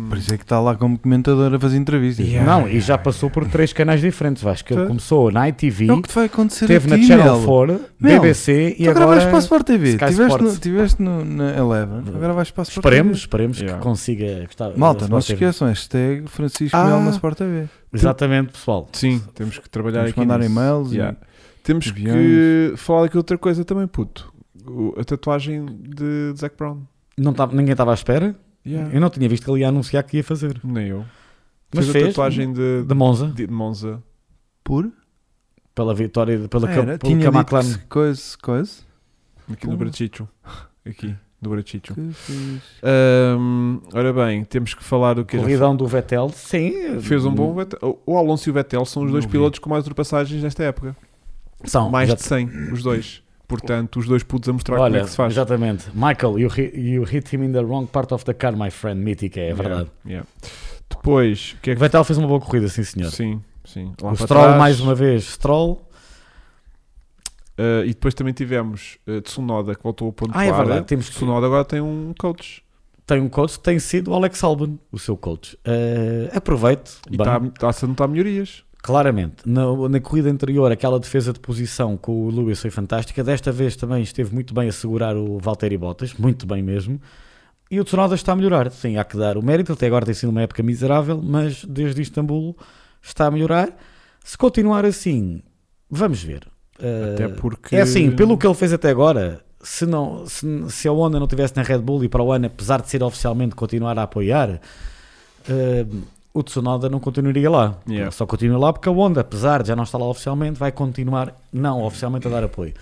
S3: Por isso é que está lá como comentador a fazer entrevistas. é?
S1: Yeah.
S2: não, e já passou por três canais diferentes. Vasco, ele
S3: Tá.
S2: começou na ITV,
S3: É o que te vai acontecer
S2: teve
S3: a
S2: na
S3: ti,
S2: Channel
S3: Mel.
S2: 4,
S3: Mel,
S2: BBC e
S1: então
S3: tu agora
S2: agora
S3: vais para a Sport TV.
S2: Sky
S3: Tiveste,
S2: Sports.
S3: no, tiveste no, na Eleven. Agora vais para a Sport
S2: esperemos,
S3: TV.
S2: esperemos
S1: Yeah.
S2: que consiga gostar.
S3: Malta,
S2: Sport
S3: não se
S2: TV.
S3: esqueçam. Hashtag Francisco
S1: Ah.
S3: Mel na Sport TV.
S2: Exatamente, pessoal.
S1: Sim, temos que trabalhar
S3: Temos
S1: aqui.
S3: que mandar
S1: nisso.
S3: e-mails e-
S1: Yeah. Temos que
S3: aviões.
S1: falar aqui outra coisa também, puto. O- a tatuagem de Zac Brown.
S2: Não tava- ninguém estava à espera.
S1: Yeah.
S2: Eu não tinha visto que ele ia anunciar que ia fazer.
S1: Nem eu. Fez,
S2: Mas
S1: um- a
S2: fez,
S1: tatuagem de,
S2: de Monza,
S1: de Monza.
S3: Por?
S2: pela vitória, pela,
S1: É,
S3: Ah,
S2: cam-
S1: né?
S3: era?
S2: pelo
S3: Tinha
S2: que a
S3: dito que
S2: McLaren.
S3: se- coisa, coisa.
S1: Aqui no
S3: Pumba.
S1: Brachicho. Aqui, no Brachicho.
S3: Que fixe.
S1: Ahm, ora bem, temos que falar do que é já
S2: Corridão do Vettel, sim.
S1: fez um bom Vettel. O Alonso e o Vettel são os dois
S3: Não vi.
S1: pilotos com mais ultrapassagens nesta época.
S2: São,
S1: mais
S2: já-
S1: de 100, os dois. Portanto, os dois putos a mostrar como
S2: Olha,
S1: é que se faz.
S2: exatamente. Michael, you, hit- you hit him in the wrong part of the car, my friend. Mítica, é
S1: Yeah,
S2: verdade.
S1: yeah. Depois, o que é
S2: O
S1: que
S2: Vettel fez uma boa corrida, sim senhor.
S1: Sim, sim. Lá
S2: o
S1: para
S2: Stroll,
S1: trás.
S2: mais uma vez, Stroll.
S1: Ah, e depois também tivemos ah, Tsunoda, que voltou ao ponto
S2: Ah, é verdade, temos que-
S1: né? Tsunoda agora tem um coach.
S2: Tem um coach, tem sido o Alex Albon, o seu coach. Eh, aproveito.
S1: E tá
S2: bem.
S1: está-se a notar melhorias.
S2: Claramente, na, na corrida anterior, aquela defesa de posição com o Lewis foi fantástica. Desta vez também esteve muito bem a segurar o Valtteri Bottas, muito bem mesmo. E o Tsunoda está a melhorar. Sim, há que dar o mérito. Até agora tem sido uma época miserável, mas desde Istambul está a melhorar. Se continuar assim, vamos ver.
S1: Até
S2: Eh,
S1: porque.
S2: É assim, pelo que ele fez até agora, se, não, se, se a Honda não estivesse na Red Bull e para o ano, apesar de ser oficialmente continuar a apoiar, eh, o Tsunoda não continuaria lá.
S1: Yeah.
S2: Só continua lá porque a Honda, apesar de já não estar lá oficialmente, vai continuar, não oficialmente, a dar apoio.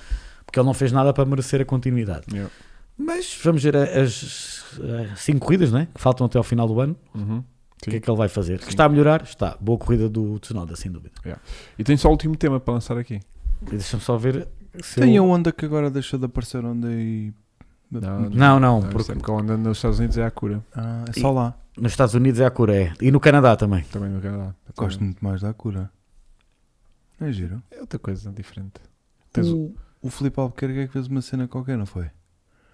S2: Porque ele não fez nada para merecer a continuidade.
S1: Yeah.
S2: Mas vamos ver a- as eh, cinco corridas né, que faltam até ao final do ano.
S1: Uhum.
S2: O que
S1: Sim.
S2: é que ele vai fazer?
S1: Sim.
S2: Está a melhorar? Está. Boa corrida do Tsunoda, sem dúvida.
S1: E tem só o último tema para lançar aqui.
S2: E Deixa-me só ver se.
S3: Tem a
S1: um.
S2: eu...
S3: onda que agora deixou de aparecer onda e.
S2: Não, não,
S1: Não, é
S2: porque
S1: porque a onda nos Estados Unidos é a cura.
S3: Ah, é só lá.
S2: nos Estados Unidos é a Coreia. E no Canadá também.
S1: Também no Canadá. Também.
S3: Gosto muito mais da cura. É giro.
S1: É outra coisa diferente. Tens o,
S3: O, o Filipe Albuquerque é que fez uma cena qualquer, não foi?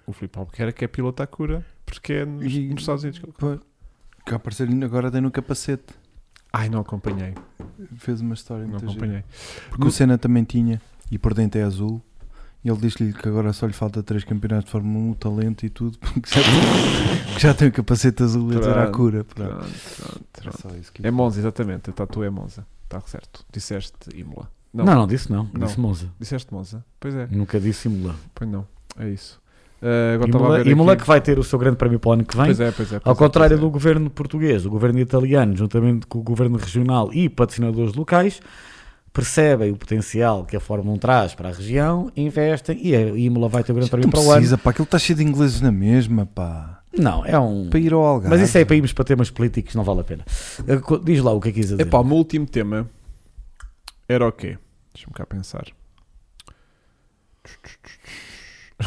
S1: o Filipe Albuquerque que é piloto à cura, porque é nos,
S3: E-
S1: nos Estados Unidos. que ele-
S3: Foi. Que apareceu agora tem no capacete.
S1: Ai, não acompanhei.
S3: Fez uma história
S1: Não
S3: muito gira.
S1: acompanhei.
S3: Porque o Senna também tinha, e por dentro é azul. E ele disse-lhe que agora só lhe falta três campeonatos de Fórmula 1, o talento e tudo, porque já tem, porque já tem o capacete azul e a dizer à
S1: Pronto,
S3: cura. Pronto.
S1: Pronto, pronto,
S3: É
S1: pronto.
S3: só isso que
S1: É Monza, exatamente. A tatu é Monza. Está certo. Disseste Imola. Não.
S2: Não, não, disse não.
S1: Não.
S2: Disse Monza.
S1: Disseste Monza? Pois é.
S2: Nunca disse Imola.
S1: Pois não. É isso. Ah, agora estava a
S2: Imola,
S1: ver
S2: Imola
S1: aqui.
S2: que vai ter o seu grande prémio para o ano que vem.
S1: Pois é, pois é.
S2: Ao
S1: pois é,
S2: contrário
S1: pois é.
S2: do governo português, o governo italiano, juntamente com o governo regional e patrocinadores locais, percebem o potencial que a Fórmula 1 traz para a região, investem e a Imola vai ter o grande
S1: é
S2: prémio
S3: Não
S2: para o ano.
S3: precisa, pá, aquilo está cheio de ingleses na mesma, pá.
S2: Não, é um.
S3: Para ir ao Algarve.
S2: Mas isso é para irmos para temas políticos, não vale a pena. Eh, co- Diz lá o que é que quis dizer.
S1: Epá, o meu último tema era o quê? Deixa-me cá pensar.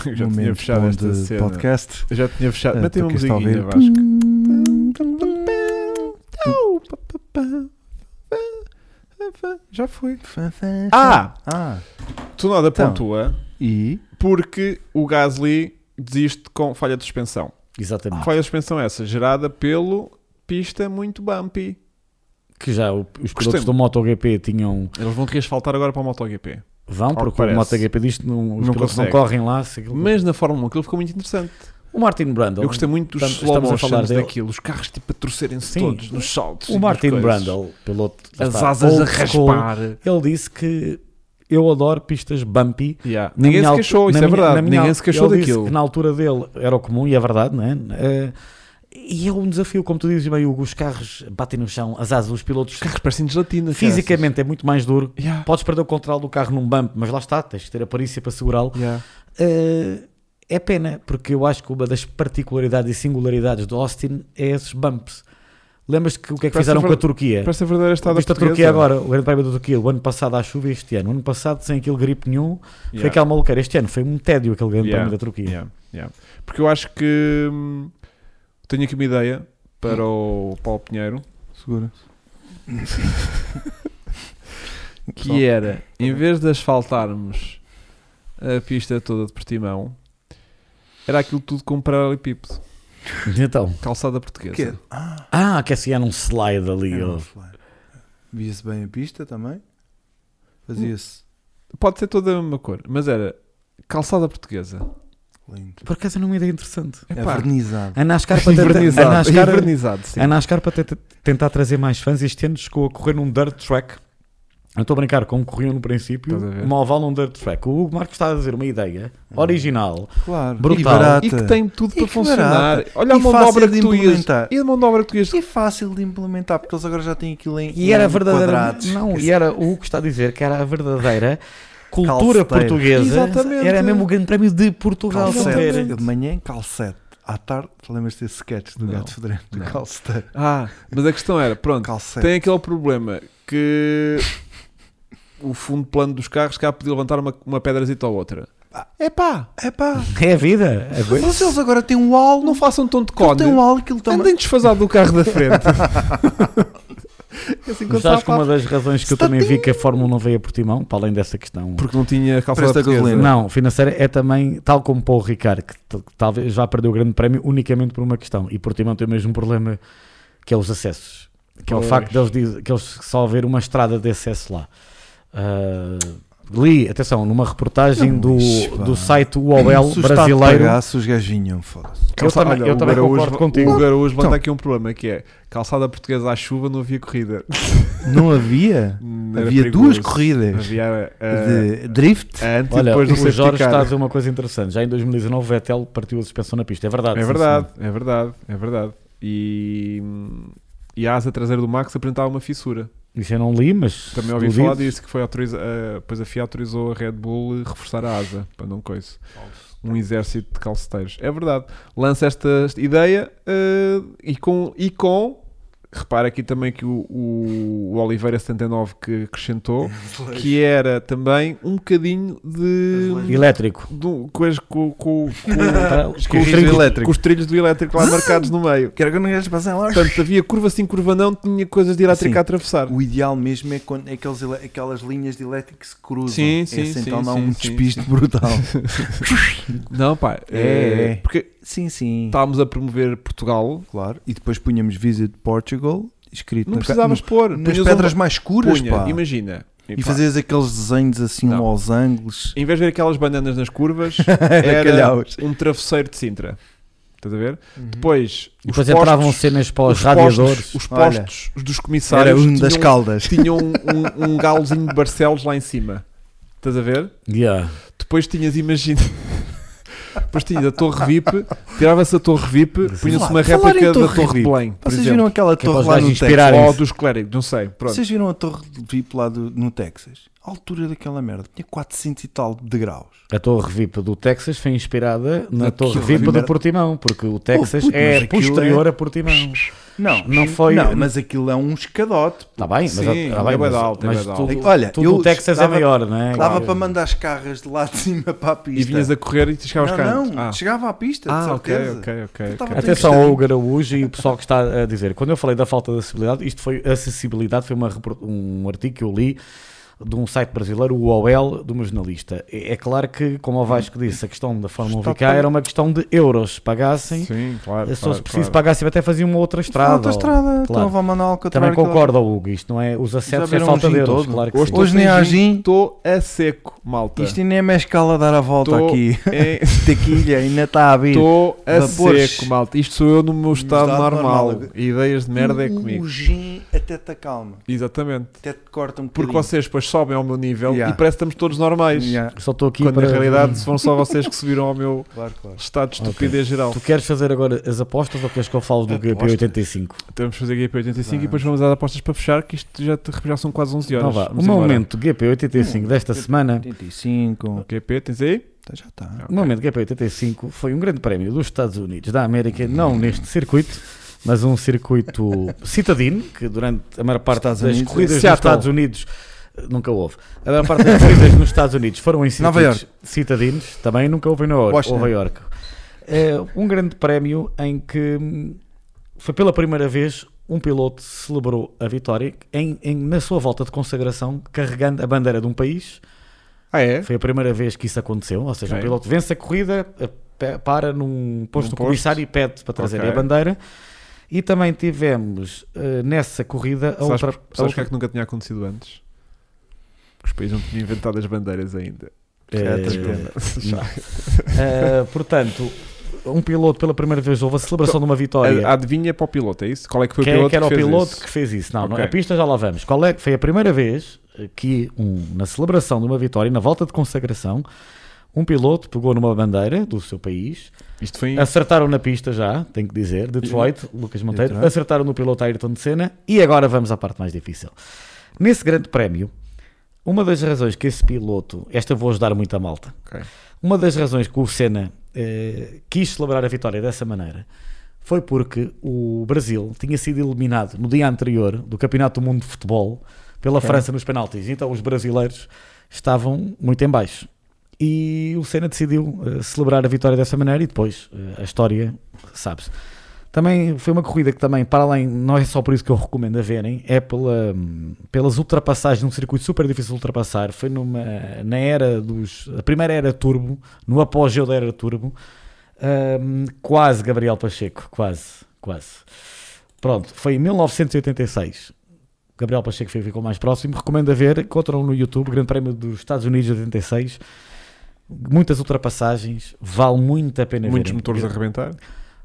S1: Eu já tinha
S3: Momentos
S1: fechado
S3: bom
S1: esta
S3: de
S1: cena.
S3: podcast.
S1: Eu já tinha fechado.
S3: Ah,
S1: Mete
S3: tu
S1: uma
S3: que estás a
S1: musiquinha,
S3: ouvir.
S1: Vasco. Já foi. Ah!
S3: Ah!
S1: Tsunoda
S3: Então.
S1: pontua
S3: E
S1: porque o Gasly desiste com falha de suspensão.
S2: Exatamente.
S1: Falha de Ah. suspensão essa, gerada pelo pista muito bumpy.
S2: Que já o- os
S1: Gostei.
S2: pilotos do MotoGP tinham
S1: Eles vão reasfaltar agora para o MotoGP.
S2: Vão,
S1: Ao que
S2: porque
S1: Ah, parece.
S2: o MotoGP diz que não, os
S1: Não
S2: pilotos
S1: consegue.
S2: não correm lá. se aquilo-
S1: Mas na Fórmula 1 aquilo ficou muito interessante.
S2: o Martin Brundle,
S1: Eu gostei muito dos
S2: Então, Estamos-
S1: slow
S2: estamos a falar
S1: motions
S2: dele.
S1: daquilo, os carros tipo a torcerem-se
S2: Sim.
S1: todos, nos saltos. e
S2: o
S1: nas
S2: Martin
S1: coisas.
S2: Brundle, piloto, lá
S1: as
S2: está,
S1: asas a
S2: old school,
S1: raspar.
S2: ele disse que eu adoro pistas bumpy.
S1: Yeah.
S2: Na
S1: Ninguém
S2: minha
S1: se
S2: al-
S1: queixou,
S2: na
S1: isso é
S2: minha-
S1: verdade.
S2: na minha
S1: Ninguém
S2: al-
S1: se queixou
S2: ele disse
S1: daquilo.
S2: que na altura dele era o comum e é verdade, não é? Eh, E é um desafio, como tu dizes, meio os carros batem no chão, as asas, os pilotos.
S1: Os carros parecem gelatina.
S2: Fisicamente é muito mais duro.
S1: caraças. Yeah,
S2: Podes perder o controle do carro num bump, mas lá está, tens que ter a perícia para segurá-lo.
S1: yeah.
S2: Eh, é pena, porque eu acho que uma das particularidades e singularidades do Austin é esses bumps. Lembras-te que o que é que
S1: Parece
S2: fizeram
S1: ver-
S2: com a Turquia?
S1: Parece a verdadeira estrada
S2: Viste a
S1: portuguesa.
S2: Turquia agora, o Grande Prémio da Turquia, o ano passado à chuva e este ano. O ano passado, sem aquele gripe nenhum, foi
S1: Yeah.
S2: aquela maluqueira. Este ano foi um tédio aquele Grande
S1: Yeah.
S2: Prémio da Turquia.
S1: Yeah, yeah. Porque eu acho que hum, tenho aqui uma ideia para
S2: Hum.
S1: o Paulo Pinheiro
S3: Segura.
S1: que era em vez de asfaltarmos a pista toda de Portimão, era aquilo tudo com um paralelepípedo,
S2: Então,
S1: calçada portuguesa.
S3: Que? Ah,
S2: ah, que assim era um slide ali.
S3: era um
S2: ó.
S3: offline. Via-se bem a pista também. Fazia-se
S1: Pode ser toda a mesma cor, mas era calçada portuguesa.
S3: lindo.
S2: Por acaso era uma ideia interessante.
S3: É
S1: Epá,
S3: vernizado.
S2: A NASCAR para, tentar, a
S1: invernizado,
S2: NASCAR,
S1: invernizado, sim.
S2: a NASCAR para tenta- tentar trazer mais fãs, este ano chegou a correr num dirt track. Eu estou a brincar como corriam no princípio,
S1: Estás a ver?
S2: uma oval num dirt track. O Hugo Marcos está a dizer uma ideia original.
S3: Claro.
S2: Brutal.
S3: E barata.
S1: E que tem tudo
S3: E
S1: para
S3: que
S1: funcionar.
S3: barata.
S1: Olha a
S3: E
S1: mão de
S3: fácil
S1: obra
S3: de
S1: que tu ias.
S3: implementar.
S1: E a mão de obra que tu ias.
S3: E é fácil de implementar, porque eles agora já têm aquilo em,
S2: E era
S3: em
S2: verdadeira.
S3: quadrados.
S2: Não, e era o Hugo está a dizer que era a verdadeira cultura
S3: Calceteiro.
S2: portuguesa.
S1: Exatamente.
S2: Era mesmo o Grande Prémio de Portugal.
S3: calcete.
S1: Exatamente.
S3: De manhã, calcete. À tarde, lembras-te desse sketch do
S1: Não.
S3: gato fedorento, do
S1: Não.
S3: calceteiro.
S1: Ah, mas a questão era, pronto,
S3: Calcete.
S1: tem aquele problema que o fundo plano dos carros cá podia levantar uma, uma pedrazita ou outra. É pá,
S3: Epá,
S2: É a vida. Aguenta.
S3: Ah, mas eles agora têm um halo.
S1: não façam tom de
S3: Ele
S1: cone.
S3: tem um halo que ele também.
S1: Andem desfasado do carro da frente. assim, quando
S2: Mas sabes
S1: está
S2: que uma das razões que eu também vi que a Fórmula um não veio a Portimão, para além dessa questão.
S1: Porque não tinha calçada
S3: Preço da
S1: portuguesa.
S3: gasolina.
S2: Não, financeira é também, tal como Paulo Ricard, que t- que talvez já perdeu o grande prémio unicamente por uma questão. E Portimão tem o mesmo problema que é os acessos. Que é o
S1: Pois.
S2: facto deles diz, que eles só haver uma estrada de acesso lá. Ah, li, atenção, numa reportagem
S1: É um
S3: Não,
S2: do,
S3: isso, pá.
S2: do site UOL
S3: Se o Estado
S2: brasileiro.
S3: pagasse, os gajos vinham, foda-se.
S2: Eu
S1: Calçada-
S2: também-
S1: Olha,
S2: eu
S1: o
S2: também
S1: Garoas-
S2: concordo contigo.
S1: O Garoas levanta
S3: Então.
S1: aqui um problema que é calçada portuguesa à chuva não havia corrida. Hum,
S3: Não havia?
S1: Era
S3: havia
S1: perigoso.
S3: duas corridas
S1: Havia ah,
S3: de drift.
S1: antes e
S2: Olha,
S1: depois do
S2: o
S1: safety
S2: Jorge
S1: car.
S2: está a dizer uma coisa interessante. Já em 2019 o Vettel partiu a suspensão na pista. É verdade.
S1: É
S2: sim,
S1: verdade, é verdade, é verdade. E, hum, e a asa traseira do Max apresentava uma fissura.
S2: senhor. Isso eu não li, mas
S1: Também ouvi
S2: tu
S1: falar
S2: dizes.
S1: disso que foi autoriza, ah, pois a FIA autorizou a Red Bull a reforçar a asa para não coisa. Um exército de calceteiros. É verdade. Lança esta esta ideia ah, e com e com repara aqui também que o, o, o Oliveira 79 que acrescentou que era também um bocadinho de,
S2: Elétrico.
S1: do- com as- com- com-
S2: Para-
S1: tá, com- com os
S3: carrinhos
S1: trilhos-
S3: elétricos.
S1: com os trilhos do elétrico Ah! lá marcados no meio.
S3: Quero que não gajas passem lá.
S1: Portanto, havia curva sim, curva não, tinha coisas de elétrica
S3: Sim.
S1: a atravessar.
S3: O ideal mesmo é quando é aqueles ele- aquelas linhas de elétrico que se cruzam.
S1: Sim, sim,
S3: Esse
S1: sim,
S3: então dá
S1: sim,
S3: um
S1: sim,
S3: despiste brutal.
S1: Não, pá,
S3: É,
S1: é,
S3: é.
S1: porque
S3: sim, sim.
S1: estávamos a promover Portugal,
S3: Claro. E depois punhamos Visit Portugal escrito
S1: não
S3: na ca-
S1: precisavas pôr.
S3: no- nas
S1: punhas
S3: pedras
S1: um-
S3: mais escuras,
S1: punha,
S3: pá.
S1: imagina. E,
S3: E
S1: pá,
S3: fazias aqueles desenhos assim,
S1: Não.
S3: losangos.
S1: Em vez de ver aquelas bananas nas curvas, era
S3: Bacalhaus.
S1: um travesseiro de Sintra. Estás a ver? Depois,
S2: E depois
S1: postos-
S2: entravam cenas para os,
S1: os
S2: radiadores.
S1: postos, os
S3: Olha,
S1: postos dos
S3: Era
S1: comissários
S3: um das
S1: tinham,
S3: caldas.
S1: tinham um, um, um galozinho de Barcelos lá em cima. Estás a ver?
S2: Yeah.
S1: Depois tinhas, imagina. Depois tinhas a Torre VIP, tirava-se a Torre VIP, punha-se uma
S3: Falar- falar em
S1: réplica da
S3: Torre
S1: Torre
S3: VIP.
S1: de Belém, por
S3: Vocês viram
S1: exemplo.
S3: aquela
S2: Que é para
S3: torre
S2: os
S3: lá
S2: gajos
S3: no Texas?
S2: inspirarem-se.
S1: Ou dos clérigos, não sei. Pronto.
S3: Vocês viram a torre de VIP lá do- no Texas? A altura daquela merda tinha 400 e tal de graus.
S2: A Torre VIP do Texas foi inspirada na
S3: Aquilo
S2: Torre VIP
S3: primeiro-
S2: do Portimão, porque o
S1: Oh,
S2: Texas
S3: puto, mas
S2: é
S3: aquilo
S2: posterior
S3: é-
S2: a Portimão.
S3: Não,
S2: Não foi-
S3: Não, mas aquilo é um escadote.
S2: Está bem, mas,
S1: Sim,
S2: tá bem,
S1: é
S2: mas,
S1: bué de alto, é
S2: mas
S1: bué de alto.
S2: tudo,
S3: Olha,
S2: tudo
S3: eu
S2: o Texas
S3: dava-
S2: é maior, não é?
S3: Dava
S2: Claro.
S3: para mandar as carras de lá de cima para a pista.
S1: E vinhas a correr e chegavas
S3: não,
S1: cá.
S3: não,
S1: antes. ah,
S3: chegava à pista, de
S1: Ah, ok,
S3: certeza.
S1: ok, ok.
S3: Eu tava
S1: ok.
S3: a ter-
S2: Atenção
S3: Tem
S2: ao
S3: questão.
S2: Hugo Araújo e o pessoal que está a dizer. Quando eu falei da falta de acessibilidade, isto foi acessibilidade, foi uma repor- um artigo que eu li de um site brasileiro, o OL, de uma jornalista. É é claro que, como o Vasco disse, a questão da Fórmula
S3: Está
S2: 1
S3: bem.
S2: era uma questão de euros. Pagassem,
S1: Sim, claro. claro,
S2: se fosse preciso
S1: claro.
S2: pagar, se até faziam uma outra estrada.
S3: Outra
S2: ou-
S3: estrada, então
S2: claro.
S3: vão mandar ao
S2: Também
S3: contrário que
S2: concordo, Hugo. Isto não é. Os acessos é
S3: viram
S2: falta
S3: um
S2: de
S3: gin
S2: euros,
S3: todo?
S2: claro que
S1: Hoje
S2: sim.
S1: estou
S3: Hoje nem há
S1: sem gin,
S3: gin.
S1: Estou a seco, malta.
S3: Isto ainda é mescal a dar a volta
S1: Tô-
S3: aqui.
S1: É,
S3: Tequilha ainda está a vir.
S1: Estou a
S3: Vapores.
S1: seco, malta. Isto sou eu no meu estado
S3: estado
S1: normal.
S3: normal.
S1: Ideias de merda é
S3: O-
S1: comigo.
S3: O gin até te acalma,
S1: Exatamente.
S3: até te corta um
S1: Porque
S3: bocadinho.
S1: vocês depois sobem ao meu nível
S3: Yeah.
S1: e parece que estamos todos normais.
S3: Yeah,
S2: Só estou aqui
S1: Quando
S2: para.
S1: na realidade foram só vocês que subiram ao meu
S3: claro, claro.
S1: estado de estupidez geral.
S2: Tu queres fazer agora as apostas ou queres que eu fale do
S3: Apostas.
S2: GP85?
S1: Então, Temos de fazer aqui para 85 e
S3: Vá.
S1: depois vamos às apostas para fechar, que isto já, te- já são quase 11 horas.
S2: Então vá. O
S1: Vamos
S2: meu
S1: embora.
S2: momento GP85
S3: Hum.
S2: desta semana.
S3: 85.
S1: GP, tens aí?
S3: Tá, Já está.
S2: O momento é GP85 foi um grande prémio dos Estados Unidos, da América, não neste circuito, mas um circuito citadino, que durante a maior parte
S3: Estados
S2: das
S3: Unidos. é
S2: corridas
S1: Seattle.
S2: dos Estados Unidos eh, nunca houve. A maior parte das corridas nos Estados Unidos foram em
S3: Nova
S2: circuitos citadinos, também nunca houve em Nova York.
S3: Washington.
S2: Nova York. É um grande prémio em que hum, foi pela primeira vez um piloto celebrou a vitória em- em- na sua volta de consagração carregando a bandeira de um país
S1: Ah, é?
S2: foi a primeira vez que isso aconteceu, ou seja,
S1: Ok.
S2: um piloto vence a corrida, eh, pe- para num posto
S1: posto.
S2: do comissário e pede para trazer
S1: Ok.
S2: a bandeira. E também tivemos eh, nessa corrida a
S1: Sabes,
S2: outra. a
S1: sabes o que
S2: outra-
S1: é que nunca tinha acontecido antes? Que Os países não tinham inventado as bandeiras ainda.
S2: eh,
S1: É, tens pena.
S2: Hum.
S1: Já.
S2: eh, portanto, um piloto pela primeira vez houve a celebração de uma vitória.
S1: A- Adivinha para o piloto, é isso? Qual é que foi
S2: Quem
S1: o
S2: é
S1: piloto
S2: que era o
S1: fez
S2: piloto
S1: isso?
S2: que fez isso? Não, não,
S1: Ok.
S2: a pista já lá vamos. Qual é que foi a primeira vez que, um, na celebração de uma vitória, na volta de consagração, um piloto pegou numa bandeira do seu país
S1: Isto foi em...
S2: Acertaram na pista já, tenho que dizer. Detroit, Lucas Monteiro.
S3: Detroit.
S2: Acertaram no piloto Ayrton Senna. E agora vamos à parte mais difícil. Nesse grande prémio, uma das razões que esse piloto. Esta vou ajudar muito a malta.
S1: Ok.
S2: Uma das razões que o Senna eh, quis celebrar a vitória dessa maneira foi porque o Brasil tinha sido eliminado no dia anterior do Campeonato do Mundo de Futebol pela França nos penaltis. Então os brasileiros estavam muito em baixo. E o Senna decidiu eh, celebrar a vitória dessa maneira e depois eh, a história sabe-se. Também foi uma corrida que também, para além, não é só por isso que eu recomendo a verem, é pela, pelas ultrapassagens, num circuito super difícil de ultrapassar. Foi numa, na era dos. A primeira era turbo, no apogeu da era turbo. Ahm, quase Gabriel Pacheco, quase, quase. Pronto, foi em 1986. Gabriel Pacheco foi- ficou mais próximo. Recomendo a ver, encontram no YouTube, Grande Prémio dos Estados Unidos de 86. Muitas ultrapassagens, vale muito a pena
S1: Muitos
S2: verem.
S1: motores a arrebentar.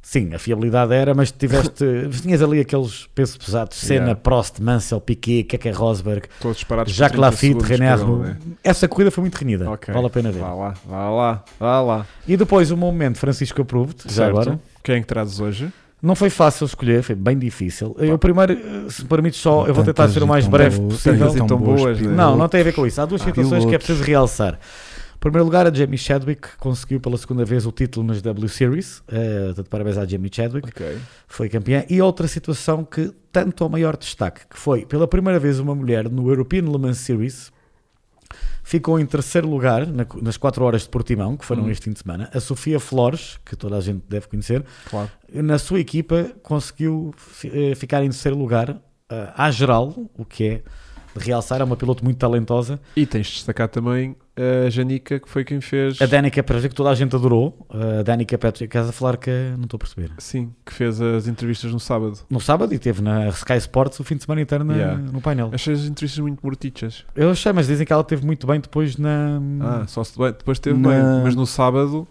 S2: Sim, a fiabilidade era, mas tiveste, tinhas ali aqueles pesos pesados, Senna,
S1: Yeah.
S2: Prost, Mansell, Piquet, Keke Rosberg,
S1: Todos parados por
S2: Jacques
S1: 30
S2: Lafitte,
S1: segundos
S2: René
S1: cada um,
S2: Arnoux.
S1: né?
S2: Essa corrida foi muito renhida,
S1: Ok.
S2: vale a pena ver.
S1: Vá lá, vá lá, vá lá.
S2: E depois o momento Francisco Approved, já
S1: Certo.
S2: agora.
S1: Quem é que trazes hoje?
S2: Não foi fácil escolher, foi bem difícil. Eu primeiro, se me permites só, eu vou tentar
S3: Tantas
S2: ser o
S3: e
S2: mais
S3: tão
S2: breve
S3: boas-
S2: possível.
S1: tantas e tão
S3: bons
S1: boas, né?
S3: pilotos.
S2: Não, não tem a ver com isso. Há duas
S3: Ah,
S2: situações que é
S3: pilotos.
S2: preciso realçar. Em primeiro lugar, a Jamie Chadwick conseguiu pela segunda vez o título nas W Series. Eh, portanto, parabéns à Jamie Chadwick.
S1: Ok.
S2: foi campeã. E outra situação que tanto ao maior destaque, que foi pela primeira vez uma mulher no European Le Mans Series ficou em terceiro lugar na- nas 4 horas de Portimão, que foram
S1: Hum.
S2: este fim de semana. A Sofia Flores, que toda a gente deve conhecer,
S1: Claro.
S2: na sua equipa conseguiu fi- eh, ficar em terceiro lugar ah, à geral, o que é de realçar, é uma piloto muito talentosa.
S1: E tens de destacar também a Janica, que foi quem fez.
S2: A Danica Patrick, que toda a gente adorou. Ah, A Danica Patrick, estás a falar que não estou a perceber.
S1: Sim, que fez as entrevistas no sábado.
S2: No sábado e teve na Sky Sports o fim de semana inteiro na-
S1: Yeah.
S2: no painel.
S1: Achei as entrevistas muito mortichas.
S2: Eu achei, mas dizem que ela teve muito bem depois na.
S1: Ah, só se bem- depois teve
S3: Na-
S1: bem. Mas no sábado,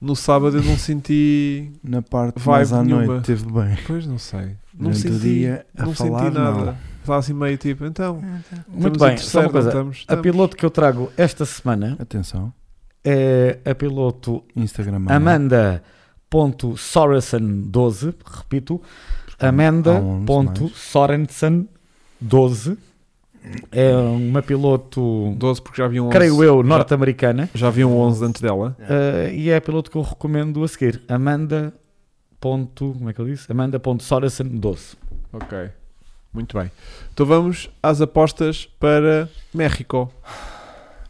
S1: no sábado eu não senti.
S3: Na parte
S1: Vibe
S3: mais à
S1: nenhuma.
S3: noite teve bem.
S1: Pois não sei. Não
S3: Durante o
S1: senti.
S3: dia a
S1: não
S3: falar,
S1: senti nada.
S3: não.
S1: Estava assim meio tipo, então.
S2: muito
S1: estamos em
S2: bem, só uma
S1: terceiro,
S2: coisa.
S1: não estamos,
S2: A
S1: estamos.
S2: piloto que eu trago esta semana
S3: Atenção.
S2: é a piloto
S3: Instagram.
S2: Ah, Amanda.Sorensen12. Repito,
S3: há um uns
S2: Amanda.Sorensen12. É uma piloto,
S1: 12, porque já havia um 11.
S2: creio eu, norte-americana.
S1: Já havia um 11 antes dela.
S2: Eh, e é a piloto que eu recomendo a seguir. Amanda. Ponto, como é que eu disse? Amanda.Sorensen12.
S1: Ok. Muito bem. Então vamos às apostas para México.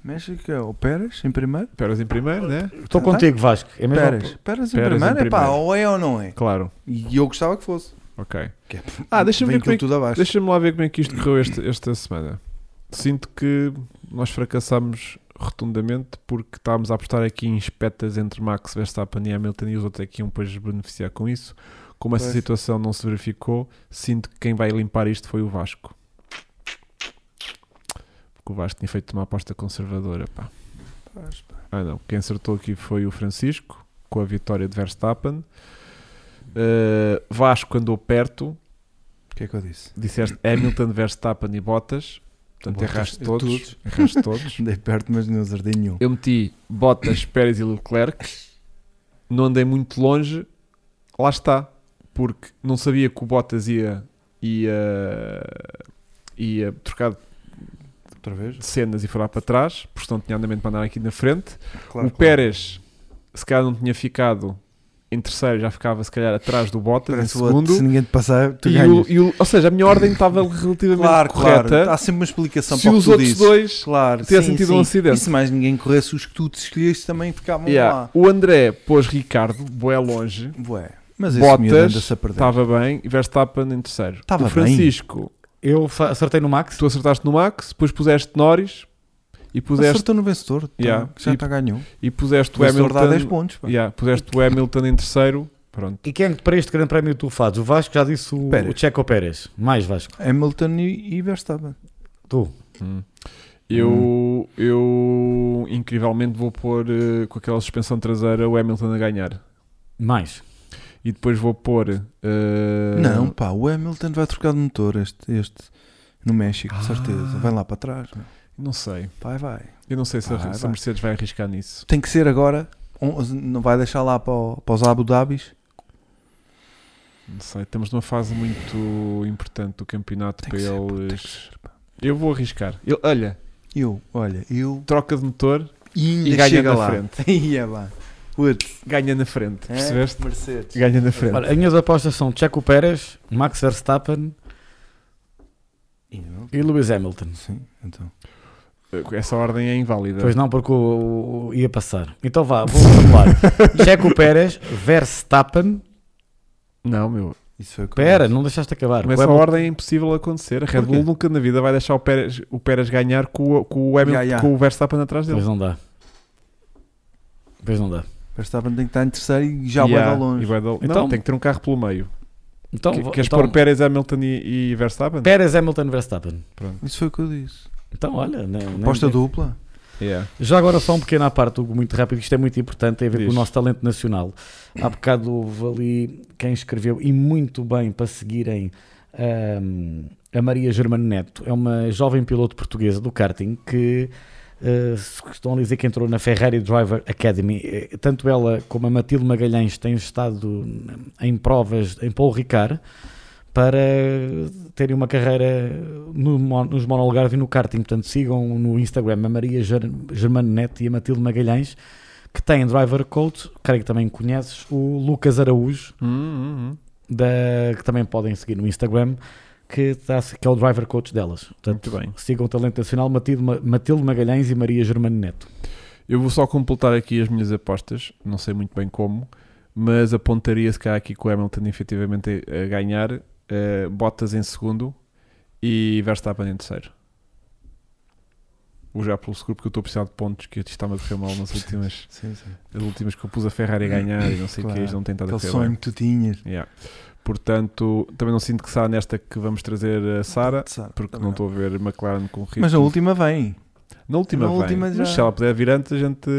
S3: México, o Pérez em primeiro?
S1: Peras em primeiro, né?
S2: Estou
S3: Ah, tá.
S2: contigo, Vasco. É mesmo
S3: Pérez. Pérez
S1: Pérez em
S3: em primeiro? Epá,
S1: primeiro.
S3: ou é ou não é?
S1: Claro.
S3: E eu gostava que fosse.
S1: Ok.
S3: Que é-
S1: Ah, deixa-me
S3: Vem
S1: ver como é
S3: aquilo tudo abaixo.
S1: Deixa-me lá ver como é que isto correu este- esta semana. Sinto que nós fracassámos rotundamente porque estávamos a apostar aqui em espetas entre Max Verstappen e Hamilton e os outros aqui iam depois beneficiar com isso. Como essa
S3: Pois.
S1: situação não se verificou, sinto que quem vai limpar isto foi o Vasco. Porque o Vasco tinha feito uma aposta conservadora. Pá.
S3: Pois,
S1: Ah não, quem acertou aqui foi o Francisco com a vitória de Verstappen. Eh, Vasco andou perto,
S3: O que é que eu disse?
S1: Disseste Hamilton, Verstappen e Bottas. Portanto,
S3: Botas
S1: erraste
S3: de
S1: todos.
S3: todos.
S1: Erraste todos.
S3: Andei é perto, mas não acertei nenhum.
S1: Eu meti Bottas, Pérez e Leclerc. Não andei muito longe. Lá está. Porque não sabia que o Bottas ia, ia, ia trocar
S3: Outra vez?
S1: de cenas e foi lá para trás. Porque não tinha andamento para andar aqui na frente.
S3: Claro,
S1: o Pérez, se calhar não tinha ficado em terceiro, já ficava se calhar atrás do Bottas
S3: Parece
S1: em
S3: o outro,
S1: segundo.
S3: se ninguém te passar, tu
S1: E
S3: ganhas.
S1: o, e o- ou seja, a minha ordem estava relativamente
S3: Claro,
S1: correta.
S3: claro. Há sempre uma explicação
S1: se
S3: para o que
S1: os
S3: tu
S1: outros
S3: dizes.
S1: dois
S3: Claro,
S1: tivessem
S3: sim,
S1: tido
S3: sim.
S1: um
S3: E
S1: acidente.
S3: se mais ninguém corresse os que tu escolheste também ficavam
S1: Yeah.
S3: lá.
S1: O André pôs Ricardo, boé longe,
S3: Bué. Mas esse
S1: Bottas,
S3: miúdo anda-se a perder.
S1: estava bem, e Verstappen em terceiro.
S3: Tava
S1: o
S3: bem.
S1: Francisco,
S2: Eu fa- acertei no Max.
S1: tu acertaste no Max, depois puseste Norris e puseste,
S3: Acertou no vencedor. tá,
S1: Yeah.
S3: que já
S1: E-
S3: está ganhou.
S1: e puseste
S3: O
S1: o
S3: vencedor dá 10
S1: Hamilton.
S3: pontos. pá.
S1: Yeah, puseste o Hamilton em terceiro. Pronto.
S2: E quem é que para este grande prémio tu fazes? O Vasco já disse o,
S3: Pérez.
S2: o Checo Pérez. Mais Vasco.
S3: Hamilton e, e Verstappen.
S2: Tu.
S1: Hum.
S3: Hum.
S1: Eu, eu incrivelmente vou pôr eh, com aquela suspensão traseira o Hamilton a ganhar.
S2: Mais.
S1: E depois vou pôr. eh,
S3: Não, pá, o Hamilton vai trocar de motor este, este no México, de certeza.
S1: Ah.
S3: Vai lá para trás. meu.
S1: Não sei.
S3: Vai, vai.
S1: Eu não sei se, a,
S3: Vai,
S1: se a
S3: Ah, vai.
S1: Mercedes vai arriscar nisso.
S3: Tem que ser agora. Um- Não vai deixar lá para, o- para os Abu Dhabis.
S1: Não sei. Estamos numa fase muito importante do campeonato
S3: Tem
S1: para
S3: que ser, pá, tem que
S1: eles.
S3: ser, pá.
S1: Eu vou arriscar. Ele- olha,
S3: Eu, olha, eu
S1: troca de motor,
S3: ainda
S1: E ganha
S3: chega
S1: na
S3: lá.
S1: frente.
S3: Ia lá. Putz,
S1: ganha na frente.
S3: é?
S1: Percebeste?
S3: Mercedes.
S1: Ganha na frente.
S2: Olha, as minhas apostas são Checo Pérez, Max Verstappen
S3: E não?
S2: e Lewis Hamilton.
S3: Sim, então.
S1: Essa ordem é inválida.
S2: Pois não, porque o, o- ia passar. Então vá, vou formular. Checo Pérez, Verstappen.
S1: Não, meu.
S3: Isso foi o que eu
S2: Pera,
S3: disse.
S2: não deixaste acabar.
S1: Mas
S2: O
S1: essa
S2: Hamilton-
S1: ordem é impossível acontecer. A Red
S3: Porquê?
S1: Bull nunca na vida vai deixar o Pérez, o Pérez ganhar com, o- com o Hamilton,
S3: Ya, ya.
S1: com o Verstappen atrás dele.
S2: Pois não dá. Pois não dá.
S3: Verstappen tem que estar em terceiro e já
S1: Ya,
S3: vai dar
S1: e
S3: longe.
S1: vai dar-
S2: Então-
S1: não, tem que ter um carro pelo meio.
S2: Então,
S1: Que-
S2: vou-
S1: Queres
S2: então,
S1: pôr Pérez, Hamilton e, e Verstappen?
S2: Pérez, Hamilton, Verstappen.
S3: Isso foi o que eu disse.
S2: Então, olha. nem- nem-
S3: Aposta dupla.
S1: Yeah.
S2: Já agora só um pequeno à parte, Hugo, muito rápido, isto é muito importante, tem a ver com o
S1: Diz.
S2: nosso talento nacional. Há bocado houve ali quem escreveu, e muito bem, para seguirem ahm, a Maria Germano Neto, é uma jovem piloto portuguesa do karting que eh, se estão a dizer que entrou na Ferrari Driver Academy. Eh, Tanto ela como a Matilde Magalhães têm estado em provas em Paul Ricard para terem uma carreira no mon- nos monolugares e no karting. Portanto, sigam no Instagram a Maria Ger- Germano Neto e a Matilde Magalhães, que têm driver coach, creio que também conheces, o Lucas Araújo,
S1: Hum, hum, hum.
S2: da, que também podem seguir no Instagram, que, está- que é o driver coach delas. Portanto,
S1: Muito bem.
S2: sigam o Talento Nacional Matilde, Ma- Matilde Magalhães e Maria Germano Neto.
S1: Eu vou só completar aqui as minhas apostas, não sei muito bem como, mas apontaria se calhar aqui com o Hamilton efetivamente a a ganhar, eh, Bottas em segundo e Verstappen em terceiro. Vou já pelo seguro porque eu estou a precisar de pontos que isto está-me a correr mal nas últimas,
S3: Sim, sim.
S1: as últimas que eu pus a Ferrari a ganhar e não sei o que,
S3: Claro.
S1: eles não têm estado a
S3: Aquele
S1: correr
S3: sonho
S1: bem.
S3: que tu tinhas.
S1: Yeah. Portanto, também não sinto que será nesta que vamos trazer a Sara,
S3: Sabe,
S1: porque
S3: também
S1: não estou a ver McLaren com ritmo.
S3: Mas a última vem.
S1: Na última,
S3: Na
S1: vem.
S3: última já-
S1: Mas se ela puder vir antes, a gente.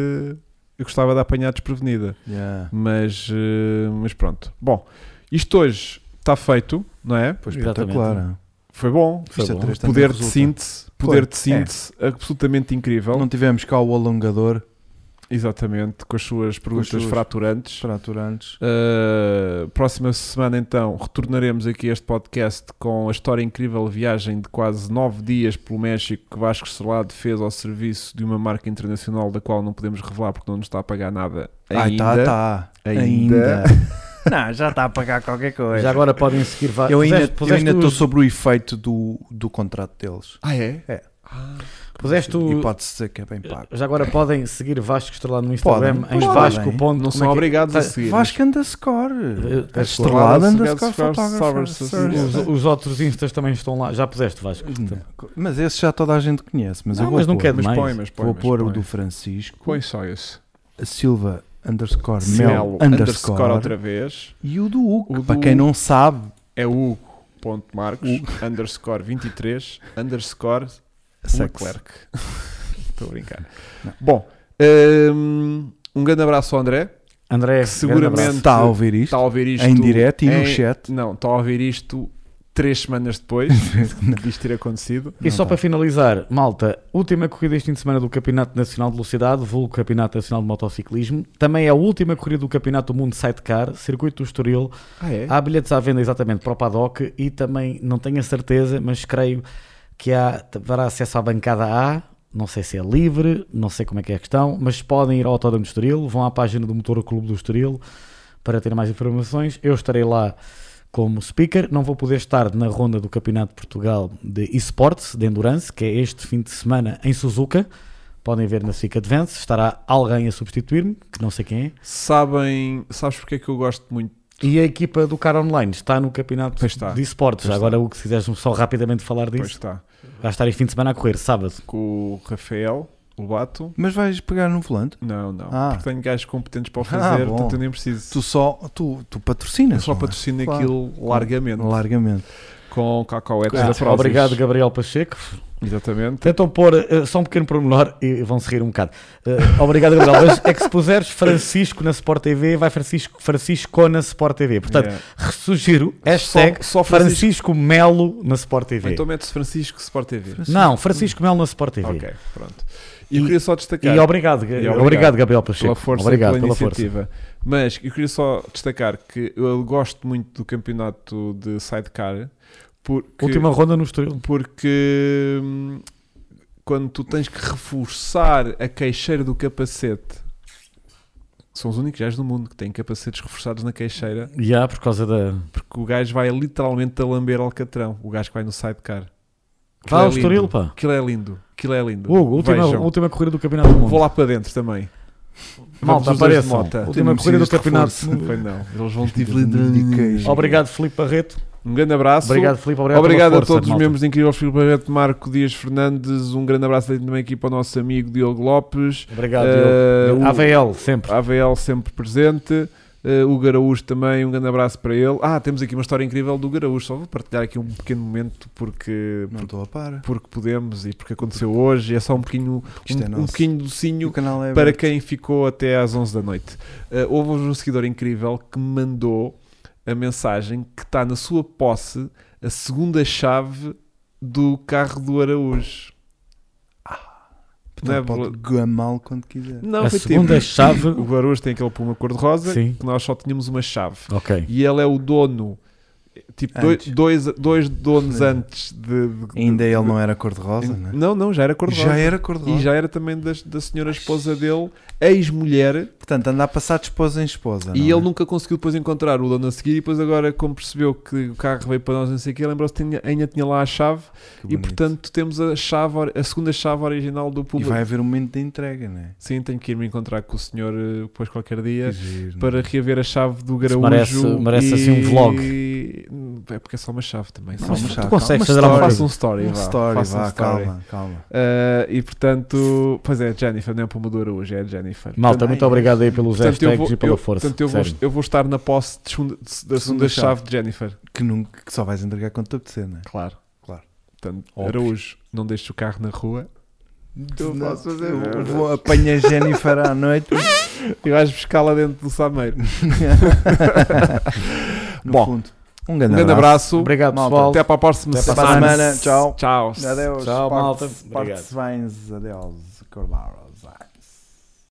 S1: Eu gostava de apanhar desprevenida.
S3: Yeah.
S1: Mas, eh, mas pronto. Bom, isto hoje está feito, não é?
S3: Pois
S2: Exatamente.
S3: espetacular.
S1: Foi bom.
S2: Foi
S3: Isto é
S2: bom.
S3: três também
S1: Poder de
S3: resulta.
S1: síntese, então.
S3: Foi.
S1: poder de síntese absolutamente incrível.
S3: É. Não tivemos cá o alongador,
S1: Exatamente, com as suas perguntas
S3: suas-
S1: fraturantes.
S3: fraturantes.
S1: Eh, próxima semana, então, retornaremos aqui a este podcast com a história incrível viagem de quase nove dias pelo México que Vasco Estrelado fez ao serviço de uma marca internacional da qual não podemos revelar porque não nos está a pagar nada ainda.
S3: Ai, tá, tá.
S1: Ainda.
S3: não, já está a pagar qualquer coisa.
S2: Já agora podem seguir. va-
S3: eu ainda
S2: puseste-
S3: estou ainda
S2: puseste
S3: estou
S2: os-
S3: sobre o efeito do, do contrato deles.
S1: Ah, é?
S3: É.
S1: Ah,
S2: puseste o-
S3: E pode-se dizer que é bem pago.
S2: Já agora podem seguir Vasco Estrelado no Instagram
S3: Podem,
S2: em
S3: podem.
S2: Vasco. ponto-
S1: não
S2: como é
S1: são
S2: que é?
S1: obrigados a
S2: Tá-
S1: seguir.
S3: Vasco underscore.
S2: Eh,
S3: Estrelado
S1: Estrelado
S3: underscore
S1: underscore
S3: photographer.
S1: services.
S2: Os,
S3: Services.
S2: os outros instas também estão lá. Já puseste, Vasco.
S3: Mas esse já toda a gente conhece. Mas
S2: Não,
S3: eu vou
S2: mas não
S3: pôr.
S2: quer
S1: Mas
S2: demais.
S1: põe, mas põe.
S3: Vou
S1: mas
S3: pôr o
S1: põe.
S3: do Francisco.
S1: Põe só esse.
S3: a Silva underscore
S1: Melo
S3: Mel
S1: underscore,
S3: underscore
S1: outra vez.
S3: e o do Hugo.
S1: O
S3: Para
S1: do-
S3: quem não sabe,
S1: É o Hugo.marcos underscore 23 underscore
S3: sexo.
S1: Leclerc. Estou a brincar.
S3: Não.
S1: Bom, hum, um grande abraço ao André.
S2: André,
S1: Que seguramente-
S3: Está a ouvir isto
S1: Está a ouvir isto
S3: em direto e no
S1: em-
S3: chat.
S1: Não, está a ouvir isto três semanas depois disto ter acontecido.
S2: E só para finalizar, malta, última corrida este fim de semana do Campeonato Nacional de Velocidade, vulgo Campeonato Nacional de Motociclismo. Também é a última corrida do Campeonato do Mundo Sidecar, Circuito do Estoril.
S1: Ah, é?
S2: Há bilhetes à venda exatamente para o paddock e também, não tenho a certeza, mas creio que há, haverá acesso à bancada A. Não sei se é livre, não sei como é que é a questão, mas podem ir ao Autódromo do Estoril, vão à página do Motor Clube do Estoril para ter mais informações. Eu estarei lá como speaker. Não vou poder estar na ronda do Campeonato de Portugal de eSports, de Endurance, que é este fim de semana em Suzuka. Podem ver na SIC Advance. Estará alguém a substituir-me, que não sei quem é.
S1: Sabem, sabes porque é que eu gosto muito?
S2: E a equipa do Car Online está no Campeonato
S1: Pois está.
S2: de eSports.
S1: Pois
S2: Agora, o que se quiseres só rapidamente falar
S1: Pois
S2: disso,
S1: está.
S2: vai estar este fim de semana a correr, sábado.
S1: Com o Rafael Lobato.
S3: Mas vais pegar no volante?
S1: Não, não.
S3: Ah.
S1: Porque tenho gajos competentes para o
S3: Ah,
S1: fazer,
S3: bom.
S1: portanto eu nem preciso.
S3: Tu só tu, tu patrocinas.
S1: eu só
S3: não é?
S1: patrocino
S3: Claro.
S1: aquilo largamente.
S3: Largamente.
S1: Com cacauetes
S2: Ah,
S1: da Prozis.
S2: obrigado, Gabriel Pacheco.
S1: Exatamente.
S2: Tentam pôr eh, só um pequeno pormenor e vão se rir um bocado. Eh, obrigado, Gabriel. Mas é que se puseres Francisco na Sport TV, vai Francisco, Francisco na Sport TV. Portanto,
S1: Yeah.
S2: Sugiro hashtag
S1: Só- só
S2: Francisco Melo na Sport TV.
S1: Então mete-se Francisco Sport TV.
S2: Não, Francisco Melo na Sport TV.
S1: Ok, pronto. E eu queria só destacar.
S2: E obrigado, Ga-
S1: E obrigado.
S2: obrigado, Gabriel Pacheco.
S1: pela força
S2: obrigado
S1: e pela,
S2: pela força.
S1: iniciativa. Mas eu queria só destacar que eu gosto muito do campeonato de sidecar porque,
S2: Última ronda no Estoril.
S1: porque hum, quando tu tens que reforçar a queixeira do capacete, são os únicos gajos do mundo que têm capacetes reforçados na queixeira
S2: Já, yeah, por causa da.
S1: porque o gajo vai literalmente a lamber alcatrão, o gajo que vai no sidecar.
S2: Vá ao
S1: lindo.
S2: Ah, Estoril, pá.
S1: Aquilo é lindo, aquilo é lindo.
S2: Hugo, última,
S1: Vejam.
S2: última corrida do Campeonato do Mundo.
S1: Vou lá para dentro também. Vamos
S2: Malta,
S1: os dois de
S2: apareçam.
S1: moto.
S2: Última
S3: Temos
S2: corrida do
S3: este
S2: Campeonato.
S3: reforço.
S2: do Mundo.
S1: Foi não, eles vão te
S3: Reivindication.
S2: Obrigado, Filipe Barreto.
S1: Um grande abraço.
S2: Obrigado, Filipe. Obrigado,
S1: Obrigado,
S2: pela
S1: a
S2: força,
S1: todos os
S2: malta.
S1: membros incríveis, Filipe Barreto, Marco Dias Fernandes. Um grande abraço aí também aqui para o nosso amigo Diogo Lopes.
S2: Obrigado,
S1: Eh,
S2: Diogo.
S1: o-
S2: AVL, sempre.
S1: AVL sempre presente. Eh, o Garaújo também, um grande abraço para ele. Ah, temos aqui uma história incrível do Garaújo. Só vou partilhar aqui um pequeno momento porque,
S3: Não estou a par.
S1: porque podemos e porque aconteceu hoje. É só um pequeno,
S3: Isto é
S1: um, um
S3: nosso.
S1: pequeno
S3: E
S1: docinho
S3: o canal é
S1: para
S3: aberto.
S1: quem ficou até às 11 da noite. Eh, houve um seguidor incrível que me mandou a mensagem que está na sua posse a segunda chave do carro do Araújo.
S3: Portanto,
S1: não é
S3: Ah, então pode gamal quando quiser.
S1: Não,
S2: a
S1: foi
S2: segunda
S1: tipo,
S2: chave.
S1: O Araújo tem aquele puma cor-de-rosa
S2: Sim.
S1: que nós só tínhamos uma chave.
S2: Ok.
S1: E ele é o dono, tipo, dois,
S3: Antes.
S1: dois, dois donos
S3: Sim.
S1: antes de... de- de-
S3: Ainda ele
S1: de-
S3: não era cor-de-rosa, né?
S1: Não, não, já era cor-de-rosa.
S3: Já era cor-de-rosa.
S1: E já era também da, da senhora esposa dele, ex-mulher,
S3: Portanto, anda a passar de esposa em esposa.
S1: E
S3: não
S1: ele
S3: é?
S1: nunca conseguiu depois encontrar o dono a seguir e depois agora, como percebeu que o carro veio para nós, não sei o quê, lembrou-se que tinha- ainda tinha lá a chave
S3: Que
S1: e
S3: bonito.
S1: portanto temos a chave, or- a segunda chave original do
S3: E
S1: público.
S3: vai haver um momento de entrega, né?
S1: Sim, tenho que ir me encontrar com o senhor eh, depois qualquer
S3: Que
S1: dia
S3: giro, né?
S1: para reaver a chave do Garaújo.
S2: merece- merece, assim, um vlog.
S1: É porque é só uma chave também. Só
S3: Não,
S1: uma
S3: mas
S1: chave.
S2: tu consegues
S3: Uma
S2: fazer
S1: Então
S2: alguma
S1: faça
S2: coisa?
S1: um story,
S3: Um
S1: vá,
S3: story,
S1: faça um
S3: vá,
S1: story.
S3: calma, calma.
S1: Eh, e portanto, pois é, Jennifer, não é para mudar hoje, é Jennifer.
S2: Malta,
S3: Também.
S2: muito obrigado aí pelos
S1: Portanto, eu
S2: hashtags
S1: vou,
S2: e pela
S1: eu-
S2: força.
S1: portanto, eu vou,
S2: sério.
S1: eu vou estar na posse de segunda- da segunda
S3: Segunda chave.
S1: chave de Jennifer.
S3: Que, nunca, que só vais entregar quando te apetecer, né?
S1: Claro.
S3: Claro.
S1: Portanto,
S3: Óbvio.
S1: Araújo, não deixes o carro na rua. Eu
S3: Não,
S1: posso fazer
S3: eu
S1: merda.
S3: Vou apanhar Jennifer à noite.
S1: E vais buscá-la dentro do Sameiro.
S3: no
S1: Bom,
S3: fundo. Um
S1: Um
S3: grande,
S1: grande abraço.
S2: Obrigado,
S3: Malta,
S2: pessoal.
S1: Até para a próxima
S2: Até para a
S1: semana.
S3: semana. Tchau.
S1: Tchau.
S3: Adeus.
S2: Tchau, malta.
S3: Portes-
S2: Obrigado.
S3: Portes bem. Adeus. Corbaros.